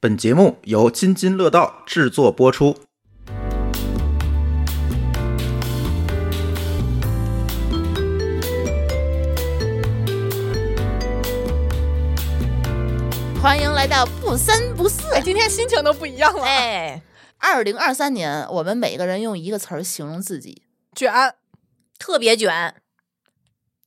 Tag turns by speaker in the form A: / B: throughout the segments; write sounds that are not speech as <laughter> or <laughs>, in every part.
A: 本节目由津津乐道制作播出。
B: 欢迎来到不三不四。
C: 哎，今天心情都不一样了。
B: 哎，二零二三年，我们每个人用一个词儿形容自己， <laughs>
C: 卷，哎
B: 特别卷。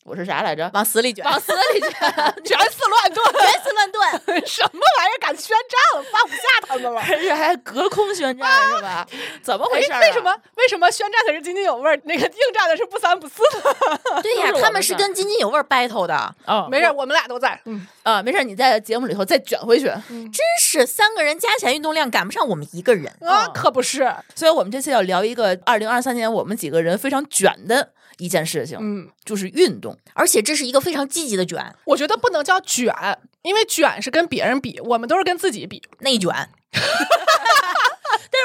B: 我是啥来着？往死里卷，
C: 往死里卷，卷死乱炖，
B: <laughs> 卷死乱炖。 <laughs>
C: 什么玩意儿？敢宣战了，放不下他们了。
B: 而且哎还隔空宣战是吧？怎么回事、啊？
C: 为什么？为什么宣战的是津津有味儿，那个应战的是不三不四的？ <laughs>
B: 对呀，他们是跟津津有味儿 battle 的。
C: 哦，没事，我们俩都在。
B: 嗯啊，没事，你在节目里头再卷回去。嗯真是三个人加起来运动量赶不上我们一个人嗯
C: 啊，
D: 哦
C: 可不是。
B: 所以我们这次要聊一个二零二三年我们几个人非常卷的。一件事情，
C: 嗯，
B: 就是运动，而且这是一个非常积极的卷。
C: 我觉得不能叫卷，因为卷是跟别人比，我们都是跟自己比
B: 内卷。但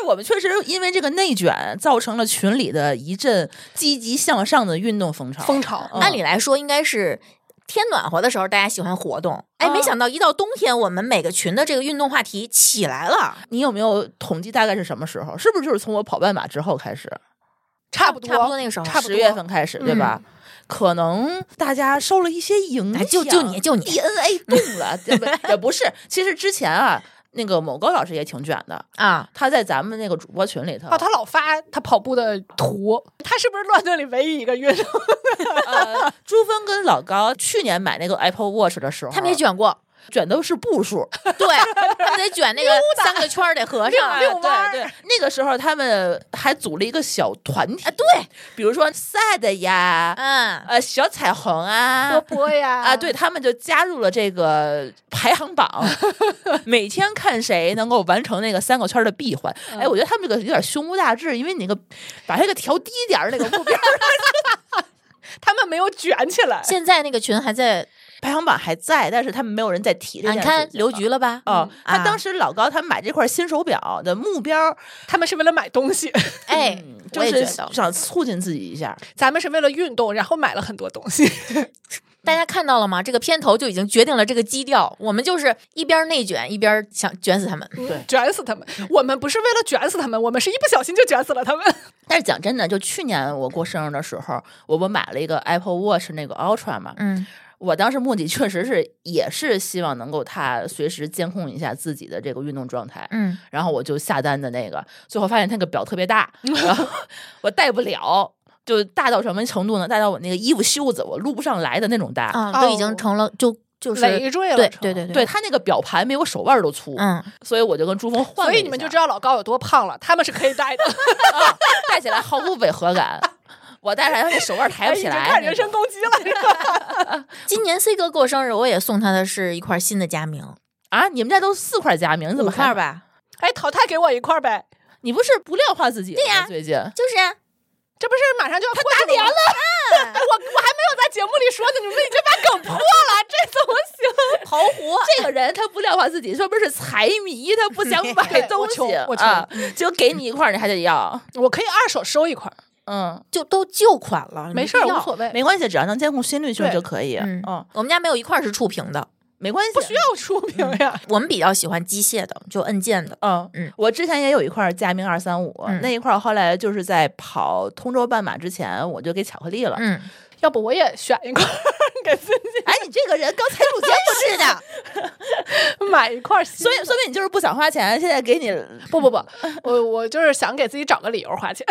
B: 是我们确实因为这个内卷，造成了群里的一阵积极向上的运动风潮。
C: 风潮，
B: 嗯、按理来说应该是。天暖和的时候，大家喜欢活动。哎，
D: 嗯
B: 没想到一到冬天，我们每个群的这个运动话题起来了。
D: 你有没有统计大概是什么时候？是不是就是从我跑半马之后开始？
C: 差不多，
B: 差不多那个时候，
C: 差不
D: 多十月份开始，对吧？
B: 嗯、
D: 可能大家受了一些影响，
B: 哎就就你就你
D: DNA 动
B: <laughs>
D: 了，对不？也不是，其实之前啊，那个某高老师也挺卷的
B: 啊，
D: 他在咱们那个主播群里头，
C: 哦，他老发他跑步的图，他是不是乱炖里唯一一个运动？ <laughs>
D: 呃，朱峰跟老高去年买那个 Apple Watch 的时候，啊
B: 他们也卷过。
D: <laughs> 卷都是步数，
B: 对，他得卷那个三个圈得合
D: <laughs>
B: 上、啊，
C: 溜
D: 对对。那个时候他们还组了一个小团体，
B: 啊、对，
D: 比如说 sad 呀，
B: 嗯，
D: 呃，小彩虹啊，
C: 波波呀，
D: 啊，对他们就加入了这个排行榜，每天看谁能够完成那个三个圈的闭环。嗯、哎，我觉得他们这个有点胸无大志，因为你那个把这个调低点儿那个目标，
C: 他们没有卷起来。
B: 现在那个群还在。
D: 排行榜还在，但是他们没有人在提这件事、
B: 啊。你看留局了吧？
D: 哦，嗯、
B: 啊
D: 他当时老高他买这块新手表的目标，啊、
C: 他们是为了买东西， <laughs>
B: 哎，
D: 嗯就是想促进自己一下。
C: 咱们是为了运动，然后买了很多东西。
B: 大家看到了吗？这个片头就已经决定了这个基调。我们就是一边内卷，一边想卷死他们，
D: 对，
C: 卷死他们。我们不是为了卷死他们，我们是一不小心就卷死了他 <laughs> 们。
D: 但是讲真的，就去年我过生日的时候，我不买了一个 Apple Watch 那个 Ultra 嘛，
B: 嗯。
D: 我当时目的确实是也是希望能够他随时监控一下自己的这个运动状态，
B: 嗯，
D: 然后我就下单的那个，最后发现那个表特别
C: <laughs>
D: 大，然后我戴不了，就大到什么程度呢？大到我那个衣服袖子我撸不上来的那种大，
B: 啊，都已经成了就。就是
C: 哦累赘了，
B: 对对对
D: 对，他那个表盘比我手腕都粗，
B: 嗯，
D: 所以我就跟朱峰换了。
C: 所以你们就知道老高有多胖了，他们是可以戴 <laughs> 的，
D: <laughs> 戴起来毫无违和感。我戴上那手腕抬不起来，
C: 哎看人身攻击 <laughs> 了。
B: 今年 C 哥过生日，我也送他的是一块新的佳明
D: 啊！你们家都四块佳明，怎么
B: 块吧？
C: 哎，淘汰给我一块呗！
D: 你不是不量化自己
B: 对呀？
D: 最近
B: <laughs> 就是啊
C: 这不是马上就要
B: 他打
C: <laughs> 我
B: 脸了？
C: 我还没有在节目里说你们已经 <laughs> 把梗破了，这怎么行？
B: 刨活！
D: <laughs> 这个人他不量化自己，说不是财迷，他
B: <laughs>
D: 不想买东西
C: 啊，
D: 就给你一块，你还得要。
C: 我可以二手收一块。
D: 嗯，
B: 就都旧款了，
C: 没事儿，
B: 必要
C: 无所谓，
D: 没关系，只要能监控心率就
C: 对
D: 就可以。
B: 哎嗯
D: 嗯，
B: 我们家没有一块儿是触屏的，
D: 没关系，
C: 不需要出名呀。
B: 我们比较喜欢机械的，就按键的。
D: 嗯
B: 嗯
D: 我之前也有一块佳明二三五
B: 嗯，
D: 那一块儿后来就是在跑通州半马之前，我就给巧克力了。
B: 嗯，
C: <laughs> 要不我也选一块儿给自
D: 哎，你这个人刚才
B: <laughs>
D: 录节目
B: 是的，
C: 己买一块儿新的，
D: 所以说明你就是不想花钱，现在给你
C: 不不不，我我就是想给自己找个理由花钱。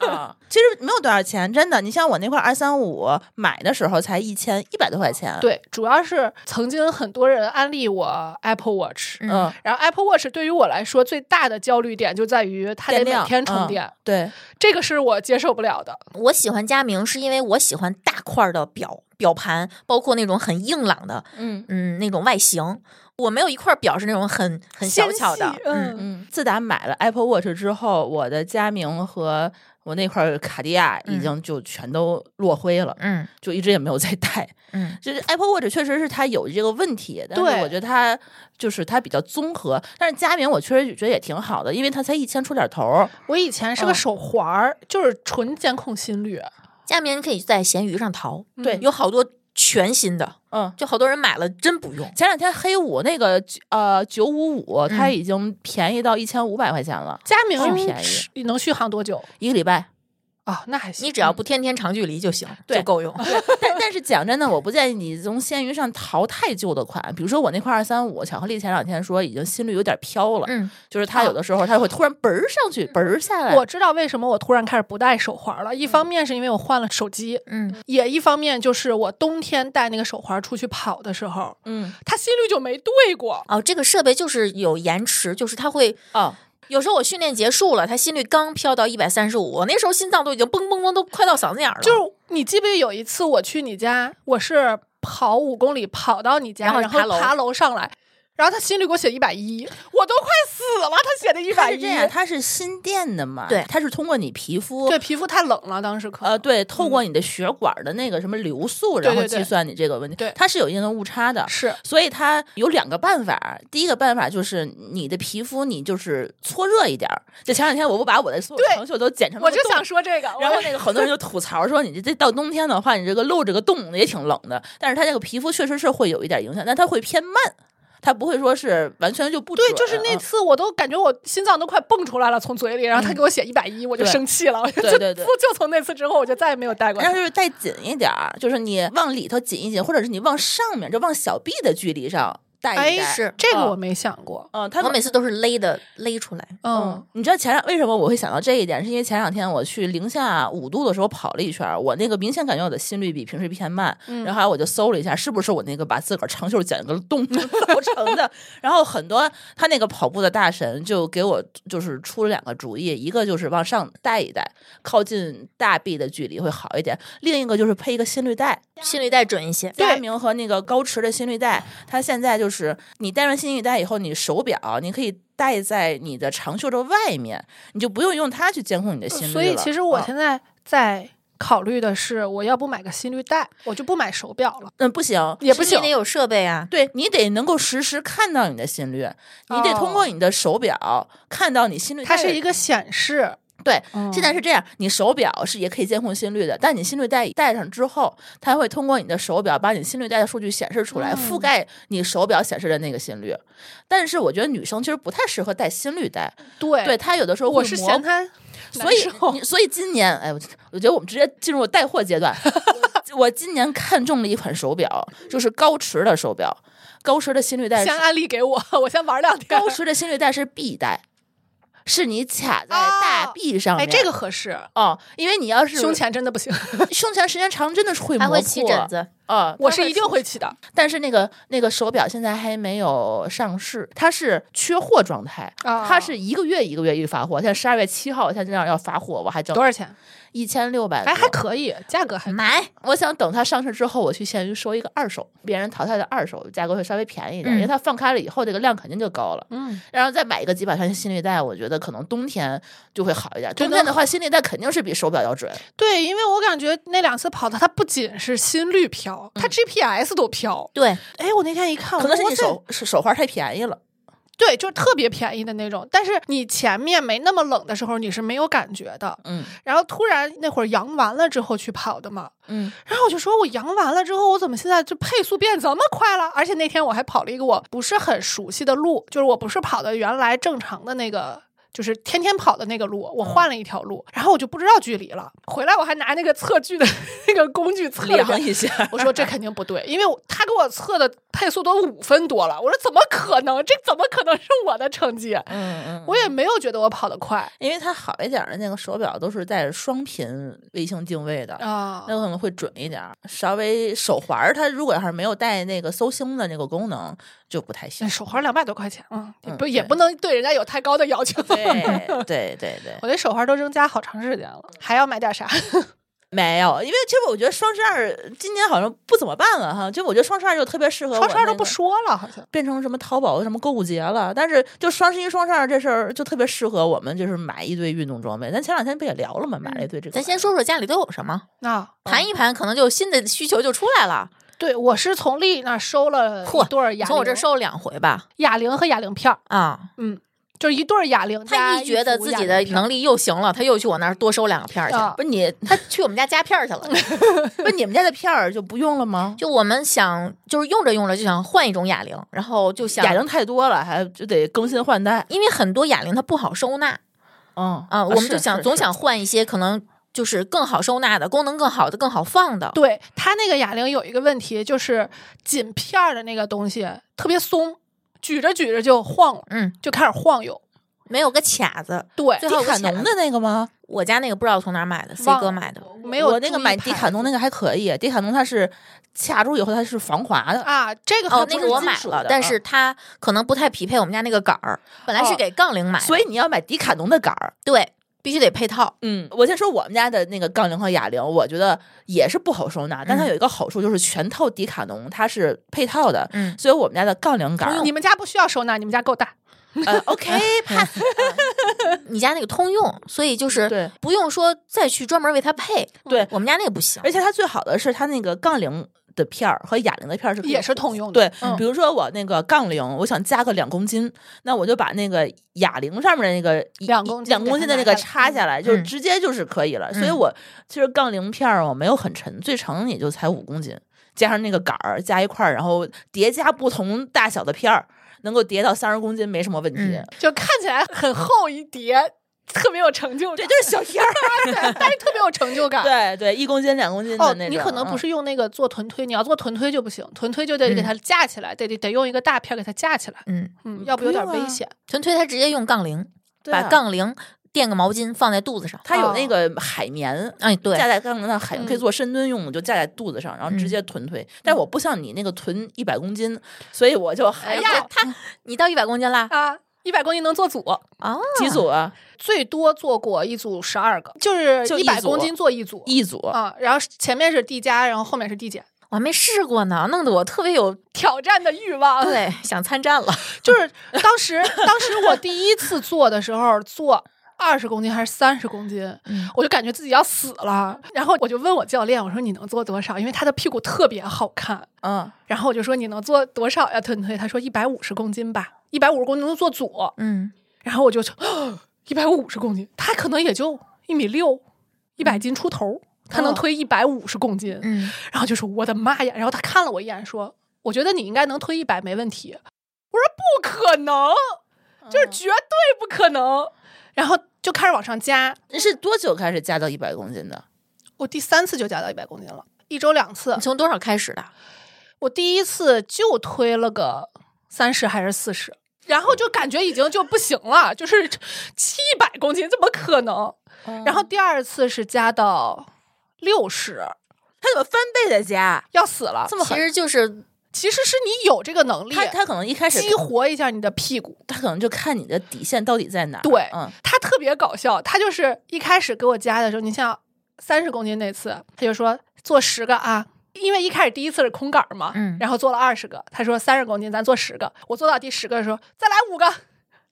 C: 嗯
D: 啊， <laughs> 其实没有多少钱，真的。你像我那块二三五买的时候才一千一百多块钱，，
C: 对，主要是曾经很多人安利我 Apple Watch，、
B: 嗯
D: 嗯，
C: 然后 Apple Watch 对于我来说最大的焦虑点就在于它得
D: 电
C: 每
D: 量
C: 天充
D: 嗯
C: 电，
D: 对，
C: 这个是我接受不了的。
B: 我喜欢佳明是因为我喜欢大块儿的表表盘，包括那种很硬朗的，
D: 嗯
B: 嗯，那种外形。我没有一块表是那种很很小巧的
C: 纤细，
B: 嗯，
C: 嗯，
D: 嗯。自打买了 Apple Watch 之后，我的佳明和我那块卡地亚
C: 嗯
D: 已经就全都落灰了，
B: 嗯
D: 就一直也没有再戴。
B: 嗯
D: 就是 Apple Watch 确实是它有这个问题，但是
C: 对
D: 我觉得它就是它比较综合。但是佳明我确实觉得也挺好的，因为它才一千出点头儿。
C: 我以前是个
D: 嗯
C: 手环儿，就是纯监控心率。
B: 佳明可以在闲鱼上淘，
D: 对
C: 嗯
B: 有好多全新的，
D: 嗯，
B: 就好多人买了真不用。
D: 前两天黑五那个呃九五五，它
B: 嗯
D: 已经便宜到一千五百块钱了，
C: 佳明
D: 巨便宜
C: 是能续航多久
D: 一个礼拜。 <laughs>
C: 啊？那还行，
B: 你只要不天天长距离就行，
D: 对 <laughs>
B: 就够用。
D: 但但是讲真的，我不建议你从闲鱼上淘太旧的款，比如说我那块二三五巧克力，前两天说已经心率有点飘了，
B: 嗯，
D: 就是它有的时候它会突然嘣儿上去，嘣儿下来。
C: 哦嗯我知道为什么我突然开始不戴手环
D: 嗯
C: 了，一方面是因为我换了手机，
B: 嗯，
C: 也一方面就是我冬天戴那个手环出去跑的时候，
D: 嗯
C: 它心率就没对过。
B: <laughs> 哦，这个设备就是有延迟，就是它会
D: 哦，
B: 有时候我训练结束了，它心率刚飘到一百三十五，我那时候心脏都已经嘣嘣嘣都快到嗓子眼儿了，
C: 就是你记不记得有一次我去你家，我是跑五公里跑到你家，
B: 然
C: 然
B: 后
C: 后
B: 爬楼
C: 爬楼上来，然后他心率给我写一百一，我都快死了，他写的一
D: 它
C: 百
D: 是
C: 一
D: 这，
C: <laughs>
D: 样，它是心电的嘛，
B: 对
D: 它是通过你皮肤
C: 对，皮肤太冷了，当时可能
D: 呃，对，透过你的血管的那个什么流速，然后
C: 对对
D: 计
C: 对
D: 算你这个问题，
C: 对
D: 它是有一定的误差的。
C: 是
D: 所以它有两个办法，第一个办法就是你的皮肤你就是搓热一点儿。就前两天我不把我的所有
C: 对
D: 长袖都剪成了
C: 我
D: 个
C: 就
D: 洞
C: 想说这个，
D: 然后
C: 我
D: 那个很多人就吐槽说，你这这到冬天的话，你这个露这个洞也挺冷的。但是它这个皮肤确实是会有一点影响，但它会偏慢，它不会说是完全就不
C: 对，
D: 准
C: 就是那
D: 嗯
C: 次我都感觉我心脏都快蹦出来了，从嘴里，然后他给我写一百一，我就
D: 对
C: 生气了，我就
D: 对对对
C: 就就从那次之后，我就再也没有戴过
D: 然
C: 它
D: 后。就是带紧一点儿，就是你往里头紧一紧，或者是你往上面，就往小臂的距离上带
C: 哎
D: 一带。
B: 是
C: 这个
D: 嗯
C: 我没想过，
D: 嗯，他
B: 我
D: 们
B: 每次都是勒的勒出来。
C: 嗯
D: 嗯，，你知道前两为什么我会想到这一点？是因为前两天我去零下五度的时候跑了一圈儿，我那个明显感觉我的心率比平时偏慢，然后后来我就搜了一下，是不是我那个把自个儿长袖剪个洞 <laughs> 造成的？然后很多他那个跑步的大神就给我就是出了两个主意，一个就是往上带一带，靠近大臂的距离会好一点；另一个就是配一个心率带，
B: 心率带准一些，
D: 佳明和那个高驰的心率带，它现在就是你戴上心率带以后，你手表你可以戴在你的长袖的外面，你就不用用它去监控你的心率了。
C: 呃所以其实我
D: 嗯
C: 现在在考虑的是，我要不买个心率带，我就不买手表了，
D: 嗯不行，
C: 也不
B: 是
C: 行
B: 你得。有设备啊。
D: 对你得能够实时看到你的心率，你得通过你的手表看到你心率带
C: 哦它
D: 的。
C: 是一个显示，
D: 对，
C: 嗯
D: 现在是这样，你手表是也可以监控心率的，但你心率带戴上之后，它会通过你的手表把你心率带的数据显示出
C: 嗯
D: 来，覆盖你手表显示的那个心率。但是我觉得女生其实不太适合戴心率带，
C: 对
D: 对，它有的时候会
C: 我是
D: 磨
C: 嫌它难受，
D: 所以你所以今年，哎，我我觉得我们直接进入带货阶
C: <laughs>
D: 段。我我今年看中了一款手表，就是高驰的手表，高驰的心率带是
C: 先安利给我，我先玩两天。
D: 高驰的心率带是臂带，是你卡在大
C: 哦
D: 臂上
C: 哎，
D: 面。
C: 这个合适，
D: 哦，因为你要是
C: 胸前真的不 <laughs> 行，
D: 胸前时间长，真的是会
B: 还
D: 磨
B: 会
D: 破。
B: 起疹子，
D: 啊，
C: 我
D: 它
C: 是一定会起的。
D: 但是那个那个手表现在还没有上市，它是缺货状态，
C: 啊
D: 它是一个月一个月一发货，现在十二月七号，现在要要发货，我还整
C: 多少钱？
D: 一千六百，
C: 哎，还可以，价格还
B: 买
D: 我想等它上市之后，我去闲鱼收一个二手，别人淘汰的二手，价格会稍微便宜一点，
B: 嗯
D: 因为它放开了以后，这个量肯定就高了。
C: 嗯，
D: 然后再买一个几百块钱心率带，我觉得可能冬天就会好一点。
C: 对
D: 冬天的话，心率带肯定是比手表要准。
C: 对，因为我感觉那两次跑的，它不仅是心率飘，它 GPS 都飘。
B: 对，
C: 嗯哎，我那天一看，
D: 可能是
C: 我
D: 你
C: 说哇
D: <laughs>
C: 塞
D: 手手手环太便宜了，
C: 对，就是特别便宜的那种。但是你前面没那么冷的时候，你是没有感觉的。
D: 嗯
C: 然后突然那会儿阳完了之后去跑的嘛，
D: 嗯，
C: 然后我就说我阳完了之后，我怎么现在就配速变这么快了？而且那天我还跑了一个我不是很熟悉的路，就是我不是跑的原来正常的那个。就是天天跑的那个路，
D: 嗯
C: 我换了一条路，然后我就不知道距离了。回来我还拿那个测距的 <laughs> 那个工具测了一遍
D: 量一下，
C: 我说这肯定不对，因为我他给我测的配速都五分多了，我说怎么可能？这怎么可能是我的成绩？啊
D: 嗯嗯，
C: 我也没有觉得我跑得快
D: 因为它好一点的那个手表都是带着双频卫星定位的。
C: 啊
D: 那可能会准一点儿，稍微手环儿它如果要是没有带那个搜星的那个功能，就不太行
C: 那。手环两百多块钱，嗯，也
D: 嗯
C: 不也
D: 对
C: 不能对人家有太高的要求。
D: 对对对对，
C: <laughs> 我这手环都扔家好长时间了，还要买点啥？
D: 没有，因为其实我觉得双十二今年好像不怎么办了哈，就我觉得双十二就特别适合
C: 双十二
D: 我那
C: 都
D: 个
C: 不说了，好像
D: 变成什么淘宝什么购物节了，但是就双十一、双十二这事儿就特别适合我们，就是买一堆运动装备。咱前两天不也聊了吗？买了一堆这个玩意儿。
B: 嗯咱先说说家里都有什么，
C: 啊。
D: 嗯
B: 盘一盘，可能就有新的需求就出来了。
C: 对，我是从丽丽那儿收了
B: 嚯
C: 一对儿
B: 你
C: 哑铃，
B: 从我这儿收了两回吧，
C: 哑铃和哑铃片儿，
B: 啊，
C: 嗯，就是一对儿哑铃加
B: 他
C: 一
B: 一觉得
C: 组
B: 自
C: 哑
B: 己
C: 铃
B: 的
C: 片儿
B: 能力又行了，他又去我那儿多收两个片儿去，
C: 啊
D: 不是你，
B: 他去我们家加片儿去了。
D: 不是你们家的片儿就不用了吗？
B: 就我们想，就是用着用着就想换一种哑铃，然后就想
D: 哑铃，太多了，还就得更新换代。
B: 因为很多哑铃它不好收纳
D: 嗯
B: 啊，我们就是想
D: 是
B: 总
D: 是
B: 想换一些可能就是更好收纳的、功能更好的、更好放的。
C: 对它那个哑铃有一个问题，就是紧片儿的那个东西特别松，举着举着就晃了，
B: 嗯，
C: 就开始晃悠。
B: 没有个卡子，
C: 对，
B: 最后有
D: 迪
B: 个
D: 卡
B: 卡
D: 侬的那个吗？
B: 我家那个不知道从哪儿买的，C
C: 忘
B: 哥
C: 了
B: 买的。哦
C: 没有
D: 我那个买迪卡侬那
C: 个
D: 个还可以，迪卡侬它是掐住以后它是防滑的，
C: 啊，这个
B: 哦
C: 好，
B: 那
C: 像不
B: 个
C: 是
B: 我
C: 金
B: 买
C: 属
B: 了
D: 的，
B: 但
D: 啊
B: 是它可能不太匹配我们家那个杆儿。本来是
D: 哦
B: 给杠铃买的，
D: 所以你要买迪卡侬的杆儿。
B: 对必须得配套。
D: 嗯，我先说我们家的那个杠铃和哑铃，我觉得也是不好收纳，但它
B: 嗯
D: 有一个好处就是全套迪卡侬它是配套的，
B: 嗯
D: 所以我们家的杠铃杆儿
C: 哎你们家不需要收纳，你们家够大。
D: 呃 OK pass，
B: 你家那个通用，所以就是
D: 对
B: 不用说再去专门为它配。
D: 对，
B: 我们家那个不行
D: 而。且它最好的是它那个杠铃的片儿和哑铃的片儿是可以
C: 也是通用的
D: 对，
C: 嗯
D: 比如说我那个杠铃，我想加个两公斤，那我就把那个哑铃上面的那个一
C: 两公斤
D: 两公斤的那个
C: 给它拿下来
D: 插下来，就是
B: 嗯
D: 直接就是可以了。所以
B: 嗯
D: 我其实杠铃片儿我没有很沉，最沉也就才五公斤，加上那个杆儿加一块儿，然后叠加不同大小的片儿，能够叠到三十公斤没什么问题。
B: 嗯
C: 就看起来很厚一叠，特别有成就
D: 对，
C: 感，
D: 就是小片儿，
C: <laughs> 对，但是特别有成就
D: <laughs>
C: 感。
D: 对对，一公斤两公斤
C: 哦
D: 的那，种。
C: 你可能不
D: 嗯
C: 是用那个做臀推，你要做臀推就不行，臀推就得给它架起来，得得得用一个大片给它架起来，
B: 嗯，
C: 嗯，要不有点
D: 啊
C: 危险。
B: 纯推它直接用杠铃，
D: 对
B: 把
D: 啊
B: 杠铃垫个毛巾放在肚子上。
D: 它有那
C: 哦
D: 个海绵，
B: 哎，对
D: 架，在杠铃上海
C: 嗯
D: 可以做深蹲用，就架在肚子上，然后直接臀推。但我不像你那个臀一百公斤，所以我就还
B: 哎
D: 要
B: 呀，它你到一百公斤啦
C: 啊，一百公斤能做组，
B: 啊！
D: 几组啊，
C: 最多做过一组十二个，就是
D: 就一
C: 一百
D: 组
C: 公斤做一组
D: 一组。
C: 啊。然后前面是递加，然后后面是递减，
B: 我还没试过呢，弄得我特别有
C: 挑战的欲
D: 哦
C: 望。
B: 对想参
D: <laughs>
B: 战了。
C: 就是当时当时我第一次做的时候做。二十公斤还是三十公斤，
D: 嗯
C: 我就感觉自己要死了。然后我就问我教练，我说你能做多少？因为他的屁股特别好看。
D: 嗯，
C: 然后我就说你能做多少呀，臀推？他说一百五十公斤吧，一百五十公斤能做组。
B: 嗯，
C: 然后我就 <gasps> 一百五十公斤，他可能也就一米六，一百斤出头，他能推一百五十公斤。
B: 嗯，
C: 然后就说我的妈呀！然后他看了我一眼，说：“我觉得你应该能推一百，没问题。”我说：“不可能，就是绝对不可能。然后就开始往上加，
D: 你是多久开始加到一百公斤的？
C: 我第三次就加到一百公斤了，一周两次
D: 呃
B: 你。从多少开始的？
C: 我第一次就推了个三十还是四十，然后就感觉已经就不行了，就是七百公斤怎么可能？
D: 嗯
C: 然后第二次是加到六十，
D: 他怎么翻倍的加？
C: 要死了。
D: 这么
B: 其
D: 狠？
B: 实就是
C: 其实是你有这个能力，
D: 他他可能一开始
C: 激活一下你的屁股。
D: 他可能就看你的底线到底在哪儿。
C: 对，
D: 嗯，
C: 他特别搞笑，他就是一开始给我加的时候，你像三十公斤那次，他就说做十个啊。因为一开始第一次是空杆儿嘛，
B: 嗯
C: 然后做了二十个，他说三十公斤，咱做十个。我做到第十个的时候，再来五个，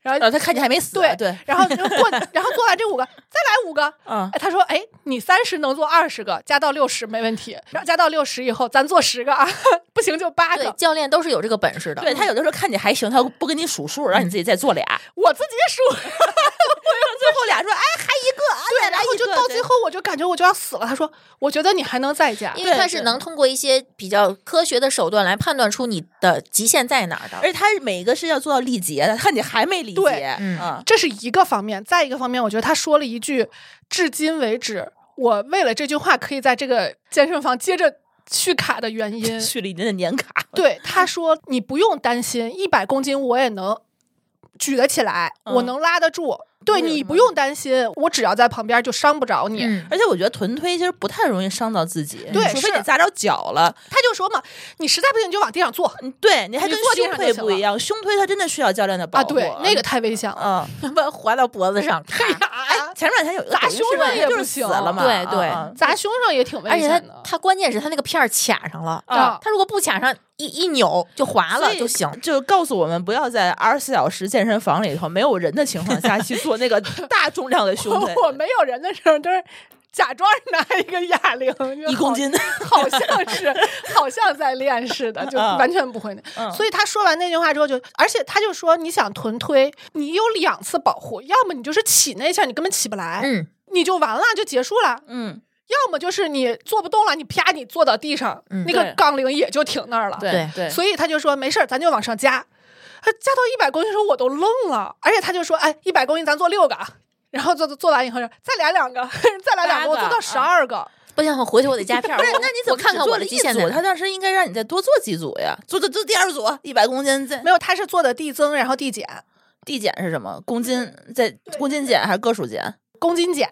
C: 然然后
D: 然后哦呃他看你还没死，啊
C: 对
D: 对，
C: 然后就过，然后做完这五个，再来五个。
D: 嗯，
C: 哎，他说：“哎，你三十能做二十个，加到六十没问题。然后加到六十以后，咱做十个啊， <laughs> 不行就八
B: 对，
C: 个。
B: 教练都是有这个本事的。
D: 对他有的时候看你还行，他不跟你数数，让你自己再做俩，
C: <laughs> 我自己数，
D: 最后俩说哎还一个，啊再来
C: 然后
D: 一
C: 就
D: 个，
C: 到
D: 对
C: 最后，我就感觉我就要死了。”他说：“我觉得你还能再加。
B: 因为他
D: 对
B: 是
D: 对
B: 能通过一些比较科学的手段来判断出你的极限在哪儿的。
D: 而且他每一个是要做到力竭的，看你还没理
C: 对
D: 解，
B: 嗯
D: 嗯”，
C: 这是一个方面，再一个方面，我觉得他说了一句，至今为止，我为了这句话可以在这个健身房接着续卡的原因
D: 续了一年的年卡，
C: 对，他说你不用担心，一百公斤我也能举得起来，我
D: 嗯
C: 能拉得住。
D: 为
C: 对你
D: 什
C: 不
D: 么
C: 用担心，我只要在旁边就伤不着你。
B: 嗯，
D: 而且我觉得臀推其实不太容易伤到自己，
C: 对
D: 除非
C: 是
D: 你扎着脚了，
C: 他就说嘛，你实在不行你就往地上坐
D: 嗯对你还
C: 你
D: 跟
C: 坐地
D: 胸
C: 上
D: 推
C: 就
D: 不
C: 行
D: 一样，胸推它真的需要教练的保
C: 啊，
D: 护，
C: 对，那个太危险了。
D: 嗯，
B: 把划到脖子上，咔
C: 哎，
D: 前面两天有一个
C: 砸
D: 抖音
C: 胸
D: 视频
C: 上也
D: 就
C: 不
D: 是死
C: 行
D: 了嘛，
B: 对对
D: 嗯嗯
C: 砸胸上也挺
B: 而
C: 危
B: 且他
C: 险的。 <laughs>
B: 他关键是他那个片儿卡上了，
C: 啊，
B: 他如果不卡上一一扭就划
D: 哦所
B: 了
D: 以
B: 就行。
D: 就告诉我们不要在二十四小时健身房里头没有人的情况下去做那个 <laughs> 大重量的胸推
C: <laughs> 我没有人的时候，就是假装拿一个哑铃，就
D: 一公
C: 好
D: 斤
C: <laughs> 好像是好像在练似的，就
D: 嗯
C: 完全不会那。
D: 嗯
C: 所以他说完那句话之后就，而且他就说，你想臀推，你有两次保护，要么你就是起那一下你根本起不来，
B: 嗯，
C: 你就完了就结束了；
D: 嗯，
C: 要么就是你做不动了，你啪你坐到地上，
B: 嗯
C: 那个
D: 对
C: 杠铃也就停那儿了。
D: 对
B: 对
D: 对，
C: 所以他就说没事儿，咱就往上加。他加到一百公斤的时候，我都愣了，而且他就说：“哎，一百公斤咱做六个啊。”然后做做做完以后说：“再来两个， <laughs> 再来两
D: 八
C: 个，
D: 个啊
C: 我做到十二个。
B: 不行，我回去我得加
D: <laughs>
B: 片儿。
D: 不是
B: 我，
D: 那你怎
B: 我
D: 么
B: 看
D: 只
B: 看
D: 做
B: 我
D: 了
B: 的
D: 一
B: 极限在
D: 组？
B: 哪
D: 他
B: 儿？
D: 当时应该让你再多做几组呀，做做做第二组一百公斤再
C: 没有，他是做的递增，然后递减，
D: 递减是什么？公斤再公斤减还是个数减？啊
C: 公斤减。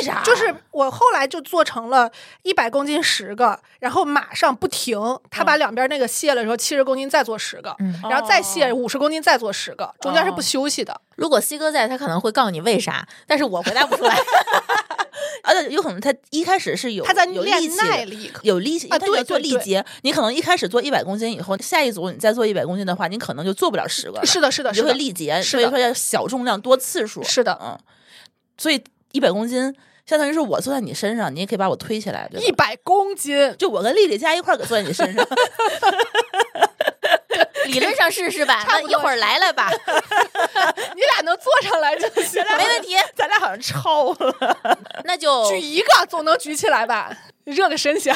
D: 为啥
C: 就
D: 就是
C: 是我后来就做成了一百公斤十个，然后马上不停，他
D: 嗯
C: 把两边那个卸了之后，七十公斤再做十个，
B: 嗯
C: 然后再卸
D: 哦
C: 五十公斤再做十个，中间是不
D: 哦
C: 休息的。
B: 如果 C 哥在，他可能会告诉你为啥，但是我回答不出来。
D: 而且有可能他一开始是有
C: 他在
D: 有
C: 练
D: 力气的
C: 耐力，
D: <laughs> 有力
B: <laughs>
D: 气，因
C: 啊
D: 为他要
C: 对
D: 做
C: 对
D: 力
C: 对
D: 竭。你可能一开始做一百公斤以后，下一组你再做一百公斤的话，你可能就做不了十个了，
C: 是的，是的，
D: 你就是会
C: 的，
D: 力竭。
C: 是
D: 所以
C: 的
D: 说要小重量多次数。
C: 是的
D: 嗯，所以一百公斤相当于是我坐在你身上，你也可以把我推起来，对吧
C: 一百公斤。
D: 就我跟丽丽加一块儿坐在你身上， <laughs>
B: 理论上是是吧？
C: 差
B: 那
C: 不多
B: 一会儿来
D: <laughs>
B: 来吧，
C: 你俩能坐上来就行
B: 没问题。
D: 咱俩好像超了。
B: <laughs> 那
D: 哦
B: 就
C: 举一个总能举起来吧， <laughs> 热个身先。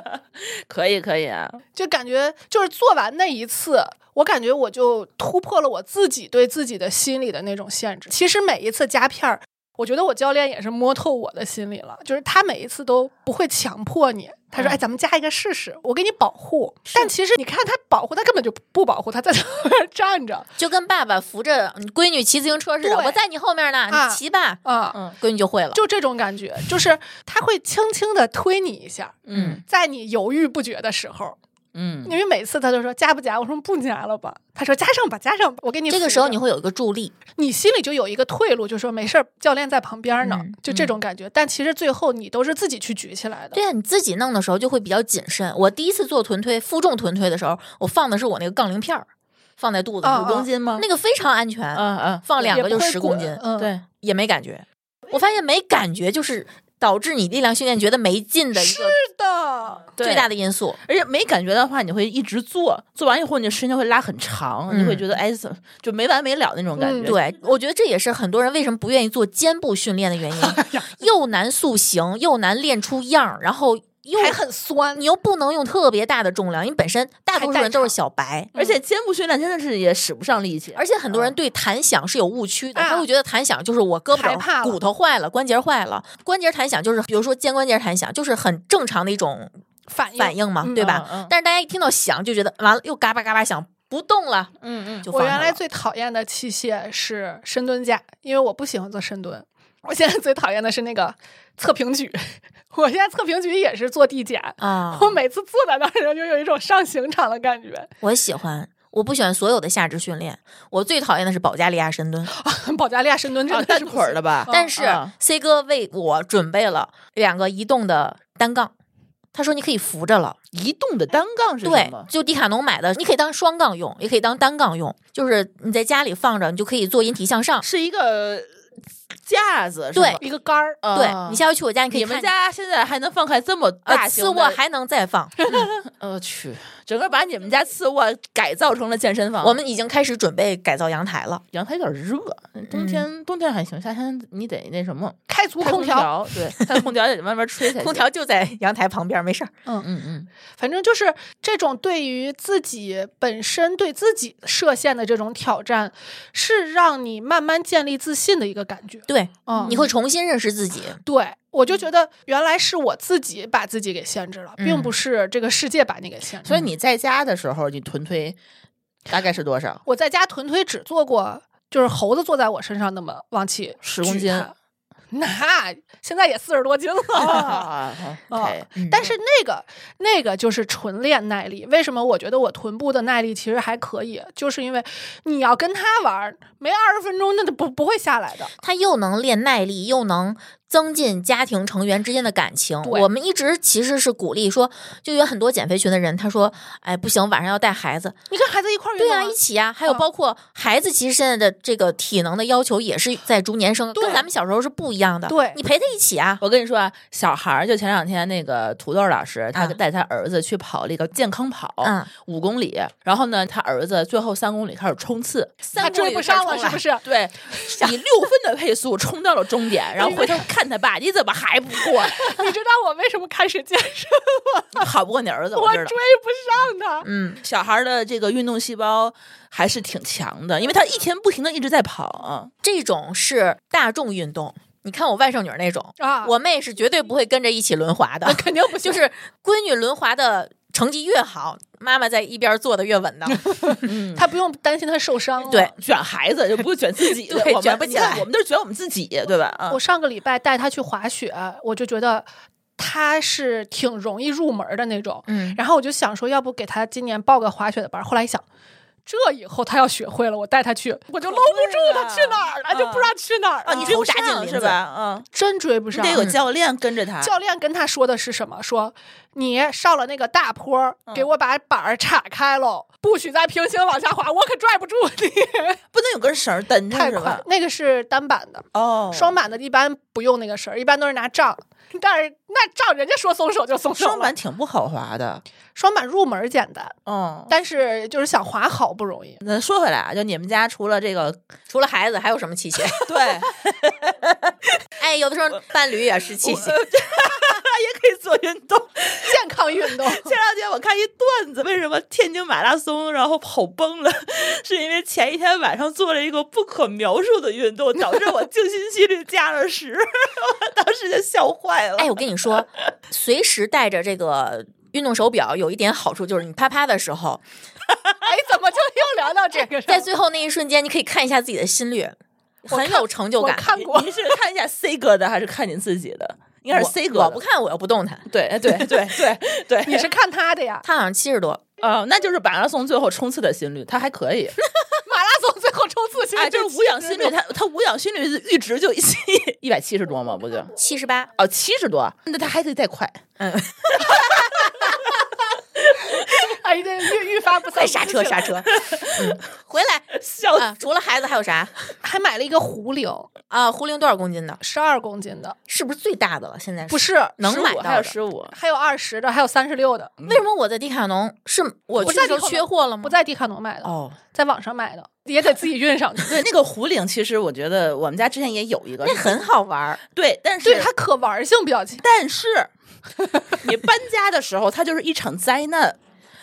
C: <laughs>
D: 可以，可以啊，
C: 就感觉就是做完那一次，我感觉我就突破了我自己对自己的心理的那种限制。其实每一次加片儿，我觉得我教练也是摸透我的心理了，就是他每一次都不会强迫你。他说：“
D: 嗯
C: 哎，咱们加一个试试，我给你保
D: <laughs>
C: 护。”但其实你看他保护，他根本就不保护，他在那儿站着
B: 就跟爸爸扶着闺女骑自行车似的，
C: 对
B: 我在你后面呢，
C: 啊
B: 你骑吧。
C: 啊，
D: 嗯
B: 闺女就会了，
C: 就这种感觉，就是他会轻轻的推你一下，
D: 嗯
C: 在你犹豫不决的时候，
D: 嗯
C: 因为每次他都说加不加，我说不加了吧，他说加上吧，加上吧，我给你
B: 这个
C: 扶
B: 时候
C: 着
B: 你会有一个助力，
C: 你心里就有一个退路，就说没事儿，教练在旁边呢，
B: 嗯
C: 就这种感觉。但其实最后你都是自己去举起来的，
B: 对啊，你自己弄的时候就会比较谨慎。我第一次做臀推，负重臀推的时候，我放的是我那个杠铃片儿，放在肚子
C: 啊
B: 上，
D: 五公斤吗？
B: 那个非常安全，
D: 嗯嗯，
B: 放两
C: 也
B: 个
C: 不
B: 就
C: 会
B: 十
C: 滚
B: 公斤，
C: 嗯，
D: 对，
B: 也没感觉。我发现没感觉就是导致你力量训练觉得没劲的一个
C: 是的，
B: 最大的因素。
D: 而且没感觉的话，你会一直做，做完以后你的时间会拉很长，
B: 嗯
D: 你会觉得哎，怎么就没完没了那种感觉。
C: 嗯
B: 对，我觉得这也是很多人为什么不愿意做肩部训练的原因，
C: 哎
B: 又难塑形，又难练出样儿，然后又
C: 还很酸
B: 你。又不能用特别大的重量，因为本身大多数人都是小白，
D: 而且肩部训练真的是也使不上力气，
B: 而且很多人对弹响是有误区
C: 嗯
B: 的，
C: 啊
B: 他会觉得弹响就是我胳膊
C: 害怕
B: 肘
C: 了
B: 骨头坏了、关节坏了，关节弹响就是比如说肩关节弹响，就是很正常的一种
C: 反应
B: 反应嘛，
C: 嗯
B: 对吧？
D: 嗯嗯
B: 但是大家一听到响就觉得完了，又嘎巴嘎巴响，不动了，
D: 嗯嗯，
B: 就
C: 我
B: 放
C: 原
B: 下
C: 来
B: 了
C: 最讨厌的器械是深蹲架，因为我不喜欢做深蹲。我现在最讨厌的是那个侧平举， <laughs> 我现在侧平举也是做递减。
B: 啊，
C: <laughs> 我每次坐在那儿就有一种上刑场的感觉，
B: 我喜欢。我不喜欢所有的下肢训练，我最讨厌的是保加利亚深蹲。
C: 保加利亚深蹲真
D: 啊
C: 的
D: 单
C: 是不
D: 腿儿
C: 行哦
D: 的吧？
B: 但是
D: 啊
B: C 哥为我准备了两个移动的单杠，他说你可以扶着了，
D: 移动的单杠是什
B: 对
D: 么，？
B: 就迪卡侬买的，你可以当双杠用，也可以当单杠用，就是你在家里放着，你就可以做引体向上。
D: 是一个架子，
B: 对
C: 一个杆儿，
D: 啊
B: 对你下回去我家，你可以
D: 你们
B: 看
D: 家现在还能放开这么大
B: 啊，
D: 型
B: 次
D: 的？
B: 卧还能再放，
D: <laughs> 呃，去，整个把你们家次卧改造成了健身房。
B: 我们已经开始准备改造阳台了。
D: 阳台有点热，冬天、冬天还行，夏天你得那什么，
C: 开足
D: 开
C: 空
D: 空
C: 调，
D: 调，对，开空调也得慢慢 <laughs> 吹才行。
B: 空调，就在阳台旁边，没
D: <laughs>
B: 事儿。
D: 嗯嗯，
C: 反正就是这种对于自己本身对自己设限的这种挑战，是让你慢慢建立自信的一个感觉。
B: 对，
C: 嗯，
B: 你会重新认识自己。
D: 嗯
C: 对我就觉得原来是我自己把自己给限制了，
B: 嗯
C: 并不是这个世界把你给限制了。
D: 所以你在家的时候，你臀推大概是多少？
C: 我在家臀推只做过，就是猴子坐在我身上那么往起
D: 10公
C: 举
D: 斤
C: 它。 <laughs> 那现在也四十多斤了，
D: <laughs> <laughs> 啊，OK，
C: 哦但是那个那个就是纯练耐力。为什么我觉得我臀部的耐力其实还可以？就是因为你要跟他玩儿，没二十分钟那就不不会下来的。
B: 他又能练耐力，又能增进家庭成员之间的感情。
C: 对
B: 我们一直其实是鼓励说，就有很多减肥群的人，他说：“哎，不行，晚上要带孩子。
C: 你跟孩子一块”儿运
B: 对
C: 动
B: 啊，
C: 啊
B: 一起呀、还有
C: 嗯
B: 包括孩子，其实现在的这个体能的要求也是在逐年升，跟
C: 对
B: 咱们小时候是不一样的。
C: 对
B: 你陪他一起啊，
D: 我跟你说啊，小孩儿就前两天那个土豆老师，他
B: 啊
D: 带他儿子去跑了一个健康跑，
B: 嗯，
D: 五公里。然后呢，他儿子最后三公里开始冲刺，三
C: 他
D: 公
C: 追
D: 里
C: 不
D: 开始
C: 上了
D: 冲来
C: 是不是
D: 对，以六分的配速冲到了终点，然后回头看他爸，你怎么还不过？ <laughs>
C: 你知道我为什么开始健身？
D: 你跑不过你儿子，
C: <laughs> 我
D: 我知
C: 追
D: 道。
C: 不上他。
B: 嗯，
D: 小孩儿的这个运动细胞还是挺强的，因为他一天不停的一直在跑啊。
B: 这种是大众运动。你看我外甥女儿那种
C: 啊
B: 我妹是绝对不会跟着一起轮滑的，肯定不。就是闺女轮滑的成绩越好，妈妈在一边坐的越
C: <laughs>
B: 稳当。
D: 嗯，
C: 他不用担心他受伤了。
B: 对
D: 卷孩子就不是卷自己，
B: 对
D: 我们
B: 卷不起来
D: 你看我们都是卷我们自己，对吧？啊
C: 我，上个礼拜带他去滑雪，我就觉得他是挺容易入门的那种。
B: 嗯，
C: 然后我就想说，要不给他今年报个滑雪的班儿。后来一想，这以后他要学会了，我带他去，我就搂不住他去哪儿了，
D: 嗯
C: 就不知道去哪儿了。
D: 啊，你
B: 追
D: 不
B: 不上
D: 上是
B: 是
D: 吧
B: 吧？
D: 嗯，
C: 真追不
D: 你
C: 上
D: 得。有教练跟着他。
C: 教练跟他说的是什么？说你上了那个大坡儿，
D: 嗯
C: 给我把板儿岔开喽，不许再平行往下滑，我可拽不住你。
D: 不能有根绳儿蹬着
C: 太
D: 是
C: 快
D: 吧，？
C: 那个是单板的，
D: 哦，
C: 双板的一般不用那个绳儿，一般都是拿杖。但是那杖人家说松手就松手了
D: 双板挺不好滑的。
C: 双板入门儿简单，
D: 嗯，
C: 但是就是想滑好不容易。
D: 那说回来啊，就你们家除了这个，
B: 除了孩子还有什么器械？
D: 对，也
B: <laughs> 哎，有的时候伴侣也是器械。
D: 可以做运动。
C: 健康运动。
D: 前两天我看一段子，为什么天津马拉松然后跑崩了， <laughs> 是因为前一天晚上做了一个不可描述的运动，导致我 <laughs> 静心吸率加了十， <laughs> 我当时就笑坏了。
B: 哎，我跟
C: <laughs>
B: 你说，随时带着这个运动手表有一点好处，就是你啪啪的时候，
C: 哎，怎么就又聊到这个上
B: 在
C: 了？
B: 最后那一瞬间，你可以看一下自己的心率，很有成就
C: 我
B: 感。
C: 看过，
D: 您是看一下 C 哥的还是看您自己 <laughs> 的？应该是 C 哥的
B: 我，我不看，我又不动弹。
D: 对 <laughs> 对对对对，
C: 你是看他的
B: <laughs>
C: 呀？
B: 他好像七十多，
D: 呃，那就是马拉松最后冲刺的心率，他还可以。
C: 马拉松最后冲刺其实
D: 哎，就是无氧心 <laughs> 率，他他无氧心率阈值就一一百七十多嘛，不 <laughs> 就？
B: 七十八，
D: 哦，七十多，那他还可以再快。
C: 哎，这愈愈发不
B: 快
C: 散。
B: 刹车刹车！嗯回来
D: 笑
B: 啊！除了孩子还有啥
C: 还买了一个壶铃，
B: 啊？狐狸多少公斤的？
C: 十二公斤的，
B: 是不是最大的了？现在
C: 不
B: 是？
C: 是，
B: 能买
D: 15
B: 到
D: 还有
B: 的
D: 十五，
C: 还有二十的，还有三十六的。
B: 为什么我在迪卡侬是我
C: 不
B: 去
C: 在迪
B: 的时候
C: 卡侬
B: 缺货了吗？
C: 不在迪卡侬买的，
B: 哦，
C: 在网上买的，也得自己运上去。
D: 对，那个壶铃，其实我觉得我们家之前也有一个，
B: 那很好玩儿。
D: 对，但是
C: <laughs> 对它可玩性比较强，
D: 但是 <laughs> 你搬家的时候，它就是一场灾难。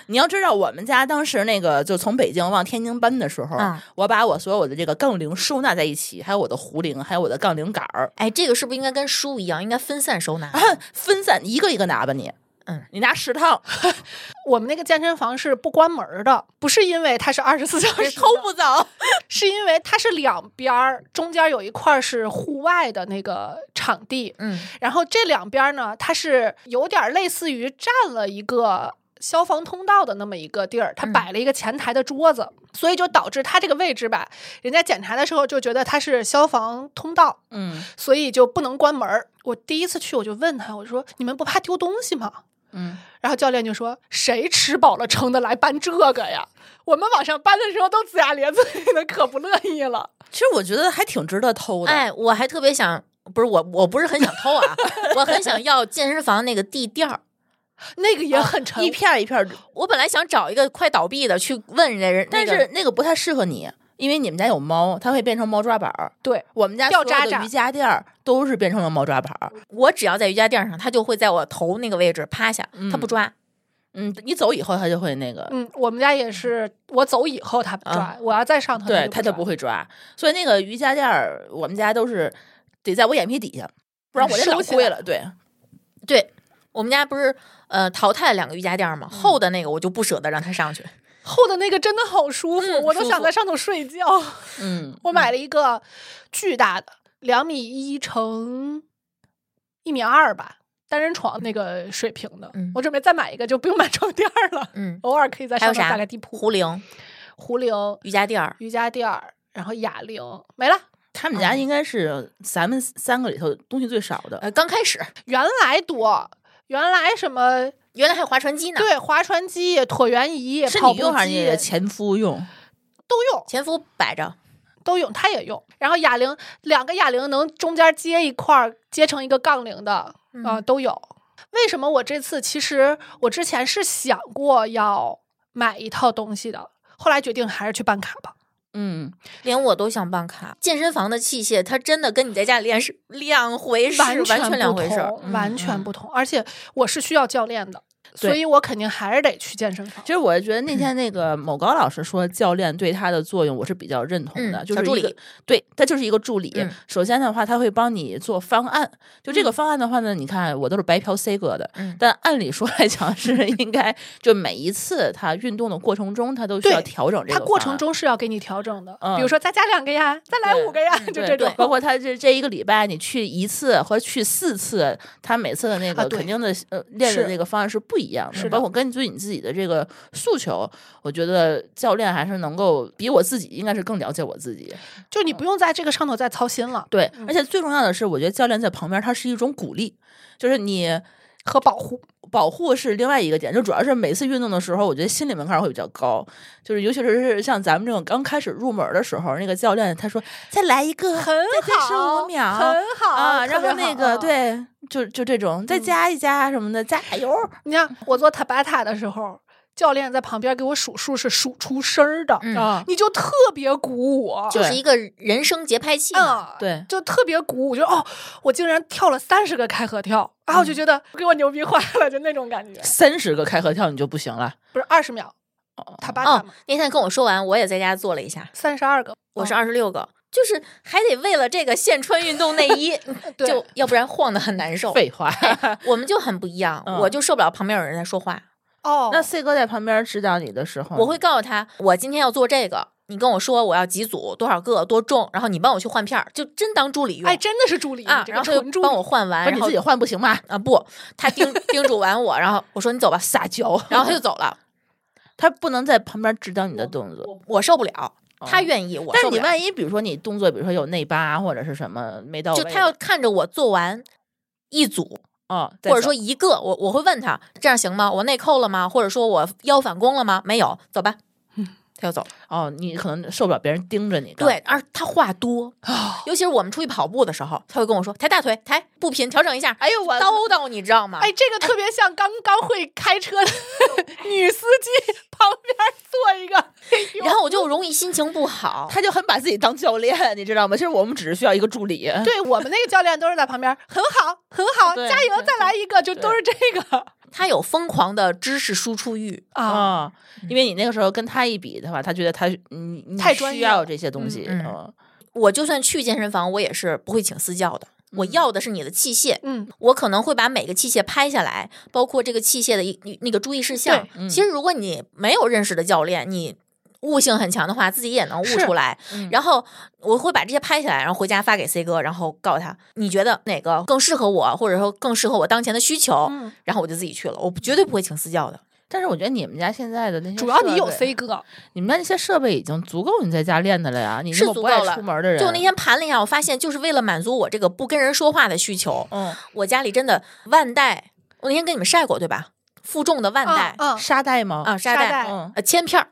D: 你要知道，我们家当时那个就从北京往天津搬的时候，
B: 嗯
D: 我把我所有的这个杠铃收纳在一起，还有我的壶铃，还有我的杠铃杆儿， <laughs>
B: 哎，这个是不是应该跟书一样，应该分散收纳？
D: 分散一个一个拿吧你。
B: 嗯，
D: 你拿 <laughs> 十套，
C: 我们那个健身房是不关门儿的，不是因为它是二十四小时的
B: 偷不走。
C: 是因为它是两边儿，中间有一块儿是户外的那个场地，
B: 嗯，
C: 然后这两边儿呢，它是有点儿类似于占了一个消防通道的那么一个地儿，它
B: 嗯
C: 摆了一个前台的桌子，所以就导致它这个位置吧，人家检查的时候就觉得它是消防通道，
D: 嗯
C: 所以就不能关门儿。我第一次去我就问他，我说你们不怕丢东西吗？
D: 嗯，
C: 然后教练就说：“谁吃饱了撑的来搬这个呀？我们往上搬的时候都龇牙咧嘴的，可不乐意了。
D: 其实我觉得还挺值得偷的。
B: 哎，我还特别想，不是我，我不是很想偷啊，我很想要健身房那个地垫儿。
C: 那个也很沉，
D: 啊一片儿一片儿，
B: 我本来想找一个快倒闭的去问人家人，
D: 但
B: 那个
D: 是那个不太适合你，因为你们家有猫，它会变成猫抓板儿。
C: 对
D: 我们家
C: 掉
D: 所有
C: 渣
D: 的
C: 渣
D: 瑜伽垫儿都是变成了猫抓板儿。
B: 我只要在瑜伽垫上，他就会在我头那个位置趴下，他不抓。
D: 嗯，你走以后它就会那个，
C: 嗯，我们家也是，我走以后他不抓，我要再上他，
D: 对，它
C: 他
D: 就不。会抓。所以那个瑜伽垫儿，我们家都是得在我眼皮底下，不然我得
C: 收
D: 老
C: 起
D: 跪
C: 来
D: 了。对，
B: 对我们家不是呃淘汰了两个瑜伽垫儿
C: 嗯
B: 吗？厚的那个我就不舍得让他上去。
C: 厚的那个真的好舒服，
B: 嗯
C: 我都
B: 舒
C: 想
B: 服
C: 在上头睡觉。
D: 嗯，
C: 我买了一个巨大的，两米一乘一米二吧，单人床那个水平的。
B: 嗯
C: 我准备再买一个，就不用买床垫儿了，
B: 嗯，
C: 偶尔可以在
B: 还
C: 上
B: 有
C: 面
B: 啥
C: 打个地铺。
B: 壶铃、
C: 壶铃、
B: 瑜伽垫儿，
C: 瑜伽垫儿，然后哑铃没了。
D: 他们家应该是咱们三个里头东西最少的。
B: 呃，刚开始
C: 原来多，原来什么
B: 原来还有划船机呢，
C: 对划船机、椭圆仪、
D: 是
C: 跑
D: 你
C: 步
D: 用还是你的
C: 机
D: 前夫用？
C: 都用，
B: 前夫摆着，
C: 都用，他也用。然后哑铃两个哑铃能中间接一块儿，接成一个杠铃的啊、呃
B: 嗯
C: 都有。为什么我这次其实我之前是想过要买一套东西的，后来决定还是去办卡吧。
D: 嗯，
B: 连我都想办卡。健身房的器械，它真的跟你在家里练是两回事，完
C: 全
B: 两
C: 不
B: 回事儿。
C: 同，完全
D: 嗯
C: 不同。而且我是需要教练的，
D: 对
C: 所以我肯定还是得去健身房
D: 其。实我觉得那天那个
B: <clears throat>
D: 某高老师说教练对他的作用，我是比较认同的，
B: 嗯
D: 就是
B: 小助
D: 一个
B: 理
D: 对他就是一个助理。
B: 嗯
D: 首先的话，他会帮你做方案，就这个方案的话呢，你看我都是白嫖 C 哥的，
B: 嗯
D: 但按理说来讲是应该就每一次他运动的过程中，他都需要
C: 对
D: 调整这
C: 它
D: 个。
C: 过程。中是要给你调整的，比
D: 嗯
C: 如说再加两个呀，再来
D: 对嗯
C: 五个呀， <laughs> 就
D: 对
C: 这种。
D: 包括他这这一个礼拜，你去一次或者去四次，他每次的那
C: 啊
D: 个
C: 对
D: 肯定的、呃练的
C: 是
D: 那个方案是不一样的。
C: 是的
D: 包括根据你自己的这个诉求，我觉得教练还是能够比我自己应该是更了解我自己。
C: 就你不用在这个上头再操心了
D: 对，而且最重要的是，我觉得教练在旁边，他是一种鼓励，就是你
C: 和保护。
D: 保护是另外一个点，就主要是每次运动的时候，我觉得心理门槛会比较高，就是尤其是是像咱们这种刚开始入门的时候，那个教练他说再来一个，
C: 很
D: 再十
C: 好，
D: 五秒
C: 很好
D: 啊，
C: 特
D: 然
C: 别
D: 后那
C: 好
D: 个
C: 嗯
D: 对，就就这种再加一加什么的，加油，
C: 你看我做塔巴塔的时候，教练在旁边给我数数是数出声儿的，
B: 嗯
D: 啊，
C: 你就特别鼓舞，
D: 对
B: 就是一个人生节拍器
C: 嗯，
B: 嘛。
D: 对
C: 就特别鼓舞，就哦，我竟然跳了三十个开合跳，然
B: 嗯
C: 后我就觉得给我牛逼坏了，就那种感觉，
D: 三十个开合跳你就不行了，
C: 不是二十秒塔巴塔
B: 哦
C: 嘛，，
B: 那天跟我说完，我也在家做了一下，
C: 三十二个，
B: 我是
C: 嗯
B: 二十六个，就是还得为了这个现穿运动内
D: <laughs>
B: 衣，
C: 对
B: 就要不然晃的很难受。
D: 废话。
B: 我们就很不一样，
D: 嗯
B: 我就受不了旁边有人在说话，
D: <laughs>
C: 哦，
D: 那 C 哥在旁边指导你的时候，
B: 我会告诉他，我今天要做这个，你跟我说我要几组多少个多重，然后你帮我去换片儿，就真当助理用。
C: 哎，真的是助理，
B: 啊
C: 你，这
B: 然
C: 个
B: 后他
C: 纯
B: 就
C: 助
B: 帮我
C: 理，
B: 换完，
D: 不是
B: 然
D: 你
B: 后
D: 自己换不行吗？
B: 啊不，他叮叮嘱完我，然后我说你走吧，
D: 撒 <laughs> 娇，
B: 然后他就走了，
D: 他不能在旁边指导你的动作。
B: 我受不了，他
D: 哦
B: 愿意，我
D: 但是
B: 受不
D: 你
B: 了
D: 万一比如说你动作，比如说有内八啊或者是什么没到位
B: 就
D: 的，
B: 他要看着我做完一组，
D: 哦，再
B: 或者
D: 走
B: 说一个，我我会问他这样行吗？我内扣了吗？或者说我腰反弓了吗？没有，走吧，
D: 嗯
B: 他就走了。
D: 哦，你可能受不了别人盯着你。
B: 对，，而他话多，
D: 啊
B: 尤其是我们出去跑步的时候，他会跟我说抬大腿，抬步频调整一下，
D: 哎呦我
B: 叨叨，你知道吗？
C: 哎，这个特别像刚刚会开车的 <laughs> 女司机 <laughs> 旁边坐一个， <laughs>
B: 然后我就容易心情不好。
D: 他就很把自己当教练，你知道吗？其实我们只是需要一个助理。
C: <laughs> 对我们那个教练都是在旁边，很好，很好，
D: 对
C: 加油
D: 对，
C: 再来一个，就都是这个
B: 他有疯狂的知识输出欲，
D: 啊、
C: 啊。
D: 因为你那个时候跟他一比的话，他觉得他你你
C: 太专
D: 需
C: 业
D: 要
C: 了
D: 这些东西。
B: 嗯我就算去健身房，我也是不会请私教的。
D: 嗯
B: 我要的是你的器械，
C: 嗯，
B: 我可能会把每个器械拍下来，包括这个器械的一一那个注意事项
C: 对。
D: 嗯
B: 其实如果你没有认识的教练，你悟性很强的话，自己也能悟
C: 是
B: 出来。
D: 嗯
B: 然后我会把这些拍下来，然后回家发给 C 哥，然后告诉他你觉得哪个更适合我，或者说更适合我当前的需求。
C: 嗯
B: 然后我就自己去了，我绝对不会请私教的。
D: 但是我觉得你们家现在的那些设备，
C: 主要你有 C 哥，啊
D: 你们家那些设备已经足够你在家练的了呀。你
B: 是
D: 这么
B: 足
D: 不
B: 够
D: 爱
B: 了
D: 出门的人，
B: 就那天盘了一下，我发现就是为了满足我这个不跟人说话的需求，
D: 嗯
B: 我家里真的万代，我那天跟你们晒过对吧？负重的腕带
C: 嗯嗯
D: 沙袋吗？
B: 啊，沙
C: 沙
B: 带
C: 袋
D: 嗯，
B: 呃铅片儿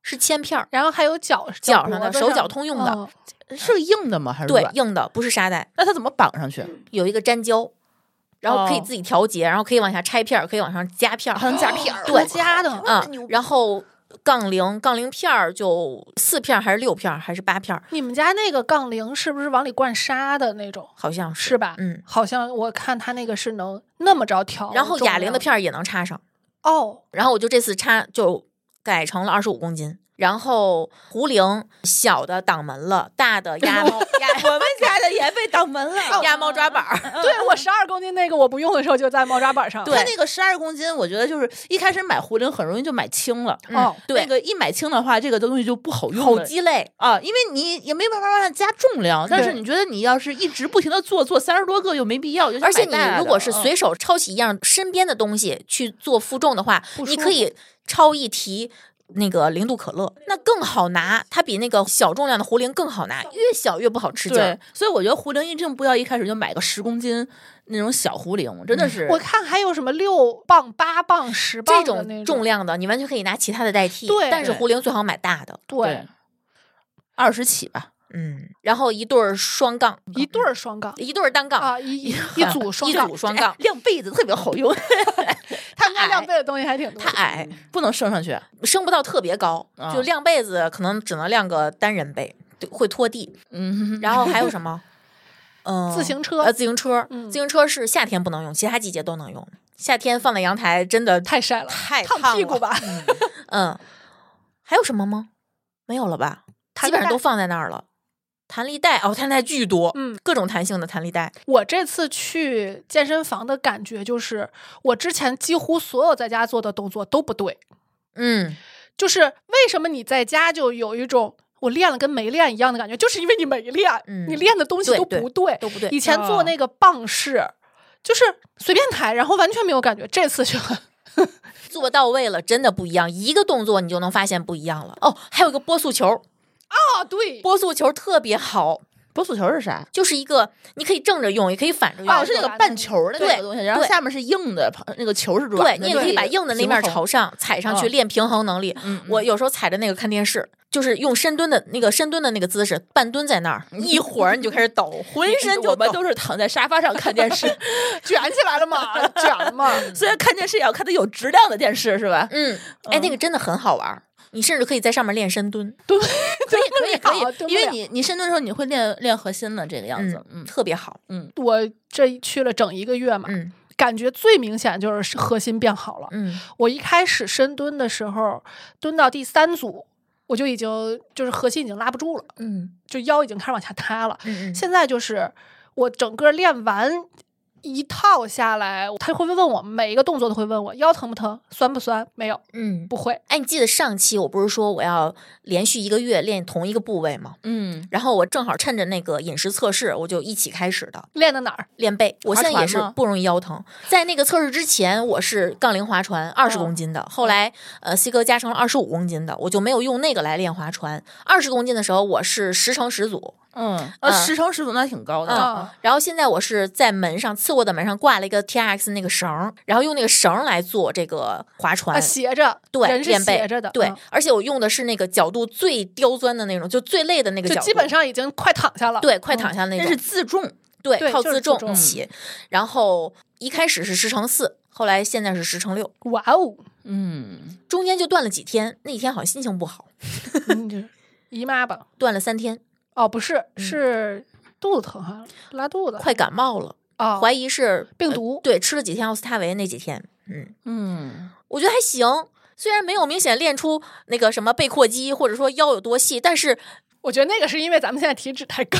B: 是铅片儿，
C: 然后还有脚
B: 脚
C: 脖
B: 上的
C: 子
B: 手脚通用的，
C: 嗯
D: 是硬的吗？还是
B: 对
D: 软，？
B: 硬的不是沙袋，
D: 那它怎么绑上 <laughs> 去？
B: 有一个粘胶，然后可以
D: 哦
B: 自己调节，然后可以往下拆片儿，可以往上加片儿，
D: 还能加片儿？
B: 对
D: 我加
C: 嗯
D: 的
B: 啊、
D: 牛逼
B: 然后杠铃杠铃片儿就四片儿还是六片儿还是八片儿，
C: 你们家那个杠铃是不是往里灌沙的那种？
B: 好像
C: 是吧？
B: 嗯，
C: 好像我看他那个是能那么着调重量。
B: 然后哑铃的片儿也能插上，
C: 哦，
B: 然后我就这次插就改成了二十五公斤。然后壶铃小的挡门了，大的压
D: <laughs>
B: 猫压
D: 我们家的也被挡门了
B: 压猫抓板儿，
C: 对我十二公斤那个我不用的时候就在猫抓板上。
B: 嗯对
D: 它那个十二公斤，我觉得就是一开始买壶铃很容易就买轻了。
C: 哦
B: 嗯，对
D: 那，个一买轻的话，这个东西就不好用
B: 嗯好
D: 了。
B: 鸡肋，
D: 啊，因为你也没办法往上加重量，但是
C: 对
D: 你觉得你要是一直不停的做，做三十多个又没必要，就
B: 而且
D: 想买大
B: 你
D: 的
B: 如果是
D: 嗯
B: 随手抄起一样身边的东西去做负重的话，
C: 不
B: 你
C: 舒
B: 可
C: 服
B: 以抄一提那个零度可乐，那更好拿，它比那个小重量的壶铃更好拿，越小越不好吃劲儿
D: 对。，所以我觉得壶铃一定不要一开始就买个十公斤那种小壶铃，真
B: 嗯
D: 的是、
C: 我看还有什么六磅、八磅、十磅
B: 这
C: 的
B: 种
C: 那
B: 重量的，你完全可以拿其他的代替。
C: 对
B: 但是
D: 对
B: 壶铃最好买大的。
C: 对，
D: 二十起吧，
B: 嗯，然后一对儿双杠，
C: 一对儿双杠
B: 一对儿单杠，
C: 啊，一一一组双
B: 一
C: 杠
B: 组，双杠。
D: 哎晾被子特别好
B: <laughs>
D: 用，
C: 他们家量背的东西还挺多
B: 它。矮，
D: 不能升上去。
B: 升不到特别高，
D: 啊
B: 就晾被子可能只能晾个单人被，对会拖地。 <laughs>
D: 嗯，
B: 然后还有什么？嗯，
C: 自行车
B: 呃，自行车，
C: 嗯
B: 自行车是夏天不能用，其他季节都能用。夏天放在阳台真的
C: 太晒了，
B: 太烫
C: 烫屁股
B: 了
C: 吧？
B: 嗯，还有什么吗？没有了吧？
C: 弹力
B: 基本上
C: 带
B: 都放在那儿了。弹力带哦，弹力带巨多，
C: 嗯，
B: 各种弹性的弹力带，
C: 我这次去健身房的感觉就是，我之前几乎所有在家做的动作都不对。
B: 嗯，
C: 就是为什么你在家就有一种我练了跟没练一样的感觉，就是因为你没练，
B: 嗯
C: 你练的东西
B: 对
C: 都
B: 对
C: 不对。
B: 都不对。
C: 以前做那个棒式，就是随便抬，然后完全没有感觉。这次就
B: 做到位了，真的不一样，一个动作你就能发现不一样了。哦，还有一个波速球，
C: 啊，对，
B: 波速球特别好，
D: 波速球是啥？
B: 就是一个你可以正着用，也可以反着用。
D: 哦，是那个半球的那
B: 对
D: 个东西，然后
B: 对
D: 下面是硬的，旁那个球是软
B: 对
D: 的。
B: 你也可以把硬的那面
D: 平衡
B: 朝。上踩上去
D: 啊
B: 练平衡能力。
D: 嗯，
B: 我有时候踩着那个看电视，就是用深蹲的那个深蹲的那个姿势，半蹲在那儿，
D: <laughs>
B: 一会儿你 <laughs> 就开始抖，浑
D: 浑
B: 身
D: 身
B: 就
D: 我们
B: 抖。
D: 都是躺在沙发上看电视，
C: 卷起来了嘛，卷了嘛。
D: <laughs> 虽然看电视也要看它有质量的电视，是吧？
B: 嗯，哎，那个真的很好玩儿，你甚至可以在上面练深蹲，
C: 对，
D: 可以可以可
C: 好
D: 以，因
C: 对不
D: 为
C: 了
D: 你你深蹲的时候你会练练核心的这个样子，嗯
B: 特别好。
D: 嗯，
C: 我这去了整一个月嘛，
B: 嗯
C: 感觉最明显就是核心变好了。
B: 嗯，
C: 我一开始深蹲的时候，蹲到第三组，我就已经就是核心已经拉不住了，
B: 嗯
C: 就腰已经开始往下塌了。
B: 嗯
C: 现在就是我整个练完一套下来，他会问我每一个动作都会问我腰疼不疼，酸不酸，没有，
B: 嗯。
C: 不会。
B: 哎，你记得上期我不是说我要连续一个月练同一个部位吗？
D: 嗯，
B: 然后我正好趁着那个饮食测试，我就一起开始的
C: 练到哪儿？
B: 练背。我现在也是
D: 划船吗
B: 不容易腰疼，在那个测试之前，我是杠铃划船二十
D: 哦
B: 公斤的，后来呃西哥加成了二十五公斤的，我就没有用那个来练划船。二十公斤的时候我是十乘十组，
D: 嗯，
B: 嗯
D: 呃，十乘十组那挺高的，
C: 啊
B: 然后现在我是在门上次卧的门上挂了一个 T X 那个绳儿，然后用那个绳儿来做这个划船。
C: 啊，斜着，
B: 对，
C: 人是
B: 练背
C: 斜着的，
B: 对
C: 嗯，
B: 而且我用的是那个角度最刁钻的那种，就最累的那个
C: 就
B: 角度，
C: 基本上已经快躺下了。
B: 对，快躺
C: 嗯。
B: 下的那
D: 那
B: 种，
D: 是自重，
B: 对，
C: 对
B: 靠
C: 就是自
B: 自重
C: 重
B: 起。然后一开始是十乘四，后来现在是十乘六，
C: 哇
B: <laughs>
C: 哦，
D: 嗯，
B: 中间就断了几天。那几天好像心情不好，
C: 嗯这姨妈吧？
B: 断了三天，
C: 哦，不是，是肚子疼哈，拉肚子。
B: 快感冒了，
C: 啊，
B: 怀疑是
C: 病
B: 呃
C: 毒
B: 对，吃了几天奥司他韦那几天，嗯，
D: 嗯，
B: 我觉得还行。虽然没有明显练出那个什么背阔肌或者说腰有多细，但是
C: 我觉得那个是因为咱们现在体脂太高。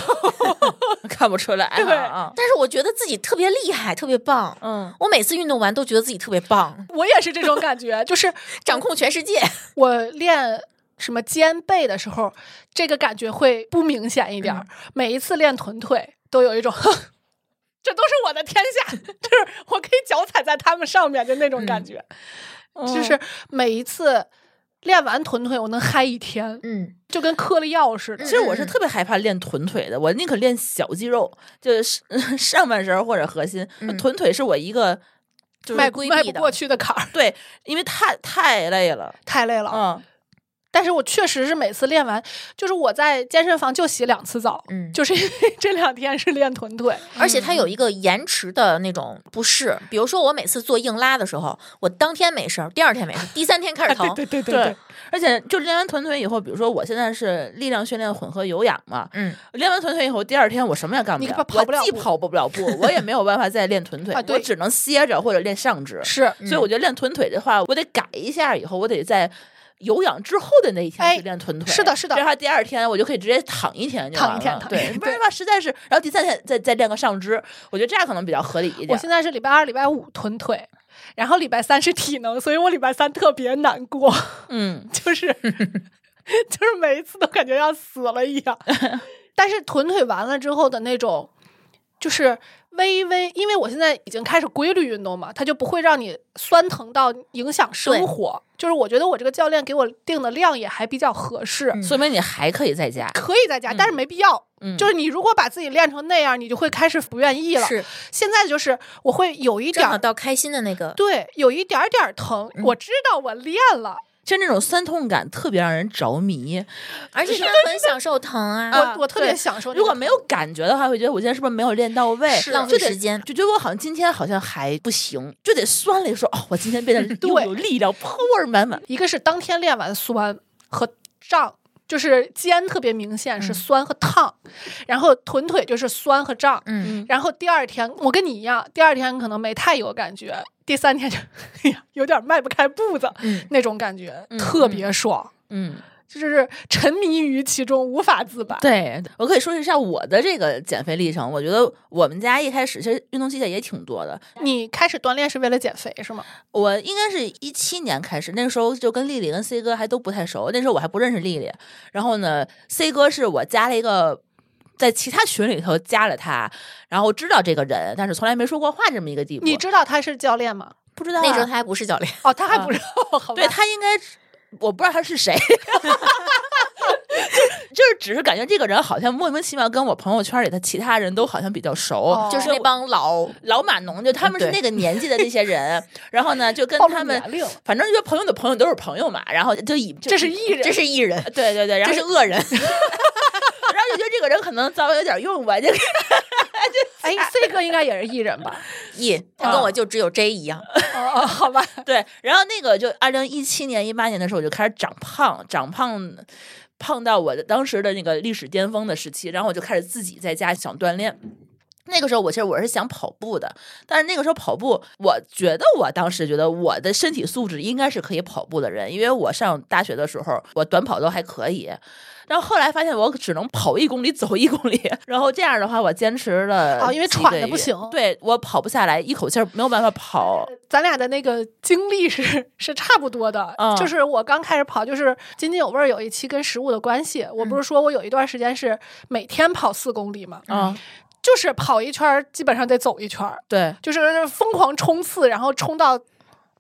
D: <laughs>
C: <laughs>
D: 看不出来
C: 对
D: 啊，
B: 但是我觉得自己特别厉害，特别棒。
D: 嗯，
B: 我每次运动完都觉得自己特别棒，
C: 我也是这种感觉，
B: <laughs>
C: 就是
B: 掌控全世界。
C: 我练什么肩背的时候，这个感觉会不明显一点儿。每一次练臀腿，都有一种 <laughs> 哼，这都是我的天下， <laughs> 就是我可以脚踩在他们上面，就那种感觉。就是每一次练完臀腿，我能嗨一天，
B: 嗯，
C: 就跟嗑了药似的
D: 其。实我
B: 嗯
D: 是
B: 嗯
D: 特别害怕练臀腿的，我宁可练 <laughs> 小肌肉，就是上半身或者核心
B: 嗯，
D: 臀腿是我一个就是
C: 迈
B: 规
C: 迈
B: 避
C: 不
B: 的
C: 过去的坎儿，
D: 对，因为太太累了，
C: 太累了。
D: 嗯，
C: 但是我确实是每次练完，就是我在健身房就洗两次澡，
B: 嗯
C: 就是因为这两天是练臀腿，
B: 而且它有一个延迟的那种不适，比如说我每次做硬拉的时候，我当天没事儿，第二天没事儿，第三天开始
C: <laughs>
B: 疼，
C: 啊对对对
D: 对，而且就练完臀腿以后，比如说我现在是力量训练混合有氧嘛，
B: 嗯，
D: 练完臀腿以后，第二天我什么也干不
C: 你
D: 了，
C: 可跑不了
D: 我既
C: 步
D: 跑不了步，我也没有办法再练臀腿，
C: <laughs> 啊
D: 我
C: 对
D: 只能歇着或者练上肢。
C: 是。
B: 嗯
C: 嗯
D: 所以我觉得练臀腿的话，我得改一下，以后我得在有氧之后的那一天
C: 哎
D: 去练臀腿。
C: 是的是的
D: 这样第二天我就可以直接躺一天就完了。
C: 躺一天躺一
D: 对，
C: 天
D: 不然的话实在是，然后第三天再再练个上肢，我觉得这样可能比较合理一
C: 我
D: 点。
C: 现在是礼拜二、礼拜五臀腿，然后礼拜三是体能，所以我礼拜三特别难过，
D: 嗯，
C: 就是就是每一次都感觉要死了一
D: <laughs>
C: 样。但是臀腿完了之后的那种，就是微微，因为我现在已经开始规律运动嘛，它就不会让你酸疼到影响生
B: 对
C: 活。就是我觉得我这个教练给我定的量也还比较合适，
B: 嗯
D: 说明你还可以在家。
C: 可以在家，但是没必要。
D: 嗯，
C: 就是你如果把自己练成那样，你就会开始不愿意了。
B: 是
C: 现在就是我会有一
B: 正
C: 点
B: 好
C: 儿，
B: 到开心的那个，
C: 对，有一点儿点儿疼。
B: 嗯
C: 我知道我练了，
D: 就那种酸痛感特别让人着迷。
B: 而且他很享受疼啊，
D: 啊
C: 我我特别
D: 对
C: 享受那个疼。
D: 如果没有感觉的话，会觉得我今天是不是没有练到位，
B: 是浪
D: 就
B: 费
D: 得
B: 时间
D: 就觉得我好像今天好像还不行，就得酸了一说哦，我今天变得又
C: 对
D: 有力量，power 满满。
C: 一个是当天练完酸和胀，就是肩特别明显是酸和烫，然后臀腿就是酸和胀。
B: 嗯，
C: 然后第二天，我跟你一样，第二天可能没太有感觉，第三天就 <laughs> 哎呀有点迈不开步子、
B: 嗯
C: 那种感觉，特别爽，
D: 嗯，
C: 就是沉迷于其中无法自拔。
D: 对，我可以说一下我的这个减肥历程。我觉得我们家一开始其实运动器械也挺多的，
C: 你开始锻炼是为了减肥是吗？
D: 我应该是一七年开始，那个时候就跟丽丽跟 C 哥还都不太熟，那时候我还不认识丽丽。然后呢，C 哥是我加了一个。在其他群里头加了他，然后知道这个人，但是从来没说过话这么一个地步。
C: 你知道他是教练吗？
D: 不知道、啊、
B: 那时候他还不是教练，
C: 哦，他还不知道， <laughs> 好吧
D: 对他应该，我不知道他是谁， <laughs> 就是就是只是感觉这个人好像莫名其妙跟我朋友圈里的其他人都好像比较熟，
C: 哦
B: 就是那帮老
D: 老码农，就他们是
B: 对
D: 那个年纪的那些人，然后呢就跟
C: 暴露
D: 他们
C: 年龄，
D: 反正就朋友的朋友都是朋友嘛，然后就以就
C: 这是艺人，
B: 这是艺人，
D: 对对对，然
B: 这
D: 后
B: 是
D: 就
B: 恶人，
D: <laughs> 然后就觉得这个人可能稍微有点用吧，就
C: 哎，C 哥应该也是艺人吧？
B: 艺，他跟我就只有 J 一样，
C: 哦哦，好吧，
D: 对，然后那个就二零一七年、一八年的时候，我就开始长胖，长胖，胖到我的当时的那个历史巅峰的时期，然后我就开始自己在家想锻炼。那个时候，我其实我是想跑步的，但是那个时候跑步，我觉得我当时觉得我的身体素质应该是可以跑步的人，因为我上大学的时候，我短跑都还可以。然后后来发现我只能跑一公里走一公里， <laughs> 然后这样的话我坚持了
C: 哦因为
D: 几
C: 喘
D: 个
C: 得不
D: 月
C: 行
D: 对我跑不下来，一口气儿没有办法跑，
C: 咱俩的那个经历是是差不多的，
D: 嗯
C: 就是我刚开始跑，就是津津有味儿有一期跟食物的关系，我不是说我有一段时间是每天跑四公里嘛，
D: 嗯，
C: 就是跑一圈儿基本上得走一圈儿，
D: 对。
C: 就是疯狂冲刺，然后冲到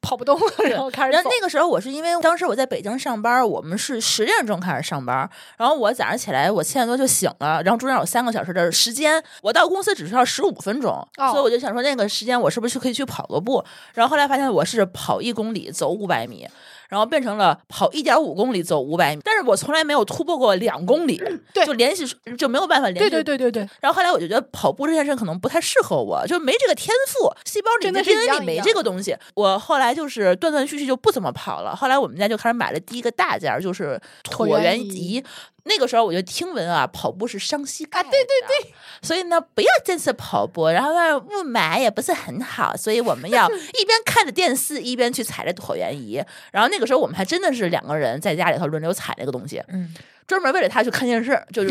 C: 跑不动了，然后开
D: 然
C: 始
D: 后
C: 走。
D: 那个时候，我是因为当时我在北京上班，我们是十点钟开始上班，然后我早上起来我七点多就醒了，然后中间有三个小时的时间，我到公司只需要十五分钟，
C: 哦
D: 所以我就想说那个时间我是不是去可以去跑个步？然后后来发现我是跑一公里走五百米，然后变成了跑一点五公里走五百米，但是我从来没有突破过两公里，
C: 对
D: 就连续就没有办法连
C: 对
D: 续
C: 对对对 <laughs> 对，
D: 然后后来我就觉得跑步这件事可能不太适合我，就没这个天赋，细胞里
C: 真的
D: 面
C: 是一
D: DNA
C: 样
D: 里
C: 一
D: 没
C: 样
D: 这个东西。我后来就是断断续续就不怎么跑了。后来我们家就开始买了第一个大件儿，就是椭
C: 椭圆
D: 圆
C: 仪
D: 仪。那个时候我就听闻啊，跑步是伤膝盖、对对对，所以呢，不要坚持跑步。然后呢，雾霾也不是很好，所以我们
C: <laughs>
D: 要一边看着电视，一边去踩着椭圆仪。然后那个时候我们还真的是两个人在家里头轮流踩那个东西，
B: 嗯，
D: 专门为了他去看电视，
C: <laughs>
D: 就是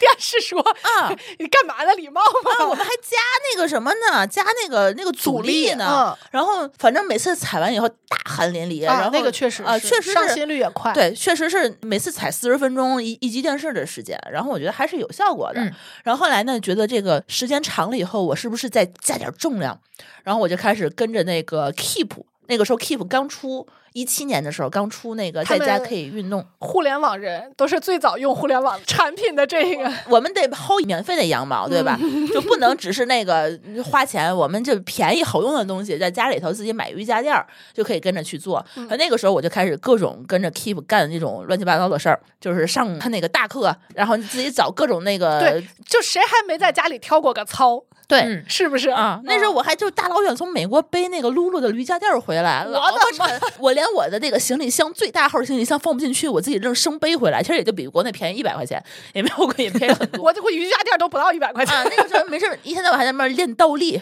C: 电视说
D: 啊。
C: 你干嘛呢？礼貌
D: 啊，我
C: 吗？
D: 们还加那个什么呢？加那个
B: <laughs>
D: 那个阻力呢？
C: 嗯
D: 然后反正每次踩完以后大汗淋漓，然
C: 啊
D: 后，
C: 那个确实
D: 啊，
C: 是
D: 确实
C: 上
D: 是
C: 心率也快。
D: 对，确实是每次踩四十分钟一一集电视的时间，然后我觉得还是有效果的。
B: 嗯
D: 然后后来呢，觉得这个时间长了以后，我是不是再加点重量？然后我就开始跟着那个 Keep，那个时候 Keep 刚出，一七年的时候刚出那个
C: 他
D: 在
C: 们
D: 家可以运动，
C: 互联网人都是最早用互联网产品的这
D: <laughs>
C: 个，
D: 我们得薅免费的羊
C: 嗯
D: 毛，对吧？就不能只是那个呃花钱，我们就便宜好用的东西，在家里头自己买瑜伽垫儿就可以跟着去做。
C: 嗯
D: 而那个时候我就开始各种跟着 Keep 干那种乱七八糟的事儿，就是上他那个大课，然后自己找各种那个
C: 对，就谁还没在家里挑过个操，
D: 对。
B: 嗯
C: 是不是
D: 啊，那时候我还就大老远从美国背那个露露的瑜伽垫儿回来，我
C: 的
D: 妈！我连我的那个行李箱最大号行李箱放不进去，我自己愣生背回来，其实也就比国内便宜一百块钱，也没有也便宜很多。
C: <laughs> 我这个瑜伽垫都不到一百块钱，
D: 啊，
B: 嗯
D: 那个时候没事儿，一天 <laughs> 到晚还在那边练倒立，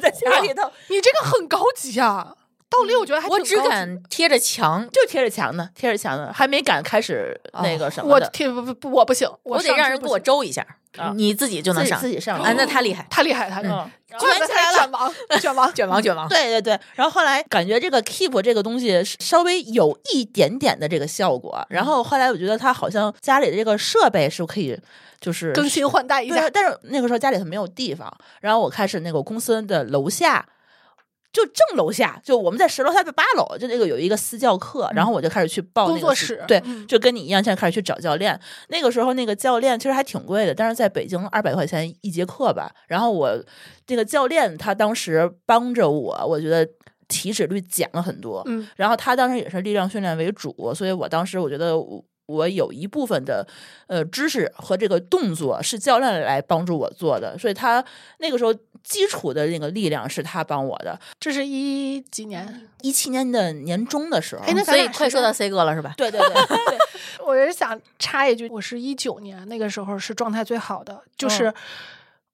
D: 在家里头
C: 你这个很高级啊！倒立我觉得还
B: 嗯我
C: 挺
B: 只
C: 高级
B: 敢贴着墙，
D: 就贴着墙呢，贴着墙呢，还没敢开始那个什么
C: 哦我
D: 的，
C: 挺不不，我不行，
B: 我
C: 上
B: 得
C: 肢
B: 让人
C: 不
B: 给我
C: 行
B: 周一下
D: 啊，
B: <laughs> 你自己就能
D: 自己
B: 上
D: 自。己上
B: 啊，那他厉害，
C: 太厉害，他厉害，
D: 嗯
C: 怪不得
B: 卷起来
C: 他
B: 了
C: 卷王，卷王，
B: <laughs> 卷王卷王，
D: 对对对，然后后来感觉这个 keep 这个东西是稍微有一点点的这个效果，啊然后后来我觉得它好像家里的这个设备是可以就是
C: 更新换代一
D: 对啊
C: 下，，
D: 但是那个时候家里头没有地方，然后我开始那个公司的楼下，就正楼下，就我们在十楼下的八楼，就那个有一个私教课，然后我就开始去报
C: 嗯工
D: 那个
C: 作
D: 私
C: 室
D: 对，
C: 嗯
D: 就跟你一样，现在开始去找教练。那个时候那个教练其实还挺贵的，但是在北京二百块钱一节课吧。然后我那个教练他当时帮着我，我觉得体脂率减了很多，
C: 嗯，
D: 然后他当时也是力量训练为主，所以我当时我觉得我我有一部分的呃知识和这个动作是教练来帮助我做的，所以他那个时候基础的那个力量是他帮我的。
C: 这是一几年？
D: 一七年的年终的时候，
C: 哎，那
B: 所
C: 咱
B: 以
C: 俩
B: 快
C: 是
B: 说到 C 哥了是吧？
D: <laughs> 对对对
C: <laughs>
D: 对，
C: 我是想插一句，我是一九年那个时候是状态最好的，
B: 嗯
C: 就是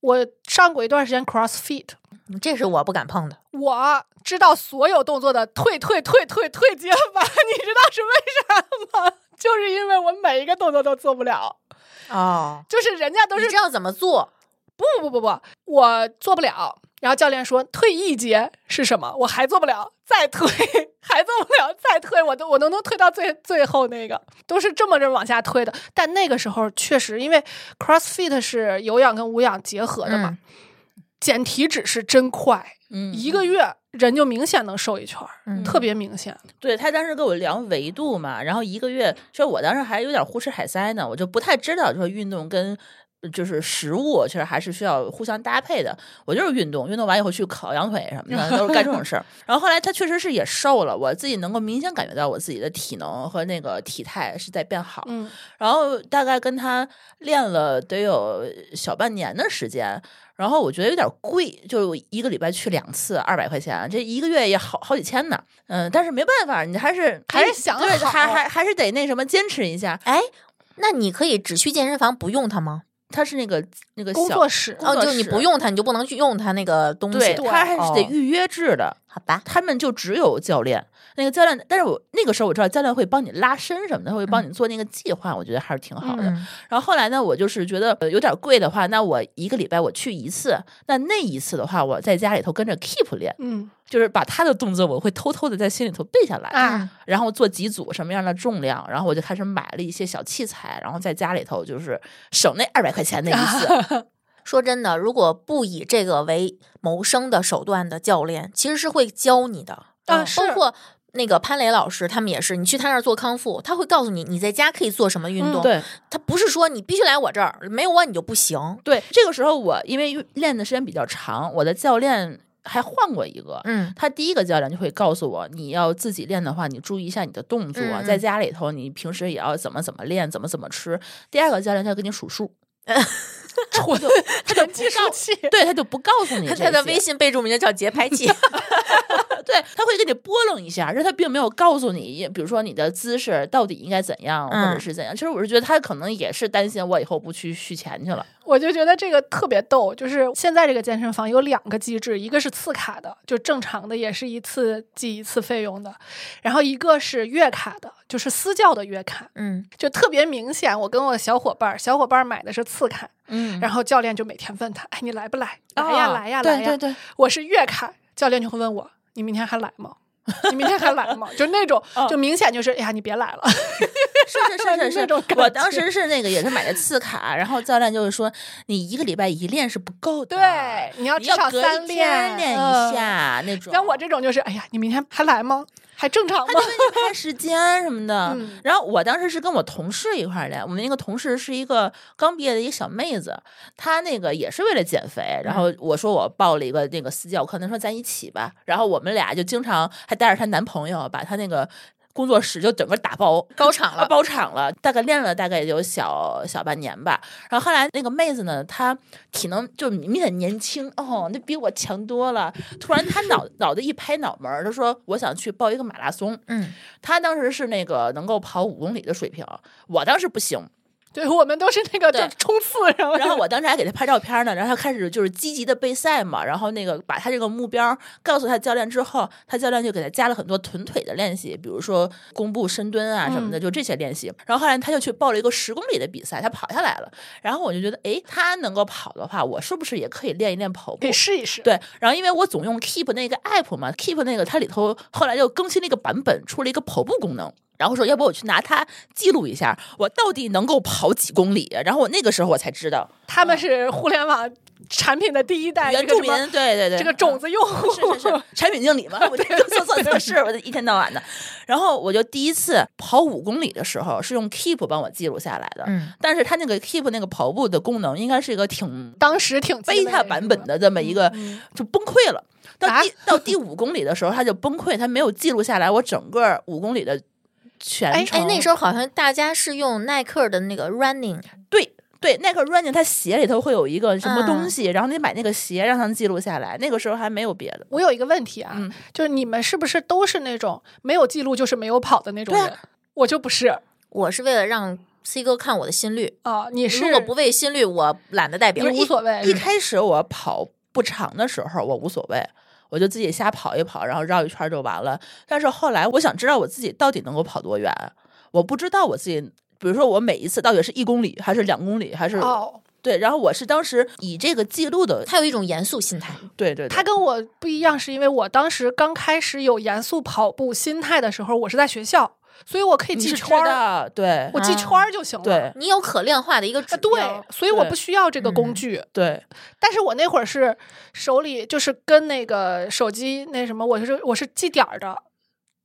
C: 我上过一段时间 CrossFit，
B: 嗯这是我不敢碰的。
C: 我知道所有动作的退退退退退阶法， <laughs> 你知道是为啥吗？就是因为我每一个动作都做不了，
B: 哦，
C: 就是人家都
B: 你
C: 是
B: 知道怎么做？
C: 不不不不，我做不了。然后教练说退一节是什么？我还做不了，再退 <laughs> 还做不了，再退，我都我能不能退到最最后那个？都是这么着往下推的。但那个时候确实，因为 CrossFit 是有氧跟无氧结合的嘛，减体脂是真快，
D: 嗯，
C: 一个月人就明显能瘦一圈儿，
B: 嗯
C: 特别明显。
D: 对他当时跟我聊维度嘛，然后一个月，其实我当时还有点胡吃海塞呢，我就不太知道，就是运动跟呃就是食物，其实还是需要互相搭配的。我就是运动，运动完以后去烤羊腿什么的，都是干这种事
C: <laughs>
D: 儿。然后后来他确实是也瘦了，我自己能够明显感觉到我自己的体能和那个体态是在变好。
C: 嗯，
D: 然后大概跟他练了得有呃小半年的时间，然后我觉得有点贵，就是我一个礼拜去两次，二百块钱，这一个月也好好几千呢。嗯，但是没办法，你还是
C: 还是想
D: 对，
C: 好
D: 还还还是得那什么坚持一下。
B: 哎，那你可以只去健身房不用它吗？
D: 他是那个那个
C: 工
D: 小
C: 作室
D: 工
B: 哦，
D: 作
B: 就是你
D: 室
B: 不用它，你就不能去用它那个东
D: 对，
B: 西。
C: 对
D: 他还是得
B: 哦
D: 预约制的。
B: 好吧，
D: 他们就只有教练，那个教练，但是我那个时候我知道教练会帮你拉伸什么的，会帮你做那个计划，我觉得还是挺好的。
B: 嗯
D: 然后后来呢，我就是觉得呃有点贵的话，那我一个礼拜我去一次，那那一次的话，我在家里头跟着 keep 练， <laughs>
C: 嗯
D: 就是把他的动作我会偷偷的在心里头背下来，
C: 啊，
B: 嗯
D: 然后做几组什么样的重量，然后我就开始买了一些小器材，然后在家里头就是省那二百块钱那一
B: <laughs>
D: 次，
B: 说真的，如果不以这个为谋生的手段的教练，其实是会教你的
C: 啊
B: 嗯
C: 是
B: 包括那个潘雷老师，他们也是，你去他那儿做康复，他会告诉你你在家可以做什么运
C: 嗯
B: 动。
D: 对。
B: 他不是说你必须来我这儿，没有我啊你就不行。
D: 对，这个时候我因为练的时间比较长，我的教练还换过一个。
B: 嗯
D: 他第一个教练就会告诉我，你要自己练的话，你注意一下你的动作，啊
B: 嗯嗯
D: 在家里头你平时也要怎么怎么练，怎么怎么吃。第二个教练他给你数数，
C: 我的成绩数器， <laughs>
D: 对他就不告诉你这些，
B: 他的微信备注名叫节拍器。
D: 对他会给你拨弄一下，但他并没有告诉你，比如说你的姿势到底应该怎样，或者
B: 嗯
D: 是怎样。其实我是觉得他可能也是担心我以后不去续钱去了，
C: 我就觉得这个特别逗。就是现在这个健身房有两个机制，一个是次卡的，就正常的也是一次计一次费用的，然后一个是月卡的，就是私教的月卡，
B: 嗯，
C: 就特别明显。我跟我小伙伴儿，小伙伴儿买的是次卡，
D: 嗯，哦
C: 然后教练就每天问他，哎，你来不来？来呀，来呀，
D: 对
C: 来呀
D: 对。对，
C: 我是月卡，教练就会问我，你明天还来吗？ <laughs> 你明天还来吗？就那种，
D: 哦
C: 就明显就是，哎呀，你别来了。
D: 是 <laughs> 是
B: <laughs>
D: 是
C: 那
D: 是
C: 种
D: 是，
C: 感
D: 我
C: 觉
D: 当时是那个也是买的次卡，然后教练就是说你一个礼拜一练是不够的，
C: 对，你要
D: 你
C: 至
D: 要
C: 少
D: 隔
C: 三
D: 一天
C: 练
D: 练
C: 嗯
D: 一下，
B: 那种。
C: 像我这种就是，哎呀，你明天还来吗？还正常
D: 他
C: 吗
D: 就？跟你看时间什么的。
C: 嗯
D: 然后我当时是跟我同事一块儿的，我们那个同事是一个刚毕业的一个小妹子，她那个也是为了减肥。然
B: 嗯
D: 后我说我报了一个那个私教课，她说咱一起吧。然后我们俩就经常还带着她男朋友，把她那个。工作室就整个打包
B: 包场了
D: 啊包场了，大概练了大概也有小小半年吧。然后后来那个妹子呢，她体能就明显年轻哦，那比我强多了。突然她
B: <laughs>
D: 脑脑袋一拍脑门儿，她说我想去报一个马拉松。
B: 嗯，
D: 她当时是那个能够跑五公里的水平，我当时不行。
C: 对我们都是那个就
D: 对
C: 冲刺，然 <laughs> 后
D: 然后我当时还给她拍照片呢，然后她开始就是积极的备赛嘛，然后那个把她这个目标告诉她教练之后，她教练就给她加了很多臀腿的练习，比如说弓步、深蹲啊什么的，就这些练习。然后后来她就去报了一个十公里的比赛，她跑下来了。然后我就觉得，诶，她能够跑的话，我是不是也可以练一练跑步
C: 可以？试一试。
D: 对，然后因为我总用 Keep 那个 app 嘛，Keep 那个它里头后来又更新了一个版本，出了一个跑步功能。然后说，要不我去拿它记录一下，我到底能够跑几公里？然后我那个时候我才知道，
C: 他们是互联网产品的第一代，
D: 嗯原
C: 这
D: 住
C: 个
D: 民
C: 什么，
D: 对对对，嗯
C: 这个种子用户，
D: 是是是产品经理嘛，我这就做做测试，我就一天到晚的。然后我就第一次跑五公里的时候是用 Keep 帮我记录下来的，
B: 嗯
D: 但是它那个 Keep 那个跑步的功能应该是一个挺
C: <laughs> 当时挺鸡
D: 贝
C: 肋
D: 塔版本的这么一个
C: 嗯
D: 就崩溃了。到
C: 啊
D: 第到第五公里的时候，他就崩溃，他没有记录下来我整个五公里的全程。
B: 哎，那时候好像大家是用耐克的那个 Running，
D: 对对，耐克 Running 它鞋里头会有一个什么
B: 嗯
D: 东西，然后你买那个鞋让他们记录下来。那个时候还没有别的，
C: 我有一个问题啊，
D: 嗯
C: 就是你们是不是都是那种没有记录就是没有跑的那种
D: 对啊
C: 人？我就不是
B: 我是为了让 C 哥看我的心率，
C: 啊、你是
B: 如果不为心率，我懒得代
C: 你
B: 表。
C: 无所谓
D: 一开始我跑不长的时候，我无所谓。我就自己瞎跑一跑，然后绕一圈就完了。但是后来，我想知道我自己到底能够跑多远，我不知道我自己，比如说我每一次到底是一公里，还是两公里，还是、
C: 哦，
D: 对。然后我是当时以这个记录的，
B: 他有一种严肃心态，
D: 对对对，
C: 他跟我不一样，是因为我当时刚开始有严肃跑步心态的时候，我是在学校，所以我可以
D: 你
C: 记
D: 是
C: 圈
D: 知
C: 儿，
D: 道，对
C: 我记圈儿就行了。
D: 对
B: 你有可量化的一个指
C: 啊
B: 标。
C: 对，所以我
D: 对
C: 不需要这个工
B: 嗯
C: 具， <laughs>
D: 对，
C: 但是我那会儿是手里就是跟那个手机那什么，我是我是记点儿的，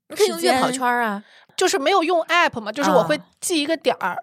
B: 你可以用月跑圈儿啊，
C: 就是没有用 app 嘛，就是我会
B: 啊
C: 记一个点儿，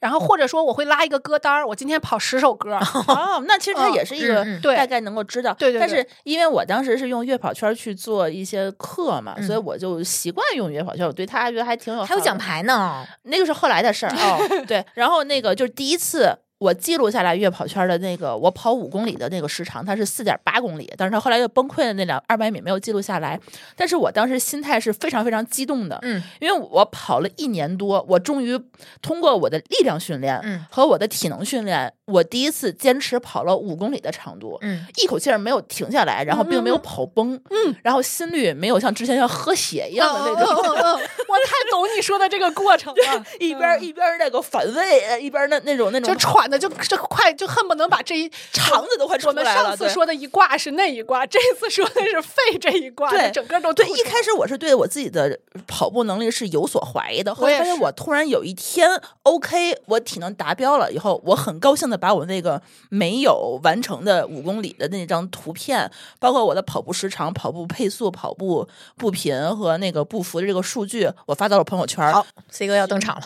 C: 然后或者说我会拉一个歌单儿，我今天跑十首歌儿，
D: 哦，那其实它
C: 嗯
D: 也是一个
B: 嗯嗯
C: 对
D: 大概能够知道，
C: 对对
D: 但
C: 对
D: 是因为我当时是用月跑圈去做一些课嘛，
B: 嗯
D: 所以我就习惯用月跑圈，我对它觉得还挺有
B: 还
D: 哦
B: 有
D: 好
B: 奖
D: 的，
B: 牌呢。
D: 那个是后来的事儿哦。对，然后那个就是第一次。我记录下来月跑圈的那个，我跑五公里的那个时长，它是四点八公里，但是它后来又崩溃了，那两二百米没有记录下来。但是我当时心态是非常非常激动的，
B: 嗯
D: 因为我跑了一年多，我终于通过我的力量训
B: 嗯
D: 练和我的体能训练，我第一次坚持跑了五公里的长度，
B: 嗯，
D: 一口气儿没有停下来，然后并没有跑崩，嗯，然后心率没有像之前要喝 <laughs> 血一样的那种，，
C: 嗯嗯嗯嗯 <laughs> 我太懂你说的这个过程了
D: <laughs> 一边儿一边儿那个反胃，呃一边儿那那种那种
C: 嗯就喘的就这快，就恨不能把这一
D: 肠子都快出
C: 我
D: 来
C: 们
D: 了。
C: 上次
D: 对
C: 说的一挂是那一挂，这次说的是肺这一挂，
D: 对
C: 就整个都
D: 对，
C: 吐
D: 一
C: 出
D: 开始我是对我自己的跑步能力是有所怀疑的，后
C: 我
D: 来
C: 也
D: 发现
C: 是
D: 我突然有一天 OK，我体能达标了以后，我很高兴的把我那个没有完成的五公里的那张图片，包括我的跑步时长、跑步配速、跑步步频和那个步幅的这个数据，我发到了朋友
C: 哦
D: 圈。
B: 好，C 哥要登场了。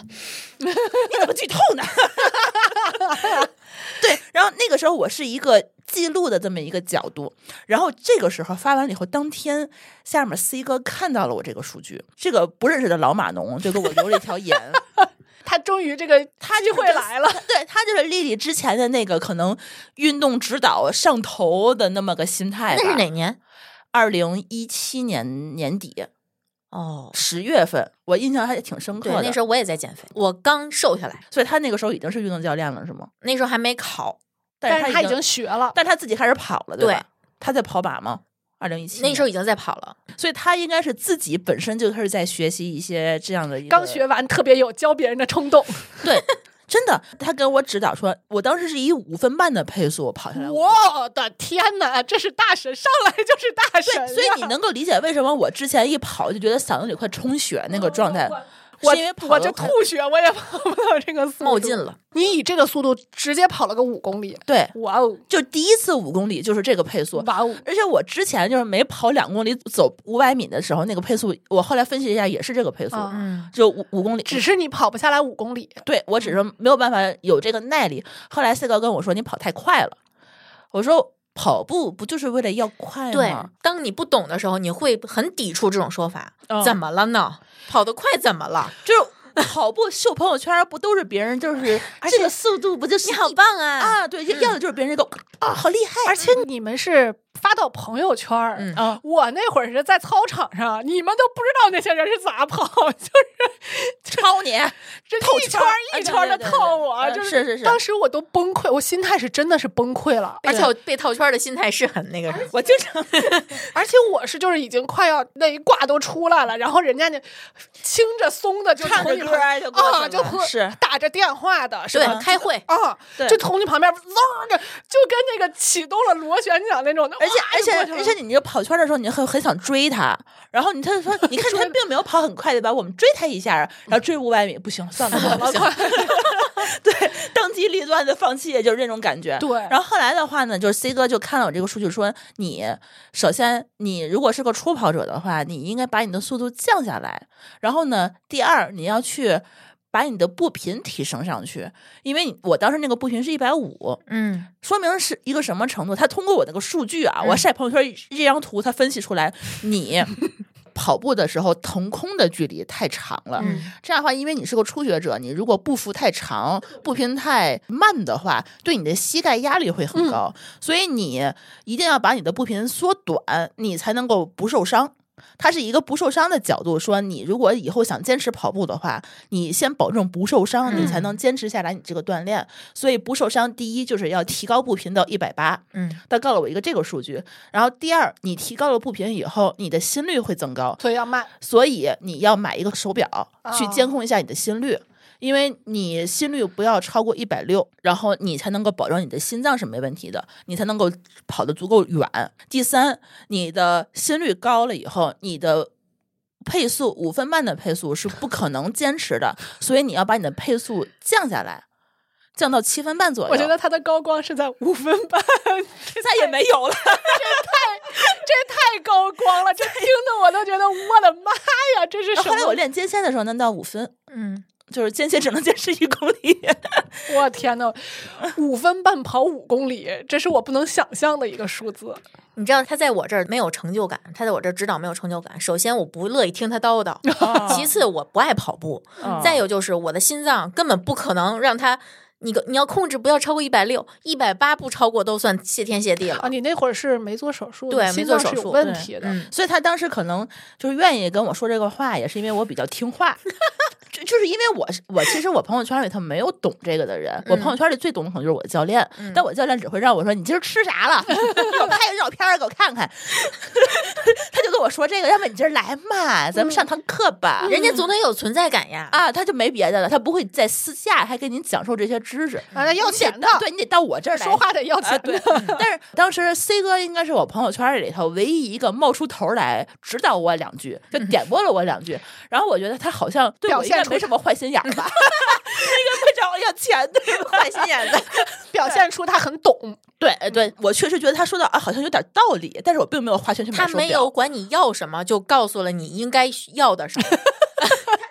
D: 你怎么剧透呢？ <laughs> 对，然后那个时候我是一个记录的这么一个角度，然后这个时候发完了以后，当天下面 C 哥看到了我这个数据，这个不认识的老码农就给我留了一条言， <laughs>
C: 他终于这个
D: 他
C: 机
D: 就
C: 会来了，，
D: 对他就是丽丽之前的那个可能运动指导上头的那么个心态
B: 那
D: 吧。
B: 是哪年？
D: 二零一七年年底
B: 哦，
D: 十月份，我印象还挺深刻
B: 对，
D: 的。
B: 那时候我也在减肥，我刚瘦下来，
D: 所以他那个时候已经是运动教练了，是吗？
B: 那时候还没考，
D: 但
C: <laughs> 但是
D: 他
C: 他已经学了，
D: 但他自己开始跑了，
B: 对
D: 吧？他在跑马吗？二零一七
B: 那时候已经在跑了。
D: 所以他应该是自己本身就开始在学习一些这样的一个
C: 刚学完特别有教别人的冲动，
D: 对。真的，他跟我指导说，我当时是以五分半的配速跑下来。
C: 我的天哪，这是大神，上来就是大神啊
D: 对，
C: 呀，
D: 所以你能够理解为什么我之前一跑就觉得嗓子里快充血那个状态。
C: 哦我
D: 是因为跑
C: 我
D: 得
C: 这
D: 快
C: 吐血，我也跑不到这个速度。
B: 冒进了，
C: 你以这个速度直接跑了个五公里，
D: 对，
C: 哇哦，
D: 就第一次五公里就是这个配速，
C: 哇哦，
D: 而且我之前就是每跑两公里走五百米的时候，那个配速，我后来分析了一下也是这个配速，
C: 啊
B: 嗯，
D: 就五五公里。
C: 只是你跑不下来五公里，
D: 对我只是没有办法有这个耐力。后来赛高跟我说：“你跑太快了。”我说：“跑步不就是为了要快
B: 对
D: 吗？”，
B: 当你不懂的时候，你会很抵触这种说法。
D: 嗯
B: 怎么了呢？跑得快怎么了？
D: 就是 <laughs> 跑步秀朋友圈儿不都是别人 <laughs> 就是这个速度不就是
B: 你好棒啊！
D: 啊？对，就要的就是别人这个 <laughs> 啊，好厉害！
C: 而且你们是发到朋友圈儿。
B: 嗯
D: 啊，
C: 我那会儿是在操场上，你们都不知道那些人是咋跑， <laughs> 就是
D: 超你，
C: 这
D: 透
C: 一
D: 圈
C: 圈
D: 儿
C: 儿
D: 啊
C: 一圈的
D: 对对对
C: 套我，
D: 对嗯
C: 就是
D: 是是哎
C: 当时我都崩溃，我心态是真的是崩溃了，
B: 而且我被套圈的心态是很那个什么，
D: 我经常
C: 而且我是就是已经快要那一挂都出来了，然后人家那轻着松的就
D: 唱
C: 从
D: 着
C: 你
D: 歌儿就过去
C: 啊，
D: 了
C: 就和
D: 是
C: 打着电话的是
B: 对
C: 吧？，
B: 开会，
C: 啊，
D: 对
C: 就从你旁边嗖就就跟那个启动了螺旋桨那种的，
D: 而 <laughs> 且
C: 哇
D: 而且
C: 就过去了
D: 而且你这个跑圈的时候，你很很想追他，然后你他就说，你看他并没有跑很快，对吧？我们追他一下，然后追五百米，不行，算了， <laughs> 不行。对，当机立断的放弃，也就是这种感觉。
C: 对
D: 然后后来的话呢，就是 C 哥就看了我这个数据说，你首先你如果是个初跑者的话，你应该把你的速度降下来，然后呢，第二你要去。把你的步频提升上去，因为你我当时那个步频是一百五，
B: 嗯，
D: 说明是一个什么程度？他通过我那个数据啊，
B: 嗯
D: 我晒朋友圈这张图，他分析出来你 <laughs> 跑步的时候腾空的距离太长了。
B: 嗯
D: 这样的话，因为你是个初学者，你如果步幅太长、步频太慢的话，对你的膝盖压力会很高，所以你一定要把你的步频缩短，你才能够不受伤。它是一个不受伤的角度说，你如果以后想坚持跑步的话，你先保证不受伤，你才能坚持下来你这个锻炼。所以不受伤，第一就是要提高步频到一百八，
B: 嗯，
D: 他告了我一个这个数据。然后第二，你提高了步频以后，你的心率会增高，
C: 所以要慢，
D: 所以你要买一个手表
C: 哦
D: 去监控一下你的心率，因为你心率不要超过一百六，然后你才能够保证你的心脏是没问题的，你才能够跑得足够远。第三，你的心率高了以后，你的配速五分半的配速是不可能坚持的，所以你要把你的配速降下来，降到七分半左右。
C: 我觉得他的高光是在五分半， <laughs>
D: 再也没有了。
C: 这太高
D: <laughs>
C: 光了，这听得我都觉得我的妈呀，这是
D: 然
C: 什
D: 后
C: 么？
D: 后来我练间歇的时候能到五分，
B: 嗯，
D: 就是间歇只能坚持一公里。
C: 我天呐，五分半跑五公里，这是我不能想象的一个数字。
B: 你知道他在我这儿没有成就感，他在我这儿指导没有成就感。首先，我不乐意听他叨叨；其次，我不爱跑步；再有就是我的心脏根本不可能让他，你个你要控制不要超过一百六，一百八不超过都算谢天谢地
C: 啊，
B: 了。
C: 你那会儿是没做手术的，
B: 对没
C: 心
B: 做
C: 脏
B: 手
C: 是有
B: 术
C: 问
D: 对
C: 题的。
B: 嗯，
D: 所以他当时可能就是愿意跟我说这个话，也是因为我比较听话。 <laughs> 就就是因为我是我其实我朋友圈里头没有懂这个的人，我
C: 嗯
D: 朋友圈里最懂的可能就是我的教练，但我教练只会让我说你今儿吃啥
C: <laughs>
D: 了，给我拍个照片儿给我看 <laughs> 看。他就跟我说这个，要不你今儿来嘛，咱们
C: 嗯
D: 上堂课吧。
B: 人家总得有存在感呀。
D: 啊，他就没别的了，他不会在私下还跟您讲授这些知识。
C: 啊，那要
D: 你得
C: 钱的，
D: 对你得到我这儿来
C: 说话得要
D: 啊，
C: 钱
D: 对
C: 的。，
D: <laughs> 但是当时 C 哥应该是我朋友圈里头唯一一个冒出头来指导我两句，就点拨了我两句。然后我觉得他好像对我
C: 表
D: 应
C: 现
D: 该
C: 出
D: 没什么坏心眼儿吧，他应该不找我要钱对吧？坏心眼子。
C: 表现出他很懂。
D: 对对，我确实觉得他说的啊，好像有点道理，但是我并没有花钱去买
B: 他
D: 手
B: 没
D: 表
B: 有，管你要什么，就告诉了你应该要的什么。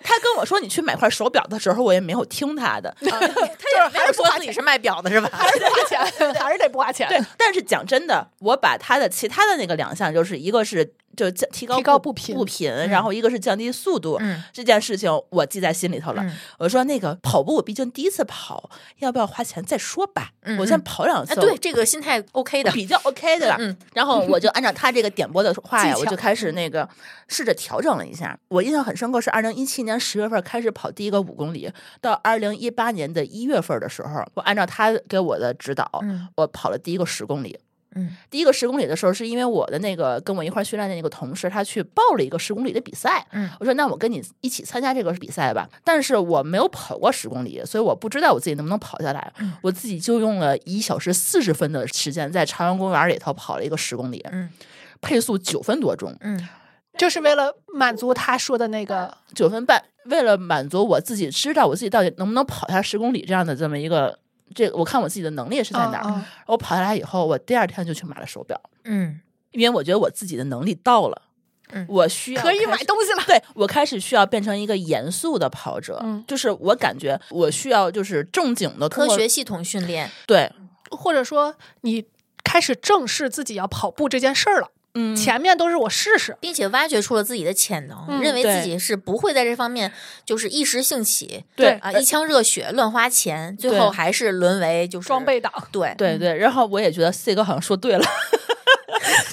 D: 他跟我说你去买块手表的时候，我也没有听他的。
B: 他也没有说自己是卖表的是吧？
C: 还是得花钱，还是得不花钱。
D: 对，但是讲真的，我把他的其他的那个两项，就是一个是就降提高
C: 提高
D: 步
C: 步频
D: 步频，然后一个是降低速度，
B: 嗯
D: 这件事情我记在心里头了。
B: 嗯
D: 我说那个跑步，毕竟第一次跑，要不要花钱再说吧？
B: 嗯
D: 我
B: 嗯
D: 先跑两次，
B: 哎，对，这个心态 OK 的。
D: 比较 OK 的了。
B: 嗯
D: 然后我就按照他这个点播的话呀，
C: 技巧
D: 我就开始那个试着调整了一下。我印象很深刻是二零一七年十月份开始跑第一个五公里，到二零一八年的一月份的时候，我按照他给我的指导，
B: 嗯
D: 我跑了第一个十公里。
B: 嗯，
D: 第一个十公里的时候，是因为我的那个跟我一块儿训练的那个同事，他去报了一个十公里的比赛。
B: 嗯，
D: 我说那我跟你一起参加这个比赛吧。但是我没有跑过十公里，所以我不知道我自己能不能跑下来。
B: 嗯
D: 我自己就用了一小时四十分的时间，在朝阳公园里头跑了一个十公里，
B: 嗯
D: 配速九分多钟。
B: 嗯，
C: 就是为了满足他说的那个，
D: 九分半，为了满足我自己知道我自己到底能不能跑下十公里这样的这么一个，这个我看我自己的能力
B: 哦
D: 是在哪儿。
C: 嗯嗯
D: 我跑下来以后，我第二天就去买了手表，
B: 嗯
D: 因为我觉得我自己的能力到了，
B: 嗯
D: 我需要
C: 可以
D: 开
C: 买
D: 始
C: 东西了。
D: 对我开始需要变成一个严肃的跑者，
C: 嗯
D: 就是我感觉我需要就是正经的
B: 科学系统训练，
D: 对，
C: 或者说你开始正视自己要跑步这件事儿了。
D: 嗯，
C: 前面都是我试试，
B: 并且挖掘出了自己的潜能，
C: 嗯
B: 认为
D: 对
B: 自己是不会在这方面就是一时兴起，
D: 对
B: 啊，一腔热血乱花钱，最
D: 对
B: 后还是沦为就是
C: 装备党。
B: 对
D: 对对，然后我也觉得 C 哥好像说对了。 <laughs>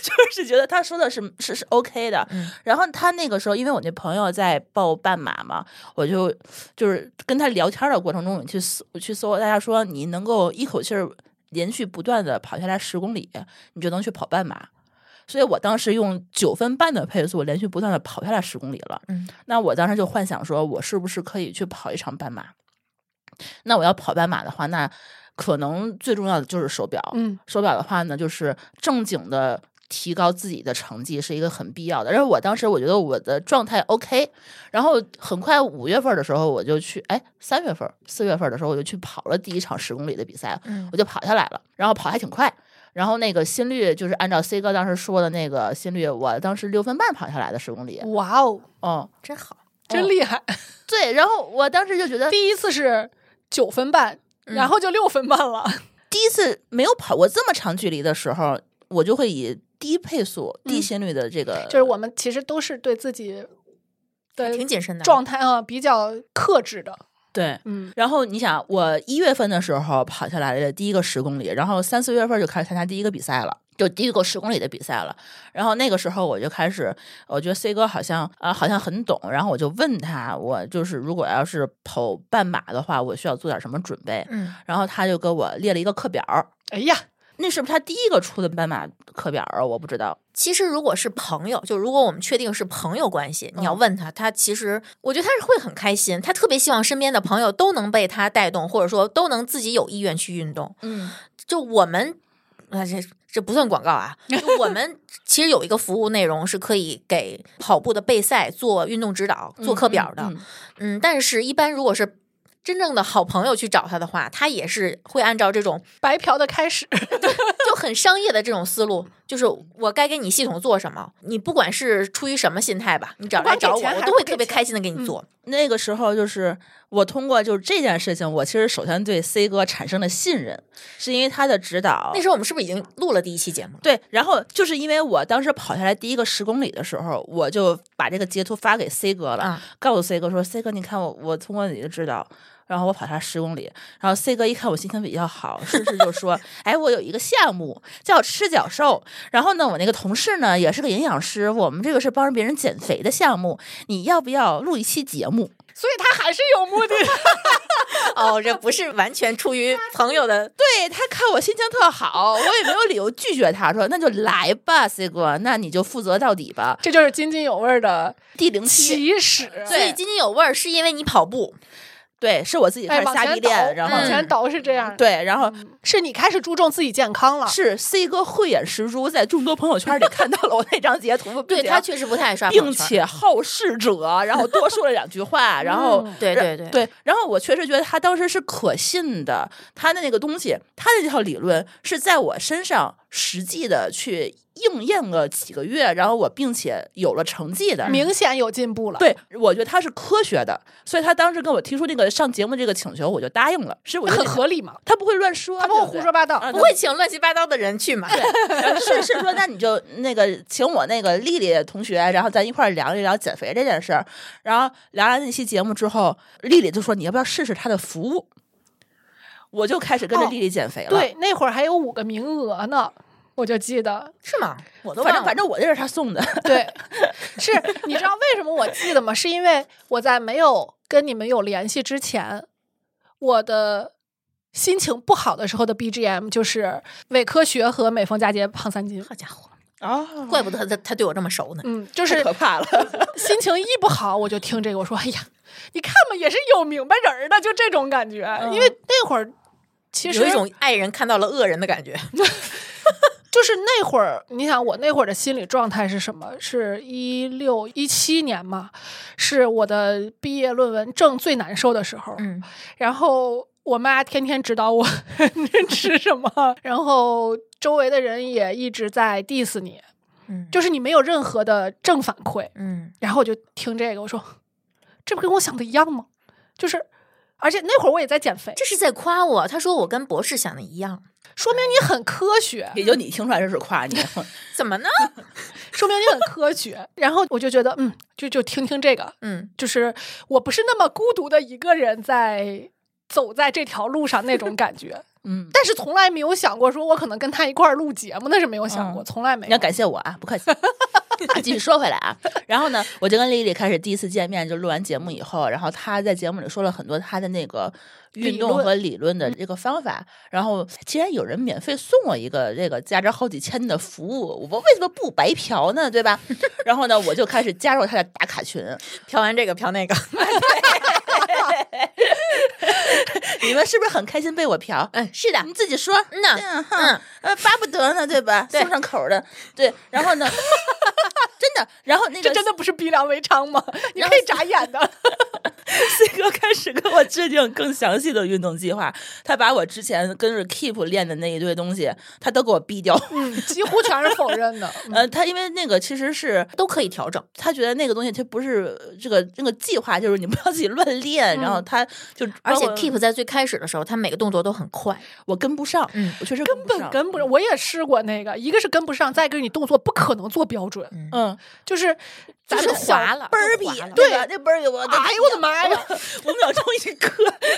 D: 就是觉得他说的是是是 OK 的，
B: 嗯
D: 然后他那个时候，因为我那朋友在报半马嘛，我就就是跟他聊天的过程中，我去搜我去搜，大家说你能够一口气儿连续不断的跑下来十公里，你就能去跑半马。所以我当时用九分半的配速，连续不断的跑下来十公里了。
B: 嗯，
D: 那我当时就幻想说，我是不是可以去跑一场半马？那我要跑半马的话，那可能最重要的就是手表。
C: 嗯，
D: 手表的话呢，就是正经的提高自己的成绩是一个很必要的。然后我当时我觉得我的状态 OK，然后很快五月份的时候我就去，哎，三月份、四月份的时候我就去跑了第一场十公里的比赛，
B: 嗯
D: 我就跑下来了，然后跑还挺快。然后那个心率就是按照 C 哥当时说的那个心率，我当时六分半跑下来的十公里，
C: 哇哦，
D: 嗯，
B: 真好，
C: 真厉害！
D: 对。然后我当时就觉得
C: 第一次是九分半，
B: 嗯
C: 然后就六分半了。
D: 第一次没有跑过这么长距离的时候，我就会以低配速、低
C: 嗯
D: 心率的这个，
C: 就是我们其实都是对自己的
B: 挺谨慎的。
C: 状态啊、比较克制的。
D: 对
C: 嗯，
D: 然后你想，我一月份的时候跑下来的第一个十公里，然后三四月份就开始参加第一个比赛了。就第一个十公里的比赛了，然后那个时候我就开始，我觉得 C 哥好像啊、好像很懂，然后我就问他，我就是如果要是跑半马的话，我需要做点什么准备，
B: 嗯，
D: 然后他就给我列了一个课表儿，
C: 哎呀，
D: 那是不是他第一个出的半马课表儿啊？我不知道，
B: 其实如果是朋友，就如果我们确定是朋友关系，你要
D: 嗯
B: 问他，他其实我觉得他是会很开心，他特别希望身边的朋友都能被他带动，或者说都能自己有意愿去运动。
D: 嗯
B: 就我们，啊，这这不算广告啊。就我们 <laughs> 其实有一个服务内容是可以给跑步的备赛做运动指导、做课表的。
D: 嗯
B: 嗯
D: 嗯
B: 但是一般如果是真正的好朋友去找他的话，他也是会按照这种
C: 白嫖的开
D: <laughs>
C: 始。
B: 就很商业的这种思路，就是我该给你系统做什么，你不管是出于什么心态吧，你找
C: 不管
B: 来
C: 给
B: 找我，
C: 钱还
B: 我
C: 是
B: 都
C: 不
B: 会
C: 给
B: 特别
C: 钱
B: 开心的给你
C: 嗯
B: 做。
D: 那个时候就是我通过就是这件事情，我其实首先对 C 哥产生了信任，是因为他的指导
B: 那。时候我们是不是已经录了第一期节目了？
D: 对，然后就是因为我当时跑下来第一个十公里的时候，我就把这个截图发给 C 哥了，
B: 啊
D: 告诉 C 哥说：“C 哥，你看我，我通过你的指导，然后我跑下十公里。”然后 C 哥一看我心情比较好，顺势就说：“哎，我有一个项目叫吃脚兽。然后呢，我那个同事呢也是个营养师，我们这个是帮着别人减肥的项目，你要不要录一期节目？”
C: 所以他还是有目的的，
D: <laughs>
B: 哦，这不是完全出于朋友的
D: 对他看我心情特好，我也没有理由拒绝他，说那就来吧，C 哥，那你就负责到底吧。
C: 这就是津津有味的
D: 第零期，
C: 起始。
B: 所以津津有味儿是因为你跑步，
D: 对，是我自己开
C: 哎，
D: 始
C: 往
D: 瞎
C: 前
D: 逼
C: 倒，
D: 练，然后
C: 往
B: 嗯
C: 前嗯倒是这样。，
D: 对，然后
C: 是你开始注重自己健康了。
D: 是 C 哥慧眼识珠，在众多朋友圈里看到了我那张截图，
B: 对
D: 并且
B: 他确实不太爱刷朋友
D: 并
B: 圈，
D: 且好事者，然后多说了两句话，然后
C: 嗯
B: 对对
D: 然
B: 对
D: 对，然后我确实觉得他当时是可信的，他的那个东西，他的这套理论是在我身上实际的去应验了几个月，然后我并且有了成绩的。
C: 明显有进步了。，
D: 对，我觉得他是科学的，所以他当时跟我提出那个上节目这个请求，我就答应了。是我觉得
C: 很合理嘛，
D: 他不会乱说，
C: 他不会
D: 对对
C: 胡说八道。
D: 啊
B: 不会请乱七八糟的人去嘛？ <laughs>
D: 然后顺势说，那你就那个请我那个丽丽同学，然后咱一块儿聊一聊减肥这件事儿。然后聊完那期节目之后，丽丽就说你要不要试试她的服务？我就开始跟着
C: 哦
D: 丽丽减肥了。
C: 对，那会儿还有五个名额呢，我就记得。
B: 是吗？我都
D: 反
B: 忘
D: 正
B: 了。
D: 反正我这是她送的。
C: <laughs> 对，是你知道为什么我记得吗？是因为我在没有跟你们有联系之前，我的心情不好的时候的 BGM 就是《伪科学》和《美缝佳节胖三斤》。
B: 好家伙，
D: 哦，
B: 怪不得他他对我这么熟呢。
C: 嗯，就
D: 太
C: 是
D: 可怕了。
C: 心情一不好，我就听这个，我说：“哎呀，你看吧，也是有明白人儿的，就这种感觉。因为那会儿其实
B: 有一种爱人看到了恶人的感觉，
C: 就是那会儿，你想我那会儿的心理状态是什么？是一六一七年嘛，是我的毕业论文正最难受的时候。
B: 嗯，
C: 然后我妈天天指导我 <laughs> 吃什么，然后周围的人也一直在 diss 你，
B: 嗯，
C: 就是你没有任何的正反馈。
B: 嗯
C: 然后我就听这个，我说这不跟我想的一样吗？就是，而且那会儿我也在减肥，
B: 这是在夸我。他说我跟博士想的一样，
C: 说明你很科学，
D: <laughs> 也就你听出来这是夸你，
C: <laughs>
B: 怎么呢？
C: 说明你很科学。然后我就觉得，嗯，就就听听这个，
B: 嗯
C: 就是我不是那么孤独的一个人在走在这条路上那种感觉。
D: 嗯，
C: <laughs> 但是从来没有想过说我可能跟他一块儿录节目，那是没有想过，
D: 嗯
C: 从来没
D: 你要
C: 有。
D: 感谢我啊，不客 <laughs> 气。啊继续说回来啊，然后呢，我就跟丽丽开始第一次见面，就录完节目以后，然后她在节目里说了很多她的那个运动
C: 理论
D: 和理论的这个方法，然后既然有人免费送我一个这个价值好几千的服务，我为什么不白嫖呢？对 <laughs> 吧？然后呢，我就开始加入她的打卡群，
B: 嫖完这个嫖那个，
D: 你们是不是很开心被我嫖？
B: 嗯，是的，
D: <laughs> 你自己说，
B: 嗯呐
D: 嗯哼
B: 嗯，
D: 呃，巴不得呢，对吧？
B: 对
D: 送上口的，对，然 <laughs> 后呢，真的，然后那
C: 这
D: 个
C: 真的不是逼良为娼吗？ <laughs> 你可以眨眼的。
D: C 哥开始跟我制定更详细的运动计划，他把我之前跟着 Keep 练的那一堆东西，他都给我逼掉。
C: <laughs> 嗯，几乎全是否认的。嗯
D: <laughs> 呃，他因为那个其实是
B: 都可以调整。
D: 他觉得那个东西，他不是呃这个那个计划，就是你不要自己乱练，然后他就
B: 而且
D: 包括
B: keep 在最开始的时候，他每个动作都很快，
D: 我跟不上，
B: 嗯
D: 我确实
C: 根本
D: 上
C: 跟不上，嗯我也试过那个，一个是跟不上，再一个是你动作不可能做标准，
D: 嗯，
C: 就是咱
B: 就是
C: 们小
B: 滑了
D: 倍儿
B: 就
D: 比
B: 滑了
D: 对吧？那倍儿比我，
C: 哎呦我的 <laughs> 妈呀！
D: <laughs> 五秒钟一个，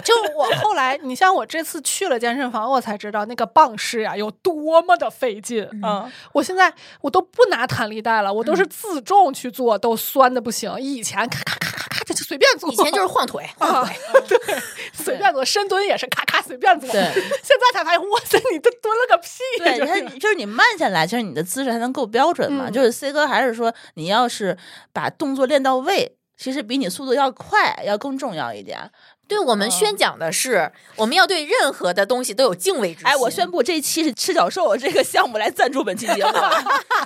C: 就我后来，你像我这次去了健身房，我才知道那个棒式呀、有多么的费劲。
D: 嗯，
C: 我现在我都不拿弹力带了，我都是自重去做，都酸的不行。以前咔咔咔咔咔就随便做，
B: 以前就是晃腿，
C: 啊，对，随便做，深蹲也是咔咔随便做。
D: 对
C: 现在才发现，哇塞，你都蹲了个屁！
D: 对，
C: 就
D: 他
C: 是
D: 就是你慢下来，其实你的姿势还能够标准嘛。
C: 嗯
D: 就是 C 哥还是说，你要是把动作练到位，其实比你速度要快要更重要一点。
B: 对我们宣讲的是，我们要对任何的东西都有敬畏之心。
D: 哎，我宣布这一期是赤脚兽这个项目来赞助本期节目
B: <laughs>
D: 啊，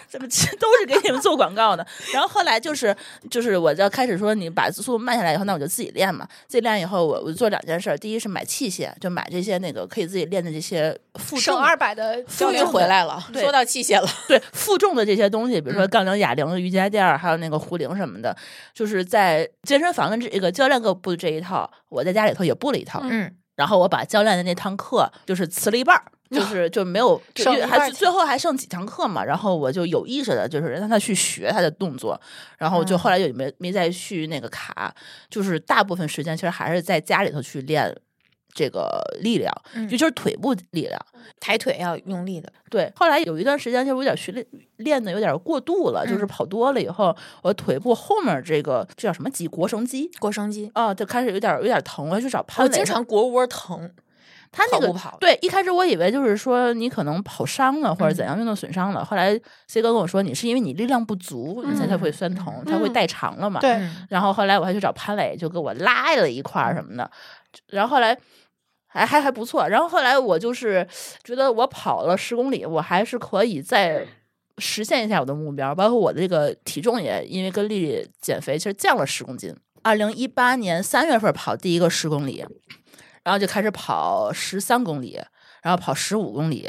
D: 怎么这都是给你们做广告的。 <laughs> 然后后来就是就是我要开始说，你把速度慢下来以后，那我就自己练嘛。自己练以后，我我做两件事儿，第一是买器械，就买这些那个可以自己练的这些负
C: 省
D: 重
C: 二百的教
B: 终于
C: 练
B: 回来了，
D: 对
B: 说到器械了，
D: 对负重的这些东西，比如说
B: 嗯
D: 杠铃、哑铃、瑜伽垫儿，还有那个壶铃什么的，就是在健身房的这个教练给我布的这一套，我在家里头也布了一套。
B: 嗯，
D: 然后我把教练的那堂课就是辞了一半儿，
B: 哦
D: 就是就没有，就
C: 省
D: 因为
C: 一半
D: 还
C: 儿
D: 最后还剩几堂课嘛。然后我就有意识的，就是让他去学他的动作，然后
B: 嗯
D: 就后来就没没再去那个卡，就是大部分时间其实还是在家里头去练这个力量，
B: 嗯
D: 就就是腿部力量。
B: 抬腿要用力的，
D: 对，后来有一段时间就是有点学练练的有点过度了，就是
B: 嗯
D: 跑多了以后，我腿部后面这个这叫什么肌？腘绳肌
B: 腘绳肌。
D: 啊，就开始有点有点疼，我要去找潘
B: 我
D: 伟。
B: 哦经常腘窝疼，
D: 他那
B: 跑
D: 个
B: 步跑的嗯
D: 对，一开始我以为就是说你可能跑伤了或者怎样运动损伤了，后来 C 哥跟我说你是因为你力量不足，你才才
B: 嗯
D: 会酸疼，才会
C: 嗯
D: 代偿了嘛。
C: 对，
B: 嗯
D: 然后后来我还去找潘磊，就给我拉了一块儿什么的，然后后来还还还不错。然后后来我就是觉得我跑了十公里，我还是可以再实现一下我的目标，包括我的这个体重也因为跟丽丽减肥，其实降了十公斤。二零一八年三月份跑第一个十公里，然后就开始跑十三公里，然后跑十五公里，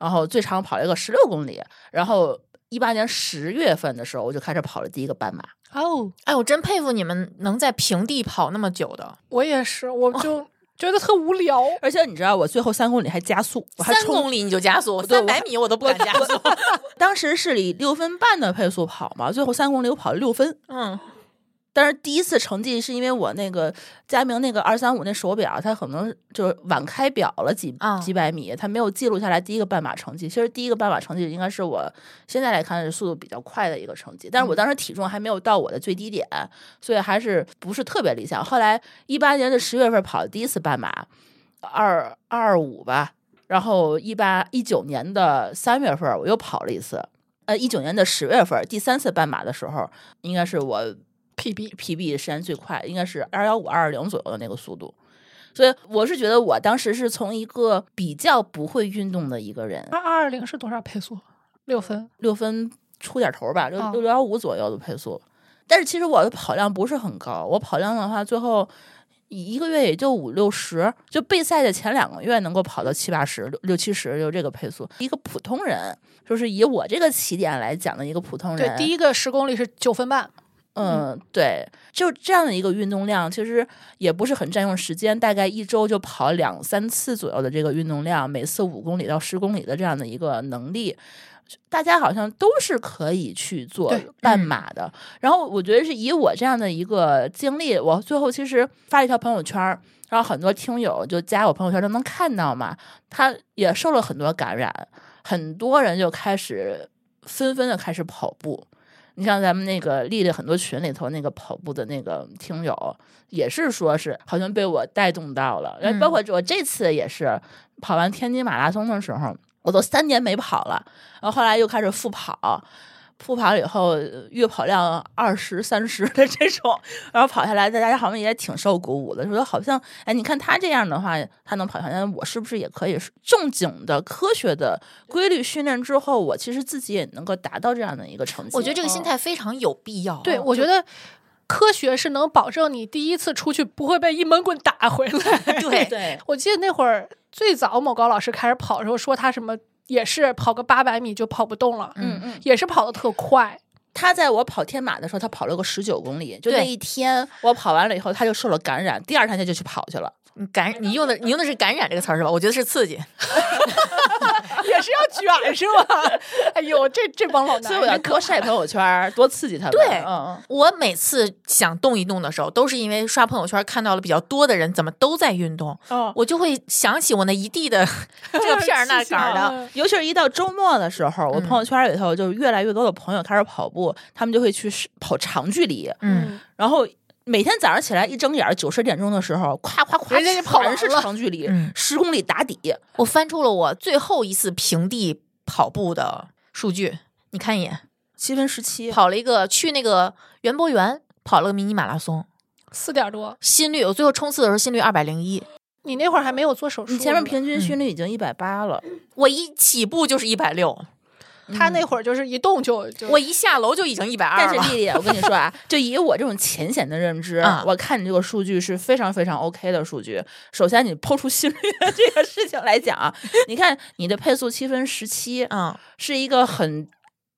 D: 然后最长跑了一个十六公里，然后。一八年十月份的时候，我就开始跑了第一个半马，
C: 哦，
B: 哎，我真佩服你们能在平地跑那么久的，
C: 我也是，我就觉得特无聊。
D: 而且你知道，我最后三公里还加速，我还
B: 三
D: 冲。
B: 公里你就加速，
D: 对
B: 三
D: 我
B: 百米我都不敢加速。
D: 当时是以六分半的配速跑嘛，最后三公里我跑了六分。
B: <laughs> 嗯，
D: 但是第一次成绩是因为我那个佳明那个二三五那手表，它可能就是晚开表了几、
B: 啊
D: 几百米，它没有记录下来第一个半马成绩。其实第一个半马成绩应该是我现在来看是速度比较快的一个成绩，
B: 嗯
D: 但是我当时体重还没有到我的最低点，所以还是不是特别理想。后来一八年的十月份跑的第一次半马，二二五吧，然后一八一九年的三月份我又跑了一次，呃，一九年的十月份第三次半马的时候，应该是我 PB PB 时间最快，应该是二幺五二二零左右的那个速度。所以我是觉得，我当时是从一个比较不会运动的一个人，
C: 二二零是多少配速？六分，
D: 六分出点头吧，六
C: 哦
D: 六点五左右的配速。但是其实我的跑量不是很高，我跑量的话，最后一个月也就五六十，就备赛的前两个月能够跑到七八十、六六七十，就这个配速。一个普通人，就是以我这个起点来讲的一个普通
C: 对
D: 人，，
C: 第一个十公里是九分半，
D: 嗯，对，就这样的一个运动量，其实也不是很占用时间，大概一周就跑两三次左右的这个运动量，每次五公里到十公里的这样的一个能力。大家好像都是可以去做
C: 对
D: 半马的，然后我觉得是以我这样的一个经历，我最后其实发了一条朋友圈儿，然后很多听友就加我朋友圈都能看到嘛，他也受了很多感染，很多人就开始纷纷的开始跑步。你像咱们那个丽丽很多群里头那个跑步的那个听友，也是说是好像被我带动到了，然后包括我这次也是跑完天津马拉松的时候，我都三年没跑了，然后后来又开始复跑。复跑以后，呃月跑量二十三十的这种，然后跑下来，大家好像也挺受鼓舞的，说好像，哎，你看他这样的话，他能跑下来，我是不是也可以正经的、科学的、规律训练之后，我其实自己也能够达到这样的一个成绩？
B: 我觉得这个
D: 嗯
B: 心态非常有必要。啊
C: 对我觉得。科学是能保证你第一次出去不会被一闷棍打回来。
B: <laughs> 对
D: 对，
C: 我记得那会儿最早某高老师开始跑的时候，说他什么也是跑个八百米就跑不动了，
D: 嗯嗯，
C: 也是跑得特快。
D: 他在我跑天马的时候，他跑了个十九公里，就
B: 对
D: 那一天我跑完了以后，他就受了感染，第二天他就去跑去了。
B: 你感你用的你用的是感染这个词儿是吧？我觉得是刺 <laughs> 激。
C: 也是要卷是吧？ <laughs> 哎呦，这这帮老男人，
D: 所以我要多晒朋友圈儿，多刺激他们。
B: 对
D: 嗯
B: 我每次想动一动的时候，都是因为刷朋友圈看到了比较多的人怎么都在运动，
C: 嗯，
B: 我就会想起我那一地的 <laughs> 这个片儿 <laughs> 那杆儿的。
D: 嗯，尤其是一到周末的时候，我
B: 嗯
D: 朋友圈里头就是越来越多的朋友开始跑步，他们就会去是跑长距离，
B: 嗯，
D: 然后。每天早上起来一睁眼儿九十点钟的时候，咵咵咵，
C: 人家就跑完
D: 全是
C: 了
D: 长距离
B: 嗯，
D: 十公里打底，
B: 我翻出了我最后一次平地跑步的数据，你看一眼，
D: 七分十七，
B: 跑了一个去那个园博园跑了个迷你马拉松，
C: 四点多，
B: 心率我最后冲刺的时候心率二百零一，
C: 你那会儿还没有做手术呢，
D: 你前面平
B: 嗯
D: 均心率已经一百八了，
B: 我一起步就是一百六，
C: 他那会儿就是一动就就
B: 嗯我一下楼就已经一百
D: 但
B: 二了
D: 是。丽丽，我跟你说
B: <laughs>
D: 啊，就以我这种浅显的认知，
B: 啊
D: 我看你这个数据是非常非常 OK 的数据。首先，你抛出心率的 <laughs> 这个事情来讲啊，你看你的配速七分十七，
B: 嗯，
D: 是一个很。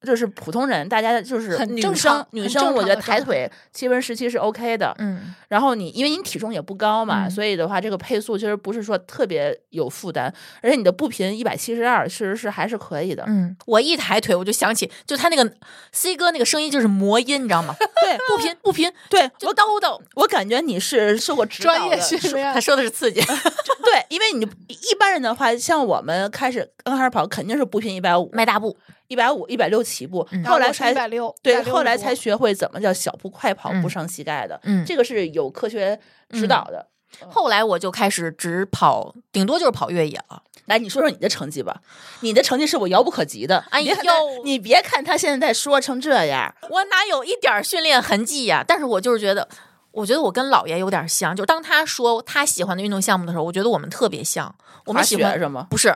D: 就是普通人，大家就是
C: 很
D: 女
C: 正
D: 生
C: 常，
D: 女
C: 很正
D: 生，我
C: 常
D: 觉得
C: 的
D: 抬
C: 状态
D: 腿七分十七是 OK 的。
B: 嗯，
D: 然后你因为你体重也不高嘛，
B: 嗯
D: 所以的话，这个配速其实不是说特别有负担，而且你的步频一百七十二，其实是还是可以的。
B: 嗯，我一抬腿我就想起，就他那个 C 哥那个声音就是魔音，你知道吗？
C: <laughs>
D: 对
B: 不平不平，
D: 对
B: 就叨叨。
D: 我感觉你是受过指导
C: 专业
D: 的
C: 训练
B: 他。说的是
D: <laughs>
B: 刺激，
D: 对，因为你一般人的话，像我们开始刚开始跑，肯定是步频一百五、
B: 迈大步，
D: 一百五、一百六起步，
B: 嗯
D: 后来
C: 一
D: 才
C: 百六，
D: 对，
C: 160
D: 后来
C: 多
D: 才学会怎么叫小步快跑，
B: 嗯
D: 不伤膝盖的。
B: 嗯
D: 这个是有科学指导的。
B: 后来我就开始只跑，顶多就是跑越野了。
D: 来，你说说你的成绩吧，你的成绩是我遥不可及的。
B: 哎
D: 你看
B: 呦
D: 他你别看他现在说成这样，
B: 我哪有一点儿训练痕迹呀、但是我就是觉得，我觉得我跟姥爷有点像。就当他说他喜欢的运动项目的时候，我觉得我们特别像。我们
D: 滑
B: 喜
D: 雪
B: 欢
D: 是吗？
B: 不是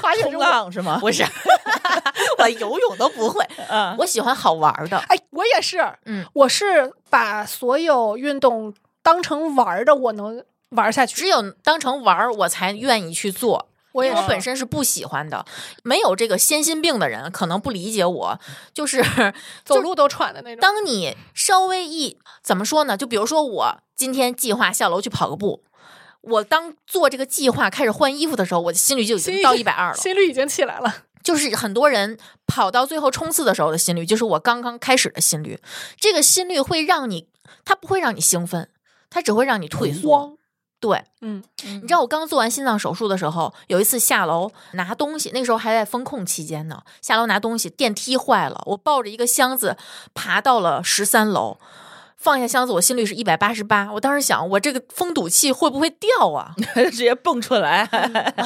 C: 滑雪
D: 冲
C: 是我
D: 浪是吗？
B: 不是，我游泳都不会。
D: 嗯
B: 我喜欢好玩儿的，
C: 哎，我也是，
B: 嗯，
C: 我是把所有运动当成玩儿的，我能玩儿下
B: 只
C: 去。
B: 有当成玩儿我才愿意去做。
C: 我
B: 因
C: 也
B: 为我
C: 是
B: 本身是不喜欢的，没有这个先心病的人可能不理解我。就是
C: 走路都喘的那种。
B: 当你稍微一怎么说呢？就比如说我今天计划下楼去跑个步，我当做这个计划开始换衣服的时候，我的心率就已
C: 心
B: 经
C: 率
B: 到一百二了。
C: 心率已经起来了，
B: 就是很多人跑到最后冲刺的时候的心率，就是我刚刚开始的心率。这个心率会让你，它不会让你兴奋，它只会让你退缩。
C: 慌。
B: 对，
C: 嗯，
B: 你知道我刚做完心脏手术的时候，有一次下楼拿东西，那个时候还在封控期间呢，下楼拿东西，电梯坏了，我抱着一个箱子爬到了十三楼，放下箱子，我心率是一百八十八，我当时想，我这个封堵器会不会掉啊？ <laughs>
D: <laughs> 直接蹦出来。
B: 嗯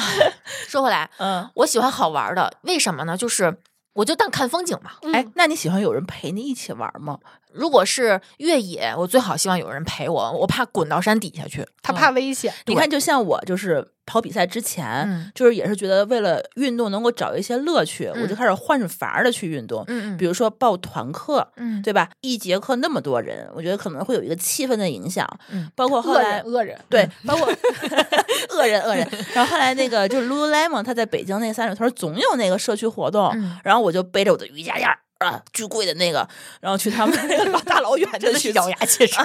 B: 说回来，
D: 嗯，
B: 我喜欢好玩的，为什么呢？就是我就当看风景嘛。
D: 哎，那你喜欢有人陪你一起玩吗？
B: 如果是越野，我最好希望有人陪我，我怕滚到山底下去。
C: 他怕危险。
D: 你看，就像我就是跑比赛之前，
B: 嗯
D: 就是也是觉得为了运动能够找一些乐趣，我就
B: 嗯
D: 开始换着法儿的去运动，
B: 嗯嗯
D: 比如说报团课，
B: 嗯
D: 对吧？一节课那么多人，我觉得可能会有一个气氛的影响，
B: 嗯
D: 包括后
C: 恶
D: 来
C: 人恶人，
D: 对，包括恶人恶人。然后后来那个就是 Lululemon，他在北京那三里屯总有那个社区活动，
B: 嗯
D: 然后我就背着我的瑜伽垫儿啊，巨贵的那个，然后去他们那个老大老远的去
B: 咬牙切齿。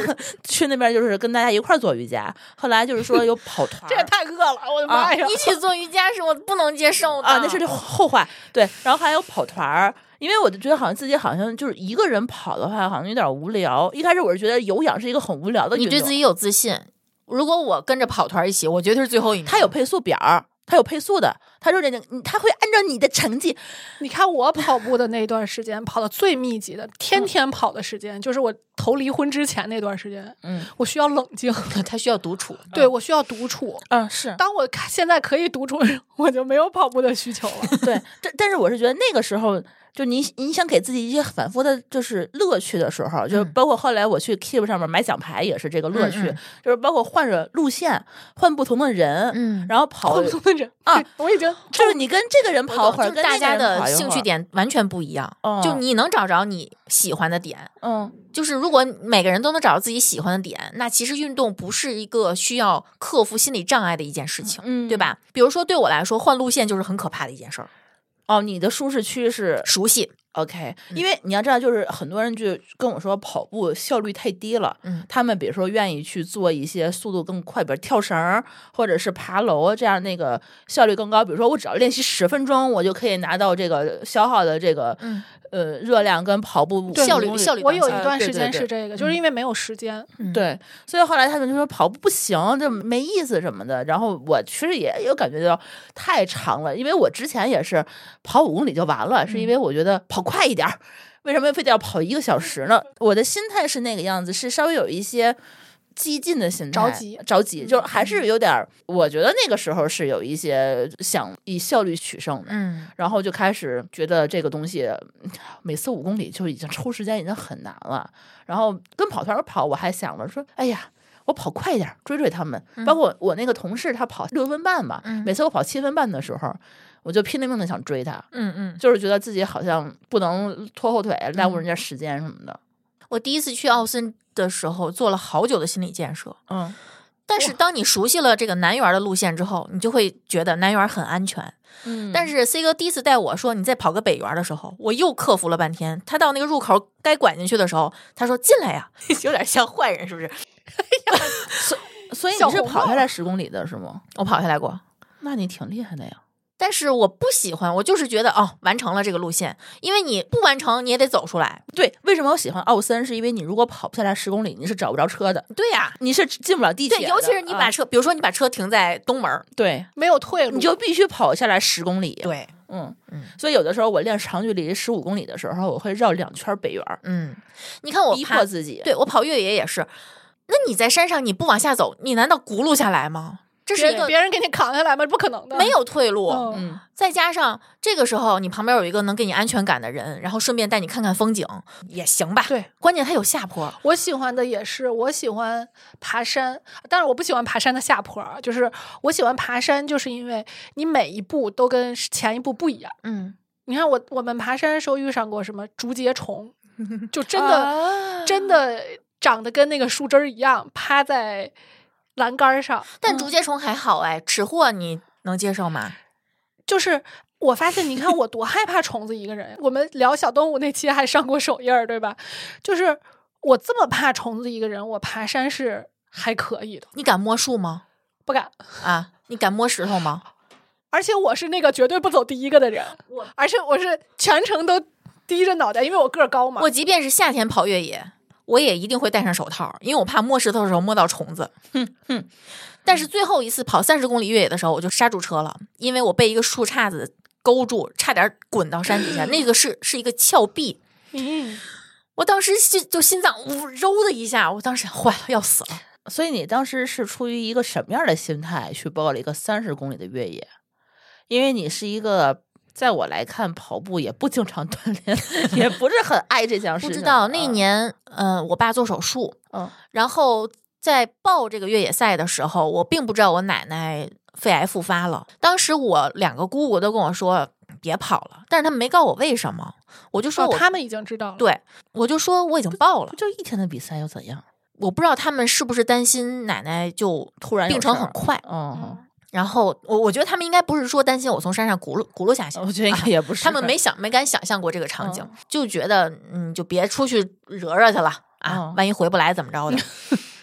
D: 去那边，就是跟大家一块儿做瑜伽。后来就是说有跑团
C: 这也
D: 儿。
C: 太恶了，我的
D: 啊
C: 妈呀！
B: 一起做瑜伽是我不能接受
D: <laughs>
B: 的
D: 啊，那是这后话。对，然后还有跑团儿，因为我就觉得好像自己好像就是一个人跑的话，好像有点无聊。一开始我是觉得有氧是一个很无聊的运
B: 你
D: 动，
B: 对自己有自信。如果我跟着跑团一起，我绝对是最后一名。
D: 它有配速表儿，它有配速的，它就是那个，它会按照你的成绩
C: 你看我跑步的那段时间，跑的最密集的，
B: 嗯
C: 天天跑的时间，就是我头离婚之前那段时间。
D: 嗯，
C: 我需要冷
B: <laughs>
C: 静，
B: 他需要独处，
C: 对我需要独处。
D: 嗯，是
C: 当我看现在可以独处， <laughs> 我就没有跑步的需求了。
D: 对，但但是我是觉得那个时候，就你你想给自己一些反复的，就是乐趣的时候，就是
B: 嗯
D: 包括后来我去 Keep 上面买奖牌也是这个乐趣，
B: 嗯嗯
D: 就是包括换着路线，换不同的人，
B: 嗯
D: 然后跑
C: 我，不能忍
B: 哦
D: 啊，
C: 我已经
D: 就是你跟这个人嗯
B: 我
D: 跑
B: 懂
D: 会儿，
B: 就
D: 跟
B: 大
D: 那个
B: 家
D: 人
B: 的
D: 跑一
B: 兴
D: 会
B: 趣
D: 儿，
B: 点完全不一样。
D: 哦
B: 就你能找着你喜欢的点，
D: 嗯。
B: 就是如果每个人都能找到自己喜欢的点，那其实运动不是一个需要克服心理障碍的一件事情，
D: 嗯
B: 对吧？比如说对我来说，换路线就是很可怕的一件事儿，
D: 哦，你的舒嗯适区是
B: 熟悉，
D: OK，因为你要知道，就是很多人就跟我说跑步效率太低了，
B: 嗯
D: 他们比如说愿意去做一些速度更快，比如跳绳儿或者是爬楼，这样那个效率更高。比如说我只要练习十分钟，我就可以拿到这个消耗的这个、
B: 嗯
D: 呃热量跟跑步
B: 效率
D: 功
B: 效率
C: 我有
B: 当
D: 下呃
C: 一段
D: 对
C: 时
D: 对
C: 间
D: 对嗯
C: 是这个，就是因为没有时间。
D: 对，所以后来他们就说跑步不行，这没意思什么的。然后我其实也有感觉到太长了，因为我之前也是跑五公里就完了，
C: 嗯
D: 是因为我觉得跑快一点儿，为什么非得要跑一个小时呢？我的心态是那个样子，是稍微有一些。激进的心态，
C: 着急嗯
D: 着急，就是还是有点儿。我觉得那个时候是有一些想以效率取胜的，
B: 嗯
D: 然后就开始觉得这个东西嗯每次五公里就已经抽时间已经很难了。然后跟跑团儿跑，我还想了说，哎呀。我跑快一点儿，追追他们。包括我那个同事，他跑六分半吧，
B: 嗯
D: 每次我跑七分半的时候，我就拼了命的想追他，
B: 嗯嗯。
D: 就是觉得自己好像不能拖后腿，耽误人家时间什么的。
B: 我第一次去奥森的时候，做了好久的心理建设。
D: 嗯，
B: 但是当你熟悉了这个南园的路线之后，你就会觉得南园很安全。
D: 嗯
B: 但是 C 哥第一次带我说你再跑个北园的时候，我又克服了半天。他到那个入口该拐进去的时候，他说进来呀， <laughs> 有点像坏人是不是？
D: 所以
C: 小
D: 你是
C: 红
D: 跑下
C: 帽
D: 来十公里的是吗？
B: 我跑下来过，
D: 那你挺厉害的呀。
B: 但是我不喜欢，我就是觉得哦，完成了这个路线，因为你不完成你也得走出来。
D: 对，为什么我喜欢奥森？是因为你如果跑不下来十公里，你是找不着车的，
B: 对呀、
D: 你是进不了地铁
B: 对，
D: 的。
B: 尤其是你把
D: 啊
B: 车，比如说你把车停在东门儿，
D: 对，
C: 没有退路，
D: 你就必须跑下来十公里。
B: 对，
D: 嗯
B: 嗯，
D: 所以有的时候我练长距离十五公里的时候，我会绕两圈北园儿，
B: 嗯，你看我
D: 逼
B: 爬
D: 迫自己。
B: 对我跑越野也是。那你在山上你不往下走，你难道轱辘下来吗？这
C: 别
B: 是一
C: 人
B: 个
C: 别人给你扛下来吗？不可能的，
B: 没有退路。
C: 嗯。
D: 嗯，
B: 再加上这个时候你旁边有一个能给你安全感的人，然后顺便带你看看风景也行吧。
C: 对，
B: 关键它有下坡。
C: 我喜欢的也是，我喜欢爬山，但是我不喜欢爬山的下坡啊。就是我喜欢爬山，就是因为你每一步都跟前一步不一样。
B: 嗯，
C: 你看我我们爬山的时候遇上过什么竹节虫，就真的、
D: <laughs>
C: 真的长得跟那个树枝儿一样，趴在栏杆儿上。
B: 但竹节虫还好哎，吃货你能接受吗？
C: 就是我发现，你看我多害怕虫子一个人。我们聊小动物那期还上过首页儿，对吧？就是我这么怕虫子一个人，我爬山是还可以的，
B: 你敢摸树吗？
C: 不敢。
B: 啊，你敢摸石头吗？
C: 而且我是那个绝对不走第一个的人，而且我是全程都低着脑袋，因为我个儿高嘛。
B: 我即便是夏天跑越野，我也一定会戴上手套，因为我怕摸石头的时候摸到虫子。
D: 哼
B: 但是最后一次跑三十公里越野的时候，我就刹住车了，因为我被一个树杈子勾住，差点滚到山底下。那个是是一个峭壁，
C: 嗯，
B: 我当时心就心脏呜揉的一下，我当时想坏了要死了。
D: 所以你当时是出于一个什么样的心态去报了一个三十公里的越野？因为你是一个。在我来看，跑步也不经常锻炼， <laughs> 也不是很爱这项事
B: 不
D: 情。
B: 知道那
D: 嗯，
B: 年，嗯、我爸做手术，
D: 嗯
B: 然后在报这个越野赛的时候，我并不知道我奶奶肺癌复发了。当时我两个姑姑都跟我说别跑了，但是他们没告诉我为什么，我就说
C: 哦
B: 我、
C: 他们已经知道了，，
B: 对，我就说我已经报了
D: 不。就一天的比赛又怎样？
B: 我不知道他们是不是担心奶奶就
D: 突然有
B: 病程
D: 事儿
B: 很快，
D: 哦，
B: 然后我我觉得他们应该不是说担心我从山上轱辘轱辘下去，啊
D: 我觉得应该也不是，
B: 他们没想没敢想象过这个场景，
D: 嗯
B: 就觉得嗯，就别出去惹惹去了啊，
D: 嗯
B: 万一回不来怎么
D: <laughs>
B: 着的。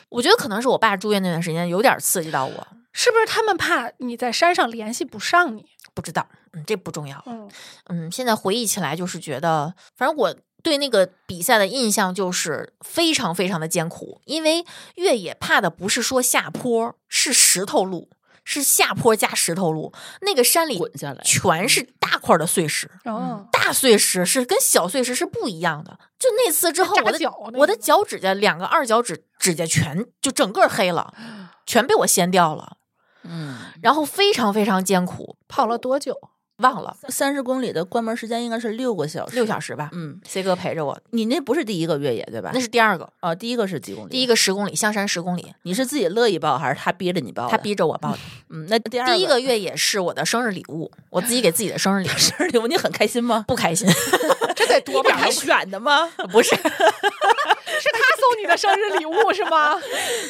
B: 我觉得可能是我爸住院那段时间有点刺激到我，
C: 是不是他们怕你在山上联系不上你？
B: 不知道，嗯，这不重要，
C: 嗯，
B: 嗯，现在回忆起来就是觉得，反正我对那个比赛的印象就是非常非常的艰苦，因为越野怕的不是说下坡，是石头路，是下坡加石头路，那个山里
D: 滚下来。嗯
B: 全是大块儿的碎石，
C: 哦，
B: 大碎石是跟小碎石是不一样的。就那次之后，
C: 扎
B: 我的
C: 脚那
B: 我的
C: 种
B: 脚趾甲两个二脚趾指甲全就整个
C: <gasps>
B: 黑了，全被我掀掉了，
D: 嗯，
B: 然后非常非常艰苦，
C: 跑了多久？
B: 忘了
D: 三十公里的关门时间应该是六个小时。
B: 六小
D: 时。
B: 时吧。
D: 嗯，
B: C 哥陪着我，
D: 你那不是第一个越野对吧？
B: 那是第二个，
D: 哦，第一个是几公里？
B: 第一
D: 个
B: 个十公里象山十公里，
D: 你是自己乐意报还是他逼着你报的？
B: 他逼着我报的。 <laughs>
D: 嗯，那第二
B: 第一
D: 个
B: 个越野是我的生日礼物，我自己给自己的生
D: <laughs>
B: 日礼物，
D: 生日礼物你很开心
B: <laughs>
D: 吗？
B: 不开心，
C: 这得多
D: 一点
C: 吧？
D: 还
C: 是
D: 选的吗？
B: <laughs> 不是
C: <laughs>
B: 嗯
C: 他送你的生日礼物是吗？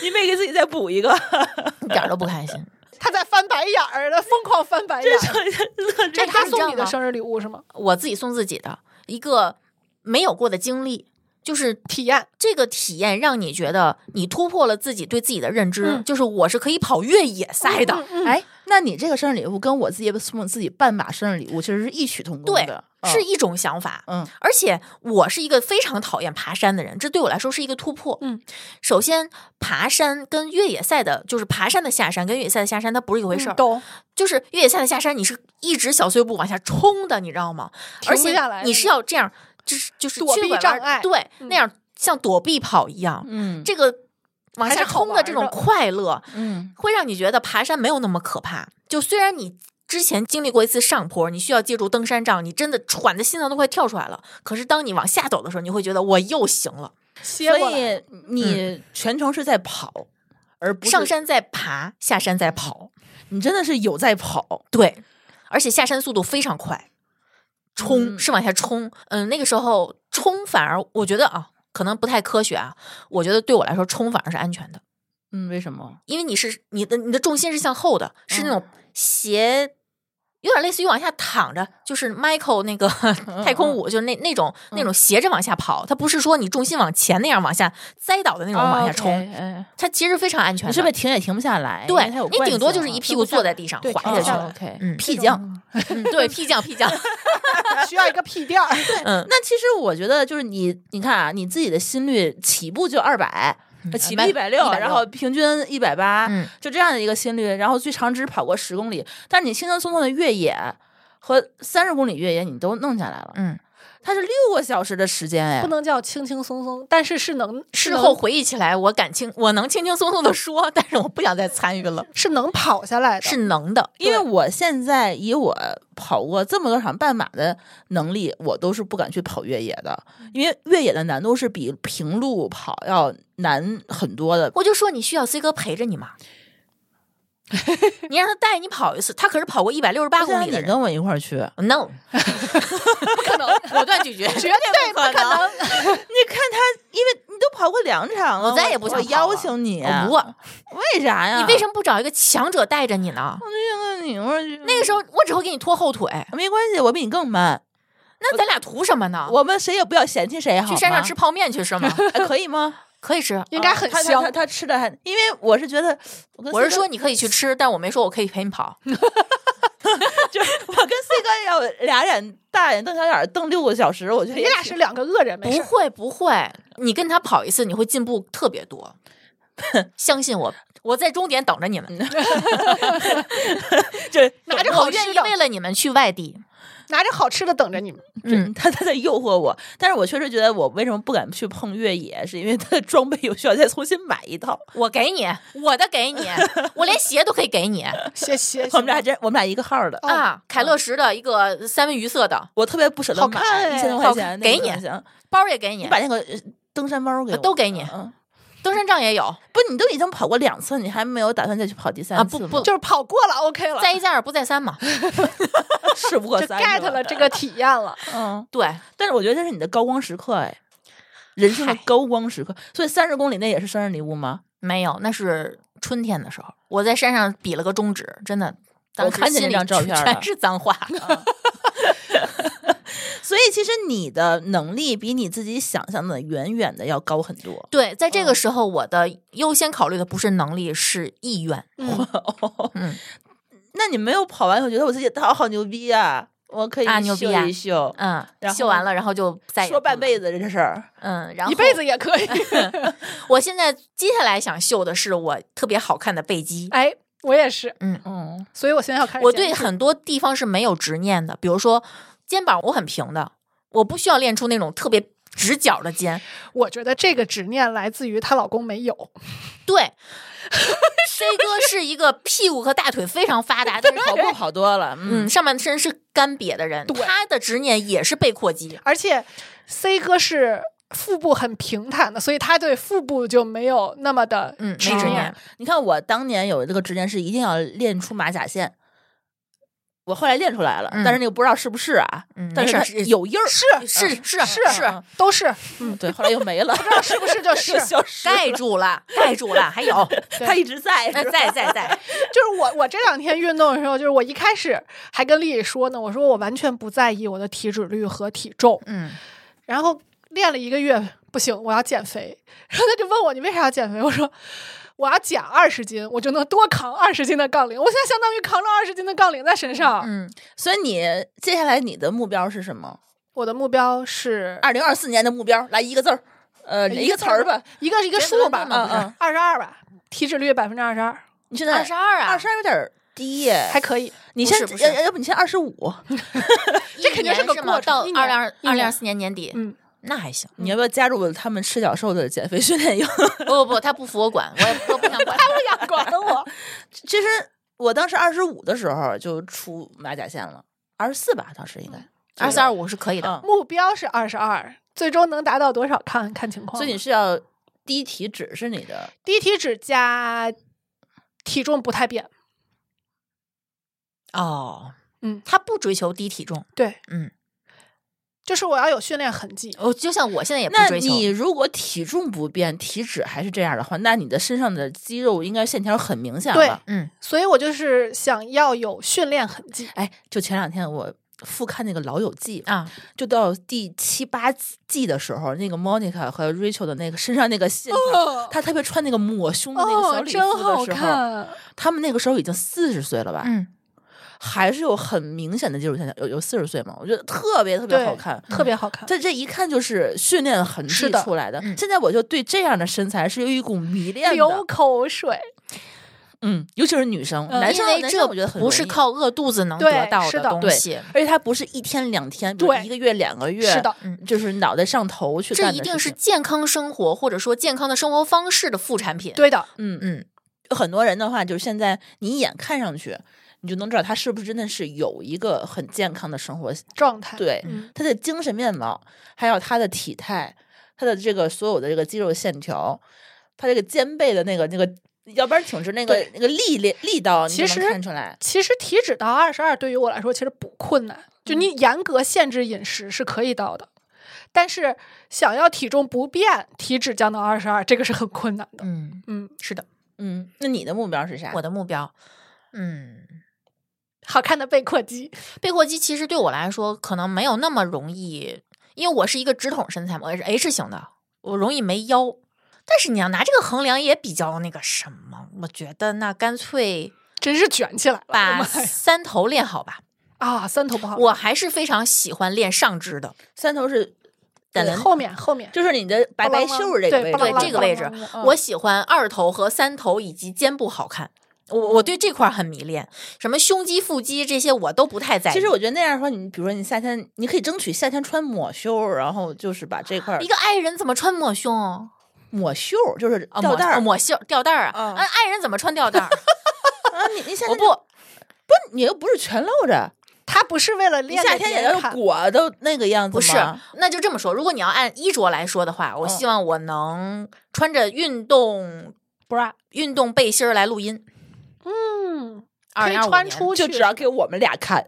D: 你没给自己再补一个，
B: 一点儿都不开心。
C: 他在翻白眼儿了，疯狂翻白眼儿。这
D: 这
C: 是他
B: 你知道
C: 送你的
B: 吗
C: 生日礼物是吗？
B: 我自己送自己的一个没有过的经历，就是
C: 体验
B: 这个体验让你觉得你突破了自己对自己的认知，
C: 嗯
B: 就是我是可以跑越野赛的。
D: 哎，那你这个生日礼物跟我自己送自己半马生日礼物其实是异曲同工
B: 对
C: 嗯
D: 的，，
B: 是一种想法，
D: 嗯
B: 而且我是一个非常讨厌爬山的人，这对我来说是一个突破。
C: 嗯，
B: 首先，爬山跟越野赛的，就是爬山的下山跟越野赛的下山，它不是一回事儿。
C: 懂，
B: 就是越野赛的下山，你是一直小碎步往下冲的，你知道吗？
C: 停
B: 而
C: 不
B: 且
C: 下来
B: 你
C: 那
B: 是
C: 种
B: 要这样，就是就是
C: 躲
B: 缺
C: 避
B: 拐弯
C: 障
B: 儿
C: 碍
B: 对，
C: 嗯
B: 那样像躲避跑一样。
D: 嗯
B: 这个往
C: 还
B: 下
C: 是好
B: 冲的
C: 玩
B: 这种
C: 的
B: 快乐，
D: 嗯
B: 会让你觉得爬山没有那么可怕。就虽然你之前经历过一次上坡，你需要借助登山杖，你真的喘的心脏都快跳出来了。可是当你往下走的时候，你会觉得我又行了，
C: 歇
D: 所
C: 过来。
D: 以你全程是在跑，而不是
B: 嗯上，山在爬，下山在跑，
D: 你真的是有在跑，
B: 对，而且下山速度非常快，冲、
D: 嗯
B: 是往下冲。嗯，那个时候冲反而我觉得啊，可能不太科学啊。我觉得对我来说，冲反而是安全的，
D: 嗯，为什么？
B: 因为你是你的你的重心是向后的，是那
D: 嗯
B: 种斜，有点类似于往下躺着，就是 Michael 那个
D: 嗯
B: 太空舞，就是那那种那种斜着往下跑，它不是说你重心往前那样往下栽倒的那
D: 那
B: 种往下冲，
D: 哎，
B: 它其实非常安全
D: 你
B: 的。
D: 是不是停也停不下来？因
B: 哎对
D: 为它有
B: 你
D: 惯
B: 顶多
D: 性
B: 就是
D: 啊
B: 一屁
C: 停
B: 股
C: 不下
B: 坐在
C: 来
B: 地上
C: 对
B: 滑
C: 停不
B: 下
C: 下
B: 去
C: 来
D: 哦
B: 了。
D: ，OK，
B: 嗯，
D: 屁
C: 这
D: 降。
C: 种
B: 嗯对，屁降屁 <laughs> 降，
C: <laughs> 需要一个屁垫儿。
B: 嗯，
D: 那其实我觉得就是你，你看啊，你自己的心率起步就二百、
B: 嗯
D: 呃起步一百六，
B: 160
D: 然后平均一百八
B: 嗯，
D: 就这样的一个心率，然后最长只跑过十公里，但是你轻轻松松的越野和三十公里越野你都弄下来了，
B: 嗯，
D: 它是六个小时的时间哎
C: 不，能叫轻轻松松，但是是能是
B: 事
C: 能
B: 后回忆起来，我敢轻，我能轻轻松松的说，但是我不想再参与了，
C: 是能跑下来的，
B: 是能的，
D: 因为我现在以我跑过这么多场半马的能力，我都是不敢去跑越野的，
B: 嗯
D: 因为越野的难度是比平路跑要难很多的。
B: 我就说你需要 C 哥陪着你 <laughs> 嘛，你让他带你跑一次，他可是跑过一百六十八
D: 不
B: 公
D: 像
B: 里
D: 你
B: 的人。
D: 跟我一块儿去，
B: No，不可能，果断拒绝，绝对不可
D: 你
B: 能。
D: 看他，因为你都跑过两场了，
B: 我再也不想
D: 我
B: 跑
D: 邀
B: 了
D: 请你，
B: 我哦不过，
D: 为啥呀？
B: 你为什
D: 么？
B: 么不找一个强者带着你呢
D: 我？就想你，我说
B: 那个时候我只会给你拖后腿，
D: 没关系，我比你更慢，
B: 啊那咱俩图什么呢？
D: 我们谁也不要嫌弃谁，好
B: 去山上
D: 吗
B: 吃泡面去是 <laughs> 吗？
D: <laughs> 哎可以吗？
B: 可以吃。
C: 应该很
D: 啊他他
C: 香
D: 他。他吃的还，因为我是觉得，我跟
B: 我是
D: C 哥
B: 说，你可以去吃，但我没说我可以陪你跑。
D: 就是 <laughs> 我跟 C 哥要俩眼大眼瞪小眼儿瞪六个小时，我觉得哎
C: 你
D: 也
C: 俩
D: 挺
C: 是两个恶人，没
B: 不
C: 事。
B: 会不会，你跟他跑一次，你会进步特别多。 <laughs> 相信我，我在终点等着你们。 <laughs>
D: 这
C: 拿着
B: 我
C: 好
B: 愿
C: 吃
B: 意
C: 的，
B: 为了你们去外地。
C: 拿着好吃的等着你们。
D: 嗯，他他在诱惑我，但是我确实觉得我为什么不敢去碰越野，是因为他的装备有需要再重新买一套。
B: 我给你，我的给你，我连鞋都可以给你
C: 谢谢，
D: 我们俩真我们俩一个号儿的，
C: 哦
B: 啊！凯乐石的一个三文鱼色的
D: 我特别不舍得
C: 好
D: 买
C: 看哎
D: 一千多
B: 好
D: 块
B: 看
D: 钱，
B: 给
D: 那个
B: 你
D: 行，
B: 包儿也给你
D: 你把那个呃登山包给
B: 哎啊
D: 我
B: 都给你
D: 嗯，
B: 登山杖也有
D: 不，你都已经跑过两次，你还没有打算再去跑第三
B: 啊，
D: 次
B: 不
D: 吗？
B: 不，
C: 就是跑过了 OK 了，
B: 在一在二不在三嘛。
D: 不，事不 <laughs> 过
C: 就
D: 三
C: get
D: 是吧
C: 了这个体验了。
D: 嗯，
B: 对，
D: 但是我觉得这是你的高光时刻，哎，人生的
C: 嗨
D: 高光时刻。所以三十公里那也是生日礼物吗？
B: 没有，那是春天的时候，我在山上比了个中指，真的，
D: 我
B: 当时
D: 看见
B: 心
D: 那张
B: 里
D: 照片了
B: 全是
D: <laughs>
B: 脏话。
D: 所以其实你的能力比你自己想象的远远的要高很多。
B: 对，在
D: 嗯
B: 这个时候，我的优先考虑的不是能力，是意愿。
C: 嗯，
B: 嗯，
D: 那你没有跑完以后觉得我自己好好牛逼啊，我可以
B: 啊牛逼
D: 秀
B: 啊
D: 一秀，
B: 嗯
D: 然，后
B: 秀完了，然后就再也
D: 说
B: 不
D: 半
B: 了
D: 辈子这事儿。
B: 嗯，然后
C: 一辈子也可以。
B: 我现在接下来想秀的是我特别好看的背肌。
C: 哎，我也是，
D: 嗯，
C: 所以我现在要开始
B: 我
C: 减
B: 对
C: 脂
B: 很多地方是没有执念的，比如说肩膀，我很平的，我不需要练出那种特别直角
D: <laughs>
B: 的肩。
C: 我觉得这个执念来自于她老公没有，
B: 对，C 哥是一个屁股和大腿非常发达，但是
D: 跑
B: 跑
D: 步
B: 步
D: 好多了，嗯
B: 嗯，上半身是干瘪的人，
C: 对
B: 他的执念也是背阔肌。
C: 而且 C 哥是腹部很平坦的，所以他对腹部就没有那么的
B: 嗯没
C: 执
D: 哦
B: 执
C: 念
B: 念。
D: 你看我当年有这个执念是一定要练出马甲线，我后来练出来了，
B: 嗯
D: 但是那个不知道是不是啊，
B: 嗯
D: 但是
B: 没
D: 它
B: 事儿是
D: 有印儿，
C: 是
B: 是是啊
C: 是
D: 嗯
C: 都是
D: 嗯，对，后来又没了，不知道
C: 是不是就是
B: <laughs>
D: 消失了，
B: 盖住了，盖住了，还有， <laughs>
C: 对
D: 它一直在，
B: 那
D: 是吧
B: 在在在，
C: 就是我我这两天运动的时候，就是我一开始还跟丽丽说呢，我说我完全不在意我的体脂率和体重，
B: 嗯，
C: 然后练了一个月不行，我要减肥，然后他就问我你为啥要减肥，我说。我要减二十斤，我就能多扛二十斤的杠铃。我现在相当于扛了二十斤的杠铃在身上。
B: 嗯，
D: 所以你接下来你的目标是什么？
C: 我的目标是
D: 二零二四年的目标，来一个字儿，呃，一个词儿吧。，
C: 哎一个一个
B: 别
C: 数
B: 的
C: 吧嗯
B: 那，么不
D: 是
C: 二十二吧，体脂率百分之二十二，
D: 你现在
B: 二十二啊，
D: 二十二有点儿低耶，
C: 还可以。
D: 你
B: 不
D: 先
B: 是不是
D: 要要不你嗯先二十五，
C: 这肯定是
B: 是
C: 个过
B: 吗？到
C: 程
B: 二
C: 一
B: 零
C: 年一
B: 二二零
C: 年
B: 二四年年底，
C: 嗯，
B: 那还行。
D: 你要不要加入他们吃脚兽的减肥训练营？
B: 不不不，他不服我管，我也我不想管。
C: 不想管我。
D: <laughs> 其实我当时二十五的时候就出马甲线了，二十四吧，当时应该
B: 二四二五是可以的，
D: 嗯，
C: 目标是二十二，最终能达到多少看看情况。
D: 所以你是要低体脂是你的
C: 低体脂加体重不太变，
B: 哦，
C: 嗯，
B: 他不追求低体重，
C: 对，
B: 嗯，
C: 就是我要有训练痕
D: 哦
C: 迹。
B: 我就像我现在也不
D: 那
B: 追求，
D: 你如果体重不变，体脂还是这样的话，那你的身上的肌肉应该线条很明显
C: 对
D: 了。
B: 嗯，
C: 所以我就是想要有训练痕迹。
D: 哎，就前两天我复看那个《老友记》
B: 啊，
D: 就到第七八季的时候，那个 Monica 和 Rachel 的那个身上那个线条，
C: 哦，
D: 她特别穿那个抹胸的那个小
C: 哦
D: 礼
C: 真好
D: 服的时候，
C: 看，
D: 他们那个时候已经四十岁了吧？
B: 嗯，
D: 还是有很明显的肌肉线条，有有四十岁嘛？我觉得特别特别
C: 对，
D: 好看。嗯
C: 特别好看。
D: 这这一看就是训练痕迹
C: 是的
D: 出来的。
B: 啊嗯
D: 现在我就对这样的身材是有一股迷恋
C: 流
D: 的，
C: 口水，
D: 嗯，尤其是女生，
C: 嗯
D: 男
B: 呃因
D: 生
B: 为
D: 男
B: 这
D: 生我觉得很
B: 不
D: 容
B: 是
D: 易，
B: 靠饿肚子能
C: 对
B: 得到
C: 是的
B: 东
D: 对
B: 西，
D: 而且他不是一天两天，比如
C: 对
D: 一个月两个月，
C: 是的，
B: 嗯
D: 就是脑袋上头去
B: 这
D: 干
B: 一
D: 的
B: 定
D: 事
B: 是
D: 情
B: 健康生活或者说健康的生活方式的副产品。，
C: 对的，
D: 嗯，
B: 嗯，
D: 有很多人的话，就是现在你一眼看上去，你就能知道他是不是真的是有一个很健康的生活，
C: 状态。
D: 对，
C: 嗯，
D: 他的精神面貌，还有他的体态，他的这个所有的这个肌肉线条，他这个肩背的那个那个，要不然挺直那个
C: 对
D: 那个力力力道，你
C: 其
D: 就
C: 实
D: 能看出来。
C: 其实体脂到二十二对于我来说其实不困难，就
D: 嗯
C: 你严格限制饮食是可以到的，但是想要体重不变，体脂降到二十二，这个是很困难的。
B: 嗯，
C: 嗯，
B: 是的，
D: 嗯，那你的目标是啥？
B: 我的目标，嗯，
C: 好看的背阔肌，
B: 背阔肌其实对我来说可能没有那么容易，因为我是一个直筒身材嘛，我是 H 型的，我容易没腰。但是你要拿这个衡量也比较那个什么，我觉得那干脆
C: 真是卷起来了。我
B: 把
C: 的妈呀
B: 三头练好吧。
C: 啊，三头不好，
B: 我还是非常喜欢练上肢的，
D: 三头是胆
C: 对
D: 囊，
C: 后面后面，
D: 就是你的白白袖儿这个
C: 对
D: 位
C: 巴
D: 置
C: 拉
B: 对
C: 巴拉
B: 这个位置
C: 巴拉巴
D: 嗯
C: 拉，
B: 我喜欢二头和三头以及肩部好看。我我对这块儿很迷恋，什么胸肌、腹肌这些我都不太在意。
D: 其实我觉得那样的话，你比如说你夏天，你可以争取夏天穿抹袖儿，然后就是把这块儿
B: 一个爱人怎么穿抹胸啊？
D: 抹袖儿，就是
B: 啊
D: 吊
B: 抹
D: 带儿。
B: 抹袖、吊带儿啊
D: 嗯？
B: 啊，
D: <laughs>
B: 爱人怎么穿吊带儿？
D: 啊，你你夏
B: 我
D: 天
B: 不，
D: 你又不是全露着，
C: 他不是为了
D: 你
C: 练
D: 夏
C: 给
D: 天
C: 别
D: 也
C: 人
D: 要
C: 看
D: 裹都那个样子
B: 不是
D: 吗，
B: 那就这么说。如果你要按衣着来说的话，我
D: 嗯
B: 希望我能穿着运动
C: bra，
B: 运动背心儿来录音。
C: 嗯，可以
B: 2025
C: 穿
B: 年
C: 出去，
D: 就只要给我们俩看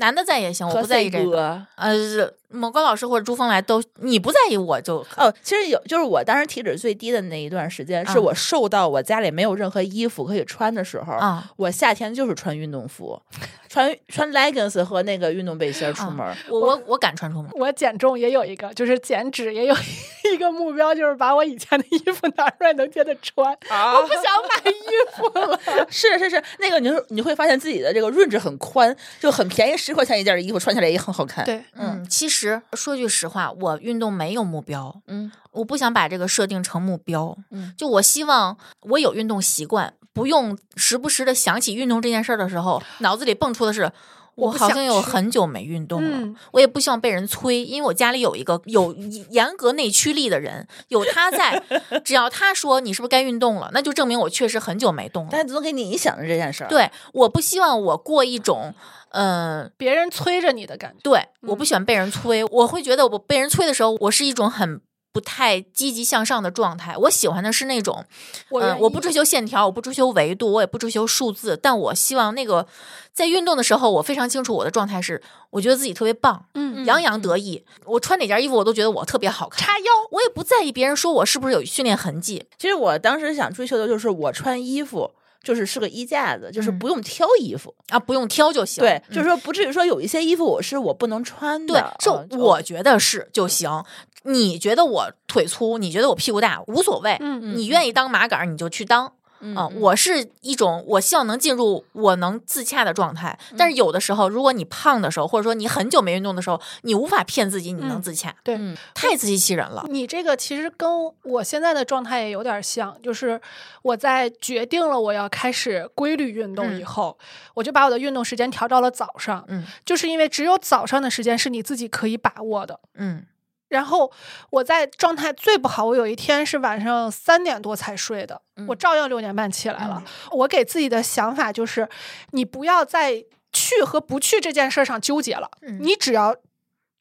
B: 男的在也行，我
D: 和
B: 不在
D: C
B: 意这个。
D: 哥。
B: 呃，是某高老师或者朱峰来都，你不在意我就可
D: 哦，其实有，就是我当时体脂最低的那一段时间，是
B: 啊
D: 我瘦到我家里没有任何衣服可以穿的时候，
B: 啊。
D: 我夏天就是穿运动服，穿穿 leggings 和那个运动背心儿出门儿。
B: 嗯我我我敢穿
D: <laughs>
B: 出门，
C: 我减重也有一个，就是减脂也有 <laughs> 一个目标，就是把我以前的衣服 <laughs> 拿出来能接着穿。我
D: 啊
C: 不想买衣服了，
D: <laughs> 是是是，那个你会你会发现自己的这个润质很宽，就很便宜，十块钱一件儿的衣服穿起来也很好看。，
C: 对，
D: 嗯
B: 嗯，其实说句实话，我运动没有目标，
D: 嗯
B: 我不想把这个设定成目标。
D: 嗯，
B: 就我希望我有运动习惯，不用时不时的想起运动这件事儿的时候，脑子里蹦出的是。
C: 我
B: 我
C: 不
B: 好
C: 想
B: 像有
C: 去
B: 很久没运动了，
C: 嗯
B: 我也不希望被人催，因为我家里有一个有严格内驱力的人，有他在，只要他说你是不是该运动了，那就证明我确实很久没动了。
D: 但是总给你影响着这件事儿。，
B: 对，我不希望我过一种，嗯、
C: 别人催着你的感觉。
B: 对，我不
C: 嗯
B: 喜欢被人催，我会觉得我被人催的时候，我是一种很不太积极向上的状态。我喜欢的是那种，
C: 我
B: 嗯，
C: 愿
B: 我不
C: 意
B: 追求线条，我不追求维度，我也不追求数字，但我希望那个在运动的时候，我非常清楚我的状态是，我觉得自己特别棒，
C: 嗯
B: 洋洋得意。我穿哪件衣服，我都觉得我特别好看。
C: 叉腰，
B: 我也不在意别人说我是不是有训练痕迹，
D: 其实我当时想追求的就是我穿衣服。就是是个衣架子，就是
B: 嗯
D: 不用挑衣服，
B: 啊，不用挑就行。
D: 对，
B: 嗯
D: 就是说不至于说有一些衣服我是我不能穿
B: 对
D: 的，，
B: 是
C: 啊
D: 嗯就
B: 我觉得是就行。你觉得我腿粗，你觉得我屁股大，无所谓。
C: 嗯
B: 你愿意当麻杆儿，你就去当。
D: 嗯
B: 啊、
D: 嗯
B: 我是一种我希望能进入我能自洽的状态，但是有的时候，如果你胖的时候，或者说你很久没运动的时候，你无法骗自己你能
C: 嗯
B: 自洽，
C: 对
D: 嗯
B: 太自欺欺人了。
C: 你这个其实跟我现在的状态也有点像，就是我在决定了我要开始规律运动以
B: 嗯
C: 后，我就把我的运动时间调到了早上，
B: 嗯
C: 就是因为只有早上的时间是你自己可以把握的。
B: 嗯
C: 然后我在状态最不好，我有一天是晚上三点多才睡的，我
B: 嗯
C: 照样六点半起来了。我给自己的想法就是，你不要在去和不去这件事上纠结了，
B: 嗯
C: 你只要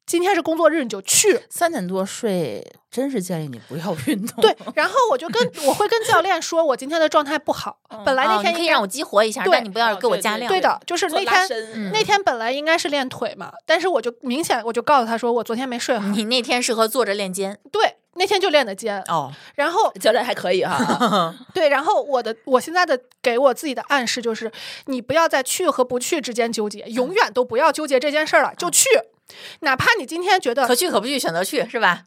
C: 今天是工作日你就去，
D: 三点多睡，真是建议你不要运
B: 嗯
D: 动。
C: 对，然后我就跟我会跟教练说，我今天的状态不好，本来那
B: 哦你
C: 天
B: 可以
C: 应该
B: 让我激活一下，
C: 对
B: 但你不要
D: 哦
B: 给我
D: 对
B: 加
D: 对
B: 量。
C: 对的，就是
D: 做
C: 那
D: 拉
C: 天。
B: 嗯
D: 伸嗯
C: 那天本来应该是练腿嘛，但是我就明显我就告诉他说，我昨天没睡好。
B: 你那天适合坐着练肩
C: 对，那天就练的肩，
B: 哦，
C: 然后
D: 教练还可以 <laughs> 哈，
C: 对，然后我的我现在的给我自己的暗示就是，你不要在去和不去之间纠
B: 嗯
C: 结，永远都不要纠结这件事儿了，就去。哪怕你今天觉得
B: 可去可不去，选择去是吧？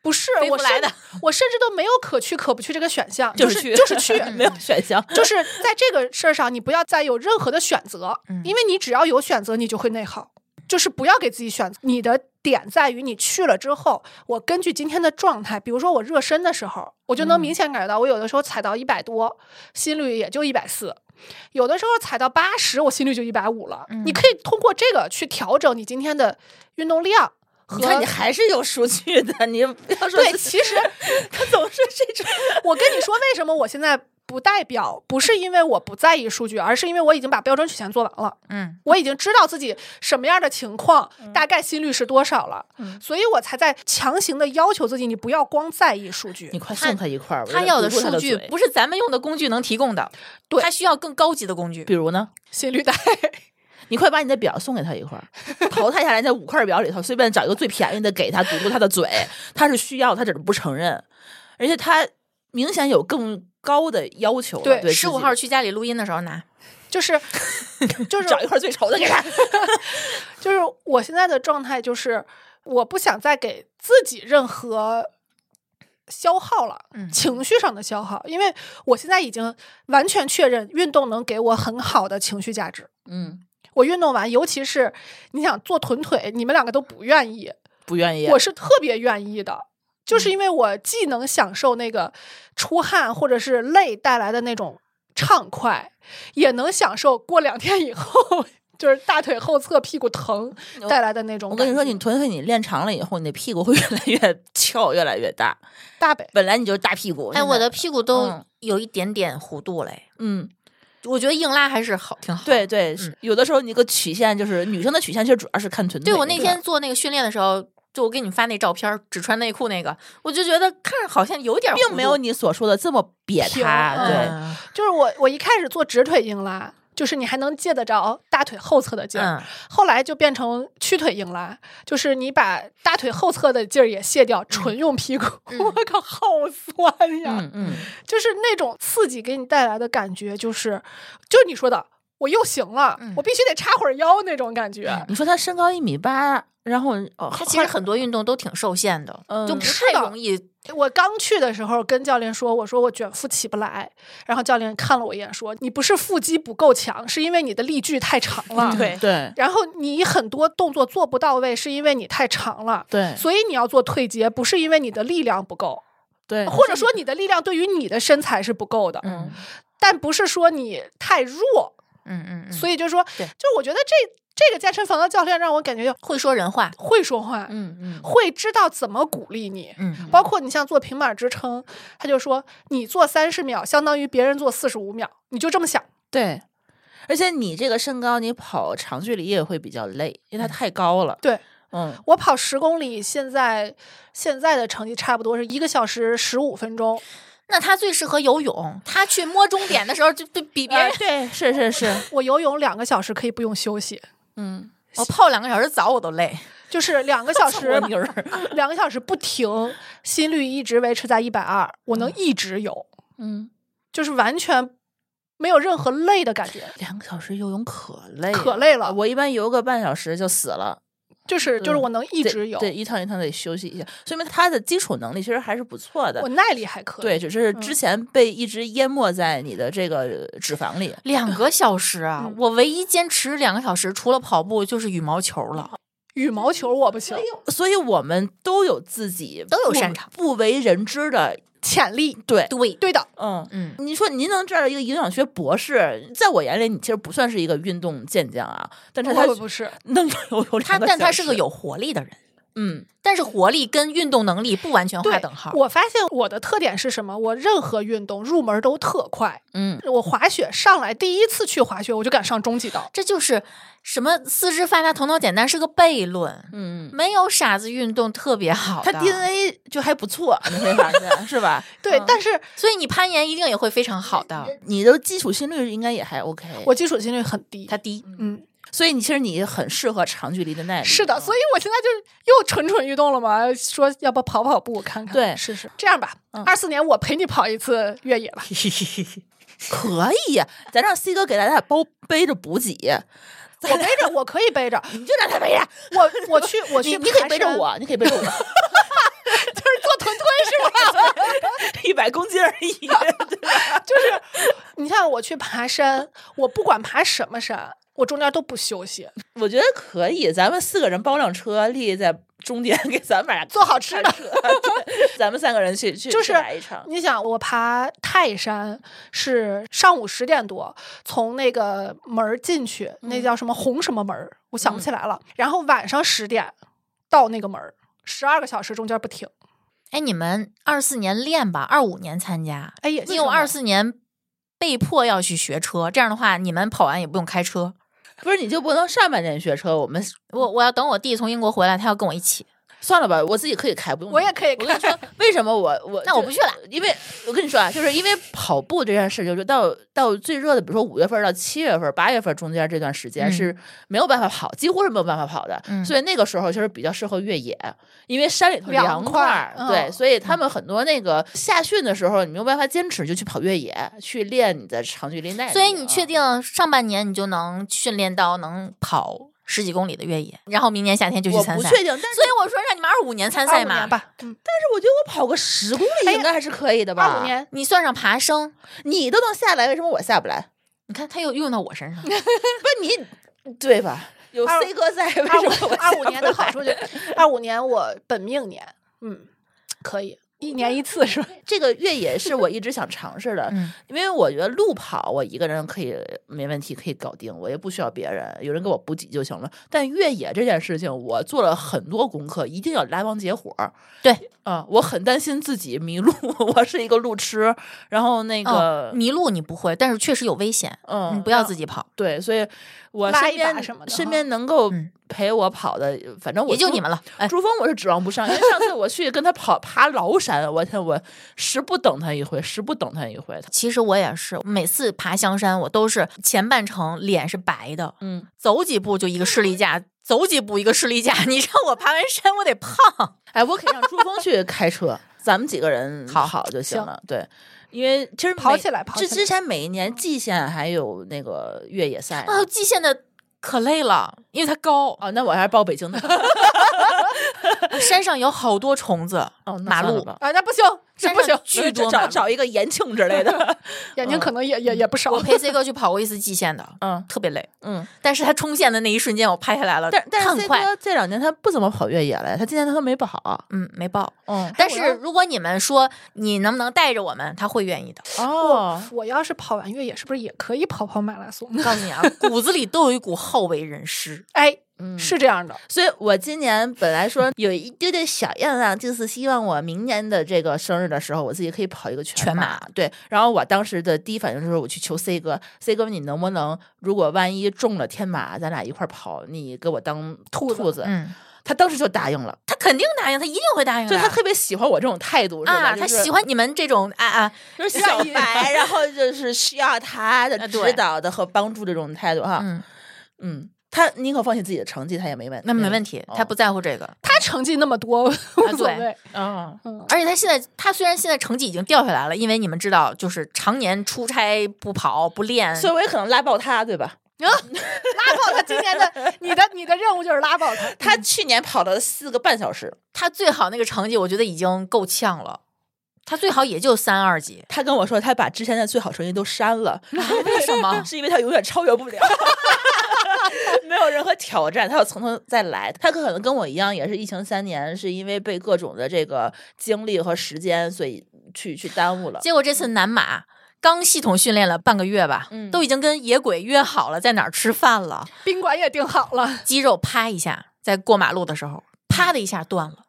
C: 不是
B: 飞
C: 我
B: 不来
C: 甚
B: 的
C: 我甚至都没有可去可不去这个选项，
D: 就是去
C: 就是
B: <laughs>
C: 去，
B: 嗯
D: 没有选项。
C: 就是在这个事儿上，你不要再有任何的选择，因为你只要有选择，你就会内耗。就是不要给自己选择，你的点在于你去了之后，我根据今天的状态，比如说我热身的时候，我就能明显感觉到，我有的时候踩到一百多，心率也就一百四。有的时候踩到八十，我心率就一百五了。你可以通过这个去调整你今天的运动量
D: <laughs>
C: 和
D: 你看，你还是有数据的，你不要说
C: 对。其实
D: 他总是这种。
C: 我跟你说，为什么我现在不代表，不是因为我不在意数据，而是因为我已经把标准曲线做完了。
B: 嗯，
C: 我已经知道自己什么样的情况，
D: 嗯
C: 大概心率是多少了，所以我才在强行的要求自己，你不要光在意数据
D: 你。快送他一块儿，
B: 他要
D: 的
B: 的数据不是咱们用的工具能提供的，
C: 对
B: 他需要更高级的工具。
D: 比如呢，
C: 心率带，
D: 你快把你的表送给他一块儿，淘汰下来那五块表里头随便找一个最便宜的给他堵住他的嘴，他是需要，他只是不承认，而且他明显有更高的要求了。
C: 对
D: 对
B: 十五号去家里录音的时候拿，
C: 就是
D: <laughs>
C: 就是
D: 找一块最丑的给他。
C: <laughs> 就是我现在的状态就是，我不想再给自己任何消耗了，
B: 嗯
C: 情绪上的消耗，因为我现在已经完全确认运动能给我很好的情绪价值。
D: 嗯，
C: 我运动完，尤其是你想做臀腿，你们两个都不愿意，
D: 不愿意。啊
C: 我是特别愿意的，
D: 嗯
C: 就是因为我既能享受那个出汗或者是累带来的那种畅快，也能享受过两天以后就是大腿后侧屁股疼带来的那种
D: 哦我
C: 感
D: 跟
C: 觉。
D: 你说，你臀腿你练长了以后，你的屁股会越来越 <laughs> 翘，越来越大。
C: 大呗，
D: 本来你就是大屁股，
B: 哎，
D: 现在
B: 我的屁股都
D: 嗯
B: 有一点点弧度嘞。
D: 嗯，
B: 我觉得硬拉还是好，挺好。
D: 对对，
B: 嗯
D: 是有的时候你个曲线就是女生的曲线，其实主要是看臀腿。
B: 对我那天做那个训练的时候，就我给你发那照片儿，只穿内裤那个，我就觉得看着好像有点儿
D: 并
B: 弧
D: 没有
B: 度
D: 你所说的这么瘪
C: 平
D: 它，对。
C: 嗯就是我我一开始做直腿硬拉，就是你还能借得着大腿后侧的劲儿，
B: 嗯
C: 后来就变成屈腿硬拉，就是你把大腿后侧的劲儿也卸掉，纯用屁股。 <laughs> 我靠，好酸呀！
D: 嗯嗯，
C: 就是那种刺激给你带来的感觉，就是就你说的。我又行了，
D: 嗯
C: 我必须得插会儿腰那种感觉。
D: 你说她身高一米八，然后哦，
B: 它其实很多运动都挺受限的，
D: <laughs> 嗯
B: 就不
C: 是
B: 太
C: 的
B: 容易。
C: 我刚去的时候跟教练说，我说我卷腹起不来，然后教练看了我一眼说，你不是腹肌不够强，是因为你的力距太长了。
D: 嗯对
C: 然后你很多动作做不到位，是因为你太长了。
D: 对
C: 所以你要做退阶，不是因为你的力量不够，
D: 对，
C: 或者说你的力量对于你的身材是不够的，
B: 嗯
C: 但不是说你太弱。
B: 嗯嗯，
C: 所
B: 以
C: 以就是说，
B: 对
C: 就我觉得这这个健身房的教练让我感觉就
B: 会说人话。
C: 会说话，
D: 嗯嗯
C: 会知道怎么鼓励你。
B: 嗯，
C: 包括你像做平板支撑，他就说你做三十秒，相当于别人做四十五秒，你就这么想。
D: 对，而且你这个身高，你跑长距离也会比较累，因为它太高了。
C: 对
D: 嗯，
C: 我跑十公里，现在现在的成绩差不多是一个小时十五分钟，
B: 那他最适合游泳，他去摸终点的时候就就比别
D: 哎
B: <laughs> 人，
D: 对，是是是，
C: 我游泳两个小时可以不用休息，
D: 嗯，
B: 我泡两个小时澡我都累。
C: 就是两个
D: <laughs>
C: 小时
D: 蜗，牛儿，
C: 两个小时不停，心率一直维持在一百二，我能一直游，
D: 嗯，
C: 就是完全没有任何累的感觉，
D: 两个小时游泳可累
C: 可累了
D: 我一般游个半小时就死了，
C: 就是就是
D: 嗯
C: 我能一
D: 得
C: 直游，
D: 对，一趟一趟得休息一下。所以他的基础能力其实还是不错的
C: 我。耐力还可以。
D: 对，只是
C: 嗯
D: 之前被一直淹没在你的这个脂肪里。
B: 两个小时啊
C: 嗯！
B: 我唯一坚持两个小时，除了跑步就是羽毛球了。
C: 羽毛球我不行，
D: 所以我们都有自己
B: 都有
D: 不
B: 擅长
D: 不为人知的，
C: 潜力
D: 对，
B: 对，
C: 对的，
D: 嗯。
B: 嗯，
D: 你说您能这样一个营养学博士，在我眼里，你其实不算是一个运动健将啊，但是他
C: 我不是。
D: 能有有
B: 他
D: 两
B: 但
D: 小
B: 他是个
D: 时
B: 有活力的人，
D: 嗯
B: 但是活力跟运动能力不完全划
C: 对
B: 等号，。
C: 我发现我的特点是什么？我任何运动入门都特快。
D: 嗯
C: 我滑雪上来第一次去滑雪，我就敢上中级道。
B: 这就是什么四肢发达头脑简单是个悖论，
D: 嗯，
B: 没有傻子运动特别好
D: 他
B: 的。
D: DNA 就还不错，你会发现是吧？
C: 对，
D: 嗯
C: 但是
B: 所以你攀岩一定也会非常好的。
D: 你的基础心率应该也还 OK，
C: 我基础心率很低。
B: 他低，
C: 嗯，
D: 所以你其实你很适合长距离的耐力。嗯
C: 是的，所以我现在就是又蠢蠢欲动了嘛，说要不跑跑步看看，
D: 对嗯
C: 试试。这样吧，二四、年我陪你跑一次越
D: <laughs>
C: 野吧。
D: 可以呀，咱让 C 哥给咱俩包背着补给，
C: 我背着，我可以背着，
D: <laughs> 你就让他背着，
C: 我我去我
D: 你
C: 去，
D: 你可以背着，
C: <laughs>
D: 我，你可以背着我，
C: 就是做臀推是吧？
D: <laughs> 一百公斤而 <laughs> 已。
C: 就是你像我去爬山，我不管爬什么山，我中间都不休息，
D: 我觉得可以，咱们四个人包辆车，丽丽在中间给咱们俩
C: 做好吃的
D: 开车，对 <laughs> 咱们三个人去去
C: 就是
D: 去来一场。
C: 你想，我爬泰山是上午十点多从那个门儿进去，那叫什么红什么门儿，我想不起来了。然后晚上十点到那个门儿，十二个小时中间不停。
B: 哎，你们二四年练吧，二五年参加。
C: 哎呀，
B: 你有二四年被迫要去学车，这样的话你们跑完也不用开车。
D: 不是你就不能上半年学车？我们
B: 我我要等我弟从英国回来，他要跟我一起。
D: 算了吧，我自己可以开，不用你。
C: 我也可以
D: 我跟
C: 看
D: 你说， <laughs> 为什么我我
B: 那我不去了，
D: 因为我跟你说啊，就是因为跑步这件事，就是到到最热的，比如说五月份到七月份、八月份中间这段时间
B: 嗯
D: 是没有办法跑，几乎是没有办法跑的，
B: 嗯
D: 所以那个时候其实比较适合越野，因为山里头
C: 凉
D: 凉
C: 快
D: 快
C: 儿
D: 儿，
C: 嗯
D: 对，所以他们很多那个夏训的时候，你没有办法坚持，就去跑越野，去练你的长距离耐力啊。
B: 所以你确定上半年你就能训练到能跑十几公里的越野，然后明年夏天就去
D: 我
B: 参
D: 不
B: 赛。
D: 确定，但是
B: 所以我说让你们二五年参
C: 二
B: 赛
C: 五
B: 嘛
C: 年。吧，嗯，
D: 但是我觉得我跑个十公
B: 哎
D: 里应该还是可以的吧？
C: 二五，年
B: 你算上爬升，
D: 你都能下来，为什么我下不来？
B: 你看他又用到我身上。
D: 不是你对吧？有
C: 二
D: C 哥在，为什
C: 二
D: 么
C: <laughs> 五
D: 我
C: 二
D: 下
C: 五
D: 不
C: 年的好
D: 来
C: 处就二五年我本命年，嗯，可以。一年一次是吧？
D: 这个越野是我一直想尝试的，
B: 嗯
D: 因为我觉得路跑我一个人可以没问题，可以搞定，我也不需要别人，有人给我补给就行了。但越野这件事情，我做了很多功课，一定要拉帮结伙儿。
B: 对
D: 啊、我很担心自己迷路， <laughs> 我是一个路痴，然后那
B: <laughs> 哦
D: 个、
B: 迷路你不会，但是确实有危险，
D: 嗯
B: 你不要自己跑，
D: 对，所以我
C: 拉
D: 身
C: 一把
D: 边
C: 什么的
D: 身
C: 哈
D: 边能够
B: 嗯
D: 陪我跑的，反正我
B: 也就
D: 不
B: 你们了。哎，
D: 珠峰我是指望不上，因为上次我去跟他跑爬崂山，我天，我十不等他一回，十不等他一回。他
B: 其实我也是，每次爬香山，我都是前半程脸是白的，
D: 嗯，
B: 走几步就一个视力架，走几步一个视力架。你让我爬完山，我得胖。
D: 哎，我可以让珠峰去开车，咱们几个人
B: 好
D: 跑就行
C: 行
D: 了。对，因为其实
C: 跑
D: 每
C: 起来跑
D: 之
C: 起
D: 之
C: 来
D: 前每一年蓟县还有那个越野赛呢。
B: 啊，蓟县的可累了，因为它高，
D: 哦，那我还是报北京的
B: 山上有好多虫子，
D: 哦，那
B: 马
D: 算了
B: 路
D: 吧
C: 啊，那不行，这
B: 山
C: 不行
B: 上，巨多马
D: 找
B: 路。
D: 找一个延庆之类的。
C: 眼睛可能也也也不少
B: 我。陪 C 哥去跑过一次蓟县的，
D: 嗯
B: 特别累，
D: 嗯，
B: 但是他冲线的那一瞬间，我拍下来了，
D: <laughs> 但但是
B: 很
D: C
B: 快，
D: 哥这两年他不怎么跑越野了，他今年他都没跑。
B: 嗯，没报。
D: 嗯，
B: 但
C: 我
B: 是
C: 要
B: 如果你们说你能不能带着我们，他会愿意的。
D: 哦，
C: 我要是跑完越野，是不是也可以跑跑马拉松呢？
B: 告诉你啊，骨子里都有一股好为人师。
C: 哎，
D: 嗯
C: 是这样的，
D: 所以我今年本来说有一丢丢小愿望，就是希望我明年的这个生日的时候，我自己可以跑一个全
B: 全
D: 马
B: 马。
D: 对，然后我当时的第一反应就是我去求 C 哥，C 哥你能不能，如果万一中了天马，咱俩一块儿跑，你给我当兔
C: 子
D: 子。
B: 嗯，
D: 他当时就答应了，
B: 他肯定答应，他一定会答应的。
D: 所以他特别喜欢我这种态度，是吧？
B: 啊，
D: 就
B: 他
D: 是
B: 喜欢你们这种啊啊，
D: 就是小
B: 愿意 <laughs>
D: 白，然后就是需要他的
B: 啊对
D: 指导的和帮助这种态度哈。
B: 嗯，
D: 嗯，他宁可放弃自己的成绩，他也没问嗯哦
B: 那没问题，他不在乎这个。
C: 他成绩那么多，无所
B: 对
C: 谓。
D: 啊，
B: 而且他现在，他虽然现在成绩已经掉下来了，因为你们知道，就是常年出差不跑不练，
D: 所以我也可能拉爆他，对吧？
C: 啊，拉爆他今年的， <laughs> 你的你的任务就是拉爆他。
D: 他去年跑了四个半小时，
B: 他最好那个成绩，我觉得已经够呛了。他最好也就三二级，
D: 他跟我说他把之前的最好成绩都删了，为
B: 什么
D: 是因为他永远超越不了， <laughs> 没有任何挑战，他要从头再来。他可能跟我一样，也是疫情三年，是因为被各种的这个精力和时间，所以去去耽误了。
B: <laughs> 结果这次南马刚系统训练了半个月吧，
D: 嗯
B: 都已经跟野鬼约好了在哪儿吃饭了，
C: 宾馆也订好了，
B: 肌肉啪一下，在过马路的时候，啪的一下断了，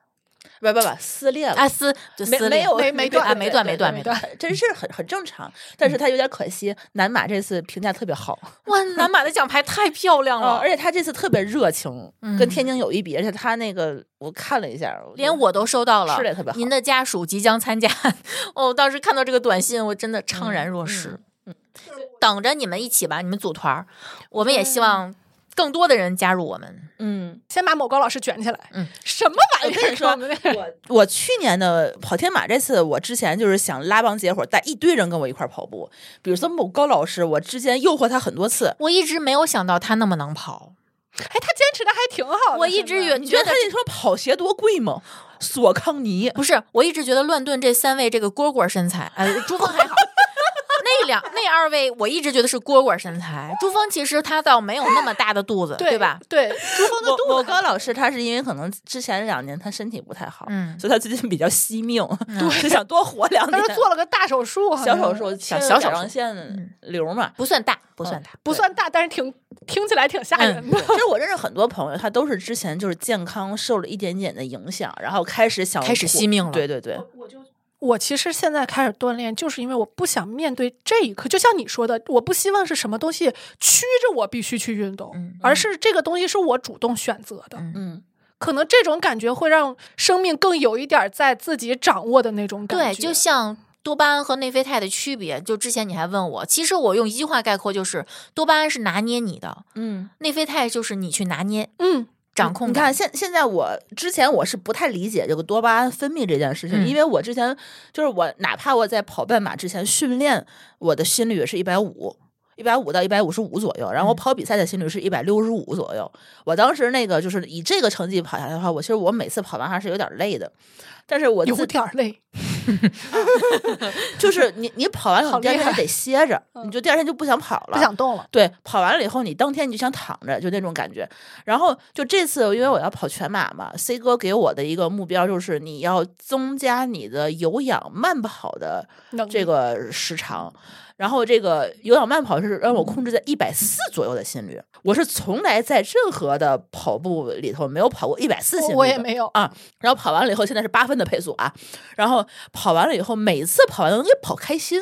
D: 不不不，撕裂了。
B: 啊撕就
D: 没
B: 撕
D: 没
B: 裂
D: 有
C: 没没
D: <laughs>
C: 断
B: 啊没断没断没
C: 没
B: 断，嗯
C: 断。
D: 真是很很正常，但是他有点可惜。南马这次评价特别好，
B: 哇，南马的奖牌太漂亮
D: 哦
B: 了，
D: 而且他这次特别热情，
B: 嗯
D: 跟天津有一比。而且他那个我看了一下，
B: 连我都收到了
D: 吃的也特别，好
B: 您的家属即将参加。 <laughs> 我当时看到这个短信，我真的怅然若失。
D: 嗯
B: 等着你们一起吧，你们组团儿，我们也希望更多的人加入我们。
D: 嗯，
C: 先把某高老师卷起来。
B: 嗯，
C: 什么玩意儿？哎
D: 我跟你说
C: 我们那个
D: 我去年的跑天马这次，我之前就是想拉帮结伙，带一堆人跟我一块儿跑步。比如说某高老师，我之前诱惑他很多次，
B: 我一直没有想到他那么能跑，
C: 哎，他坚持的还挺好的。
B: 我一直以为
D: 你 <laughs> 觉得他那双跑鞋多贵吗？索康尼
B: 不是，我一直觉得乱炖这三位这个蝈蝈身材，哎，朱峰还好。 <laughs> 那两那二位，我一直觉得是蝈蝈身材。朱峰其实他倒没有那么大的肚子，
C: 对
B: 对吧？？
C: 对，朱
D: <laughs>
C: 峰的
D: 某
C: 肚
D: 某
C: 子
D: 高老师，他是因为可能之前两年他身体不太好，
B: 嗯
D: 所以他最近比较惜命， <laughs> 就想多活两
C: 他
D: 年。
C: 说做了个大手术，好
D: 小
C: 像
D: 手术，切了
B: 小
D: 甲
B: 手术
D: 状腺瘤嘛。
B: 不算大，不
D: 嗯
B: 算大。
C: 不算大，但是挺听起来挺吓人的。
D: 其
C: <laughs>
D: 实我认识很多朋友，他都是之前就是健康受了一点点的影响，然后开始想
B: 开始惜命了
D: 对对对，
C: 我其实现在开始锻炼，就是因为我不想面对这一刻。就像你说的，我不希望是什么东西驱着我必须去运动，
B: 嗯
C: 而是这个东西是我主动选择的。
B: 嗯
D: 嗯。
C: 可能这种感觉会让生命更有一点在自己掌握的那种感
B: 对，
C: 觉。
B: 就像多巴胺和内啡肽的区别，就之前你还问我，其实我用一句话概括就是：多巴胺是拿捏你的，
D: 嗯
B: 内啡肽就是你去拿捏、
C: 嗯，
B: 掌控
D: 你
B: 感。
D: 看，现现在我之前我是不太理解这个多巴胺分泌这件事情，
B: 嗯
D: 因为我之前就是我哪怕我在跑半马之前训练，我的心率是一百五。一百五到一百五十五左右，然后我
B: 嗯
D: 跑比赛的心率是一百六十五左右。我当时那个就是以这个成绩跑下来的话，我其实我每次跑完还是有点累的，但是我
C: 有
D: 自
C: 点儿累。
D: 就是你你跑完以后，
C: <laughs> 好
D: 你第二
C: 厉
D: 天
C: 害
D: 得歇着，
C: 嗯
D: 你就第二天就不想跑了，
C: 不想动了。
D: 对，跑完了以后，你当天你就想躺着，就那种感觉。然后就这次，因为我要跑全马嘛，C 哥给我的一个目标就是你要增加你的有氧慢跑的
C: 能
D: 这
C: 力
D: 个时长。然后这个有氧慢跑是让我控制在一百四左右的心率，我是从来在任何的跑步里头没有跑过一百四心率
C: 我也
D: 的
C: 没有
D: 啊。然后跑完了以后，现在是八分的配速啊。然后跑完了以后，每次跑完都能给跑开心，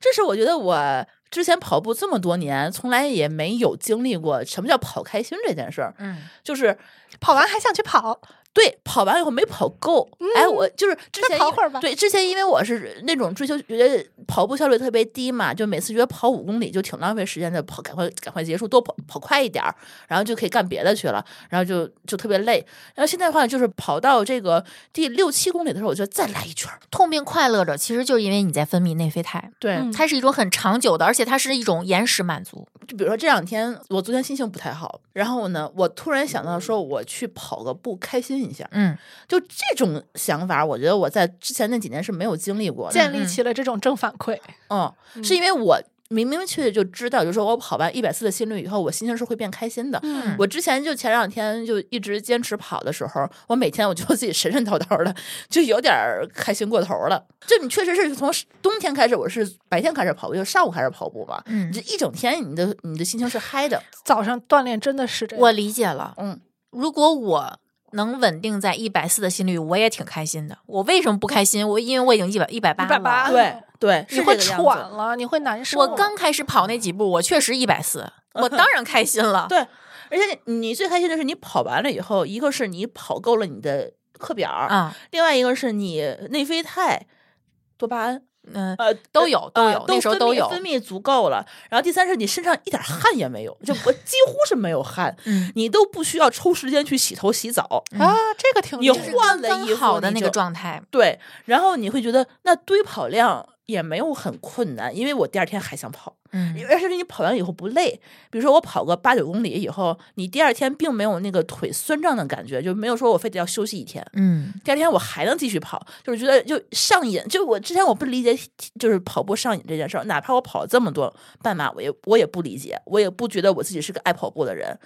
D: 这是我觉得我之前跑步这么多年，从来也没有经历过什么叫跑开心这件事儿。
B: 嗯，
D: 就是
C: 跑完还想去跑，
D: 对跑完以后没跑够，哎，我就是之前
C: 再嗯跑
D: 因
C: 会儿吧
D: 对，之前因为我是那种追求觉得跑步效率特别低嘛，就每次觉得跑五公里就挺浪费时间的，跑赶快赶快结束，多跑跑快一点儿，然后就可以干别的去了，然后就就特别累。然后现在的话，就是跑到这个第六七公里的时候，我就再来一圈儿。
B: 痛并快乐着，其实就是因为你在分泌内啡肽，
D: 对
C: 嗯
B: 它是一种很长久的，而且它是一种延时满足。
D: 就比如说这两天，我昨天心情不太好，然后呢，我突然想到说，我去跑个步，开心一下。
B: 嗯，
D: 就这种想法，我觉得我在之前那几年是没有经历过的。
C: 建立起了这种正反馈。
D: 嗯，是因为我明明确确就知道，就是说我跑完一百四的心率以后，我心情是会变开心的。
B: 嗯
D: 我之前就前两天就一直坚持跑的时候，我每天我觉得自己神神叨叨的，就有点儿开心过头了。就你确实是从冬天开始，我是白天开始跑步，就上午开始跑步嘛。
B: 嗯
D: 你这一整天，你的你的心情是嗨的。
C: 早上锻炼真的是这样，
B: 我理解了。
D: 嗯，
B: 如果我能稳定在一百四的心率，我也挺开心的。我为什么不开心？我因为我已经一百一百八
C: 180
B: 了。
D: 对对，
C: 你
D: 哦是
C: 会
D: 这个样
C: 喘
D: 子
C: 了，你会难受。
B: 我刚开始跑那几步，我确实一百四，我当然开心了。
D: <laughs> 对，而且你最开心的是你跑完了以后，一个是你跑够了你的课表，
B: 啊，
D: 另外一个是你内啡肽、多巴胺，
B: 嗯，
D: 呃，
B: 都有
D: 呃
B: 都有那时候
D: 分
B: 都
D: 泌
B: 有
D: 分泌足够了。然后第三是你身上一点汗也没有，就
B: <laughs>
D: 我几乎是没有汗，
B: 嗯
D: 你都不需要抽时间去洗头洗澡。
C: 啊，这个挺
D: 你
C: 厉害
D: 换了
B: 刚
D: 衣服，
B: 好的
D: 你
B: 那个
D: 就
B: 状态，
D: 对，然后你会觉得那堆跑量也没有很困难，因为我第二天还想跑。
B: 嗯
D: 而且你跑完以后不累，比如说我跑个八九公里以后，你第二天并没有那个腿酸胀的感觉，就没有说我非得要休息一天，
B: 嗯
D: 第二天我还能继续跑，就是觉得就上瘾。就我之前我不理解，就是跑步上瘾这件事儿，哪怕我跑了这么多半马，我也我也不理解，我也不觉得我自己是个爱跑步的人。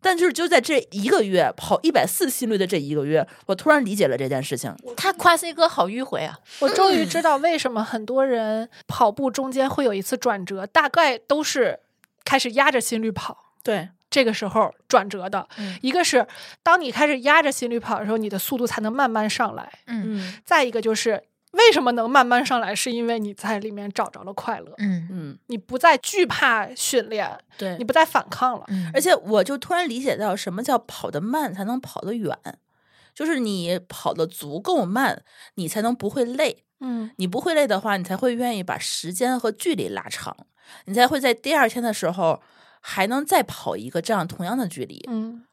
D: 但就是就在这一个月跑一百四心率的这一个月，我突然理解了这件事情。
B: 他夸 C 哥好迂回啊，
C: 我终于知道为什么很多人跑步中间会有一次转折，大概都是开始压着心率跑，
D: 对，
C: 这个时候转折的。
B: 嗯
C: 一个是当你开始压着心率跑的时候，你的速度才能慢慢上来；
B: 嗯
D: 嗯
C: 再一个就是为什么能慢慢上来，是因为你在里面找着了快乐，
B: 嗯
D: 嗯，
C: 你不再惧怕训练，
D: 对
C: 你不再反抗了。
B: 嗯
D: 而且我就突然理解到什么叫跑得慢才能跑得远，就是你跑得足够慢，你才能不会累。
C: 嗯，
D: 你不会累的话，你才会愿意把时间和距离拉长，你才会在第二天的时候还能再跑一个这样同样的距离。
C: 嗯，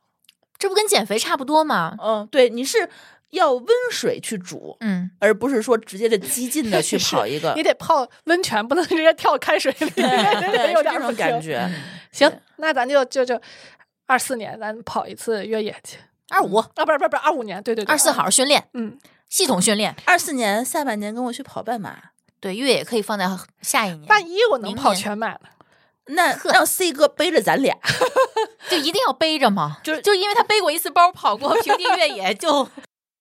B: 这不跟减肥差不多吗？
D: 嗯，对，你是要温水去煮，
B: 嗯，
D: 而不是说直接的激进的去
C: <laughs>
D: 跑一个
C: 嗯你。得泡温泉，不能直接跳开水里，
D: <laughs>
C: <laughs>
D: 对，
C: 有
D: 是这
C: 点不
D: 种
C: 行
D: 感。觉。
C: 行，那咱就就就二四年，咱跑一次越野去。
B: 二五
C: 啊，不是不是不是，二五年，对对对，
B: 二四好好训练，
C: 嗯，
B: 系统训练，
D: 二四年下半年跟我去跑半马，
B: 对越野可以放在下一年，
C: 万一我能
B: 明
C: 跑
B: 年
C: 全马呢？
D: 那让 C 哥背着
C: <laughs>
D: 咱俩。
B: 就一定要背着吗？
D: 就是
B: 就因为他背过一次包，跑过平地越野，就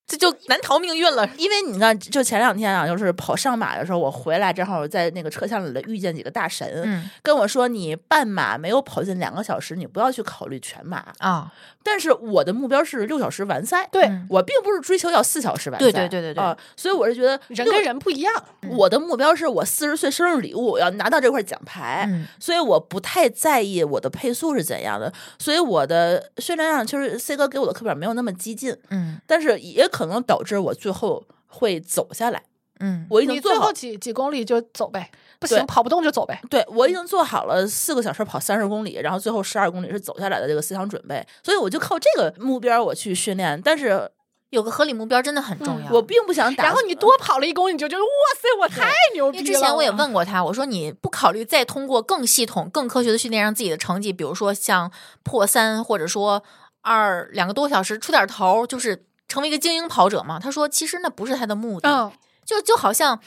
B: 这 <laughs> 就难逃命运了。
D: 因为你看，就前两天啊，就是跑上马的时候，我回来正好在那个车厢里遇见几个大神，
B: 嗯
D: 跟我说你半马没有跑进两个小时，你不要去考虑全马。
B: 啊，
D: 但是我的目标是六小时完赛，
C: 对
B: 嗯
D: 我并不是追求要四小时完赛，
B: 对对对对对
D: 啊所以我是觉得
C: 人跟。人不一样，
D: 我的目标是我四十岁生日礼物，我要拿到这块奖牌，
B: 嗯
D: 所以我不太在意我的配速是怎样的，所以我的训练量其实 C 哥给我的课表没有那么激进，
B: 嗯
D: 但是也可能导致我最后会走下来。
B: 嗯
D: 我已
C: 你
D: 经
C: 最
D: 做好
C: 后几几公里就走呗，不
D: 对
C: 行跑不动就走呗。
D: 对我已经做好了四个小时跑三十公里，然后最后十二公里是走下来的这个思想准备，所以我就靠这个目标我去训练，但是
B: 有个合理目标真的很重要。
D: 我并不想打。
C: 然后你多跑了一公里，你就觉得哇塞，我太牛逼
B: 因
C: 了！
B: 为之前我也，问过他，我说你不考虑再通过更系统、更科学的训练，让自己的成绩，比如说像破三，或者说二两个多小时出点头，就是成为一个精英跑者吗？他说其实那不是他的目的，
C: 嗯，
B: 就就好像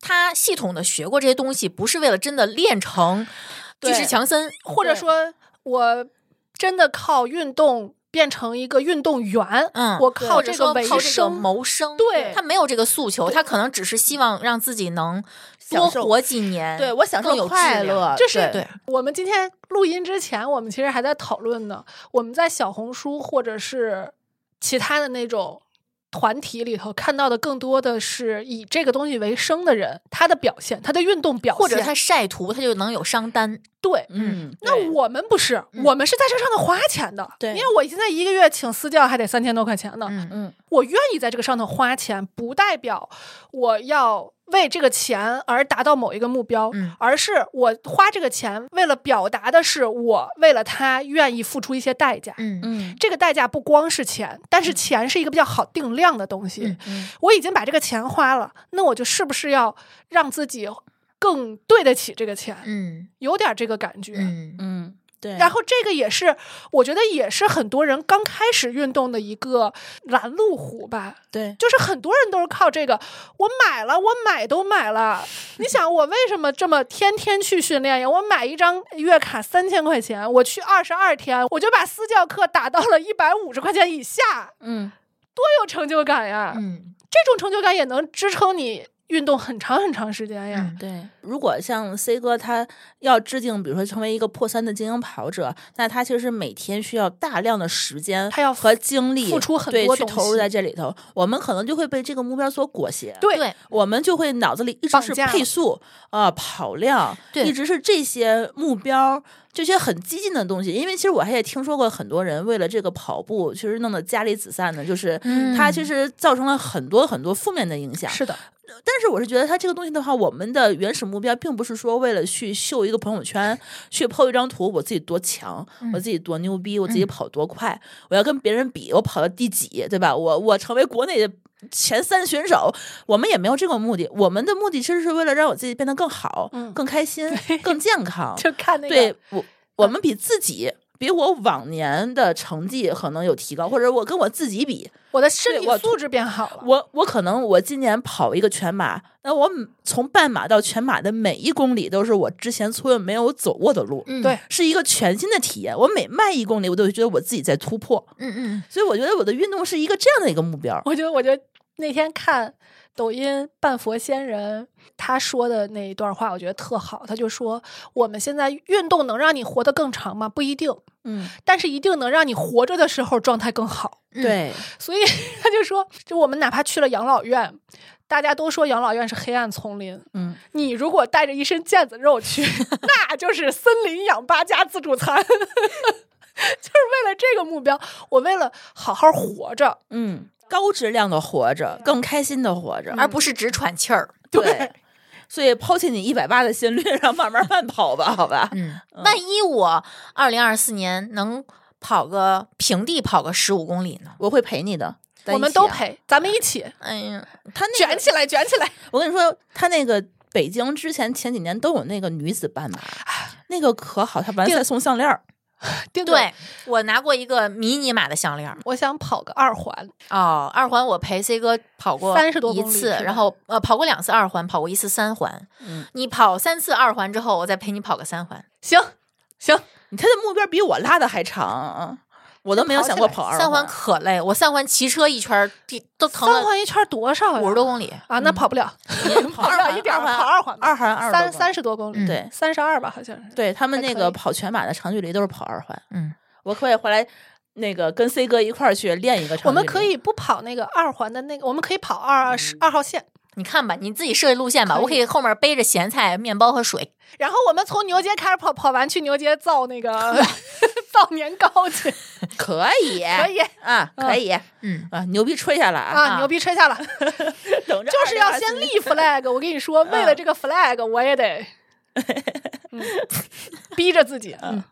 B: 他系统的学过这些东西，不是为了真的练成巨
D: 对
B: 石强森，
C: 或者
D: 对
C: 说我真的靠运动变成一个运动员，
B: 嗯
C: 我
B: 或
C: 靠
B: 者
C: 这
B: 说
C: 个
B: 靠
C: 为
B: 这个
C: 生。
B: 谋生，
C: 对
B: 他没有这个诉求，他可能只是希望让自己能多
D: 享受
B: 活几年。
D: 对我享
B: 更
D: 受
B: 有
D: 快
B: 质量
D: 乐，
C: 这是
D: 对
C: 我们今天录音之前，我们其实还在讨论呢。我们在小红书或者是其他的那种团体里头看到的，更多的是以这个东西为生的人，他的表现，他的运动表现，
B: 或者他晒图，他就能有商单。
C: 对。
D: 嗯，
C: 那我们不是，
B: 嗯
C: 我们是在这上头花钱的。
D: 对
C: 因为我现在一个月请私教还得三千多块钱呢。
B: 嗯，
D: 嗯
C: 我愿意在这个上头花钱，不代表我要为这个钱而达到某一个目标，
B: 嗯
C: 而是我花这个钱为了表达的是我为了他愿意付出一些代价。
B: 嗯
D: 嗯
C: 这个代价不光是钱，但是钱是一个比较好定量的东西。
B: 嗯
D: 嗯
C: 我已经把这个钱花了，那我就是不是要让自己更对得起这个钱？
B: 嗯
C: 有点这个感觉。
B: 嗯
D: 嗯，对，
C: 然后这个也是，我觉得也是很多人刚开始运动的一个拦路虎吧。
D: 对
C: 就是很多人都是靠这个，我买了，我买都买了。你想，我为什么这么天天去训练呀？我买一张月卡三千块钱，我去二十二天，我就把私教课打到了一百五十块钱以下，
D: 嗯
C: 多有成就感呀！
B: 嗯
C: 这种成就感也能支撑你运动很长很长时间呀。
B: 嗯
D: 对，如果像 C 哥他要制定，比如说成为一个破三的精英跑者，那他其实每天需要大量的时间，
C: 他要
D: 和精力
C: 付出很
D: 对
C: 多
D: 去
C: 东
D: 投入
C: 西
D: 在这里头。我们可能就会被这个目标所裹挟，
C: 对
B: 对
D: 我们就会脑子里一直
C: 绑
D: 是
C: 架
D: 配速啊、跑量，
B: 对
D: 一直是这些目标。这些很激进的东西，因为其实我还也听说过很多人为了这个跑步，其实弄得家里子散的，就是、
B: 嗯
D: 它其实造成了很多很多负面的影响。
C: 是的，
D: 但是我是觉得它这个东西的话，我们的原始目标并不是说为了去秀一个朋友圈，去 PO 一张图，我自己多强，
C: 嗯
D: 我自己多牛逼，我自己跑多快，我要跟别人比，我跑到第几，对吧？我我成为国内的前三选手，我们也没有这个目的。我们的目的其实是为了让我自己变得更好、
C: 嗯
D: 更开心、更健康。
C: <laughs> 就看那个嗯
D: 对我，我们比自己。比我往年的成绩可能有提高，或者我跟我自己比，
C: 我的身
D: 对
C: 体
D: 我
C: 素质变好了。
D: 我我可能我今年跑一个全马，那我每从半马到全马的每一公里都是我之前从来没有走过的路，
B: 嗯
C: 对
D: 是一个全新的体验。我每迈一公里，我都觉得我自己在突破，
B: 嗯嗯
D: 所以我觉得我的运动是一个这样的一个目标。
C: 我就我就那天看抖音半佛仙人他说的那一段话，我觉得特好。他就说，我们现在运动能让你活得更长吗？不一定，
D: 嗯，
C: 但是一定能让你活着的时候状态更好。
B: 嗯
D: 对，
C: 所以 <laughs> 他就说，就我们哪怕去了养老院。大家都说养老院是黑暗丛林，
D: 嗯，
C: 你如果带着一身腱子
D: <laughs>
C: 肉去，那就是森林养八家自助餐， <laughs> 就是为了这个目标，我为了好好活着，
D: 嗯，高质量的活着，更开心的活着，
B: 而不是只喘气儿。
D: 对。所以抛弃你一百八的心率，然后慢慢慢跑吧，好吧？
B: 嗯，万一我二零二四年能跑个平地跑个十五公里呢？
D: 我会陪你的，在
C: 我
D: 一
C: 们
D: 起
C: 都
D: 啊。
C: 陪，咱们一起
B: 哎呀，
D: 他那
C: 卷
D: 个，
C: 起来，卷起来。
D: 我跟你说，他那个北京之前前几年都有那个女子半马，那个可好，他完赛送项链儿。
C: 丁总
B: 对，我拿过一个迷你马的项链儿
C: 我想跑个二环，
B: 哦，二环我陪 C 哥跑过
C: 30多
B: 一
C: 公里
B: 次
C: 是吧，
B: 然后呃跑过两次二环，跑过一次三环。
D: 嗯，
B: 你跑三次二环之后，我再陪你跑个三环。
C: 行行，
D: 你他的目标比我拉的还长，啊我都没有想过跑二
B: 三环可累，我三环骑车一圈儿地都疼
C: 三
B: 了
C: 环一圈多少呀？
B: 五十多公里。
C: 啊，那跑不了，
D: 跑
C: 不了一点儿，跑二环吧，
D: 二环二
C: 三三
D: 十，
C: 十多公里，
B: 嗯
D: 对
C: 三十二吧，好像是。
D: 对他们
C: 还
D: 那
C: 可
D: 个
C: 以
D: 跑全马的长距离都是跑二环。
B: 嗯，
D: 我可以回来那个跟 C 哥一块儿去练一个长距离。
C: 我们可以不跑那个二环的那个，我们可以跑二十二号线，
B: 你看吧，你自己设计路线吧，
C: 可以
B: 我可以后面背着咸菜、面包和水。
C: 然后我们从牛街开始跑，跑完去牛街造那个 <laughs> 造年糕 <laughs> 去，
D: 可以
C: 可以
D: 啊，可以
B: 嗯，
D: 啊，牛逼吹下来
C: 哎啊，牛逼吹下了，
D: 等着
C: 就是要先
D: 2024
C: 立 flag。我跟你说，为了这 <laughs> 个 flag，我也得嗯逼着自己，嗯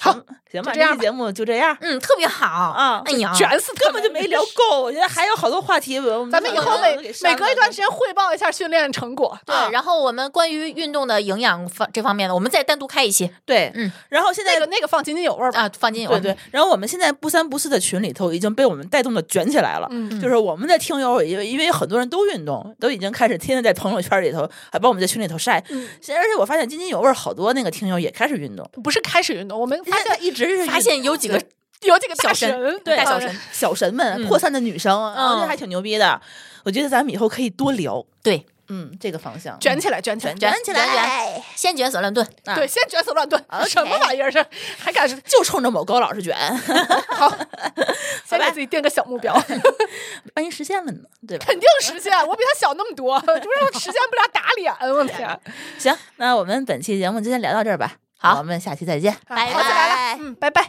C: 好
D: 行行吧，
C: 就这样
D: 期节目就这
C: <laughs>
D: 样，
B: 嗯，特别好
D: 啊
B: 哎呀，
C: 卷死他
D: 根
C: 们
D: 本就没聊够，我觉得还有好多话题，我
C: 咱们以后每
D: 都给删
C: 每
D: 了
C: 隔一段时间汇报一下训练成果。
B: 对，然后我们关于运动的营养方这方面的，我们再单独开一期
D: 对，
B: 嗯，
D: 然后现在
C: 那个嗯那个放津津有味儿吧。
B: 啊，放进
D: 对对，然后我们现在不三不四的群里头已经被我们带动的卷起来了，
C: 嗯
D: 就是我们的听友，因为因为很多人都运动，都已经开始天天在朋友圈里头，还帮我们在群里头晒，
C: 嗯
D: 现在而且我发现津津有味儿，好多那个听友也开始运动，
C: 不是开始运动，我们发
D: 现在
C: 现
D: 一直是
B: 发
D: 运
B: 现有几个
C: 有几个大
B: 小神
C: 神，
D: 对
B: 大小
D: 啊
B: 神
D: 小神们
B: 嗯
D: 破散的女生，啊，
B: 嗯
D: 这还挺牛逼的，我觉得咱们以后可以多聊，
B: 对
D: 嗯，这个方向
C: 卷起来，卷起来，哎
D: 卷起来，
B: 卷先卷手乱炖，
D: 啊
C: 对，先卷死乱炖，
D: OK
C: 什么玩意儿这还敢
D: 就冲着某高老师
C: <laughs>
D: 卷，
C: 好？先
D: 吧
C: 给自己定个小目标，
D: 万一实现了呢，对吧？
C: 肯定实现。我比他小那么多， <laughs> 就是实现不了打脸，我天！
D: 行，那我们本期节目就先聊到这儿吧，
B: 好
D: 我们下期再见。
B: 拜
C: 好起来
B: 拜
C: 了，。嗯，拜拜。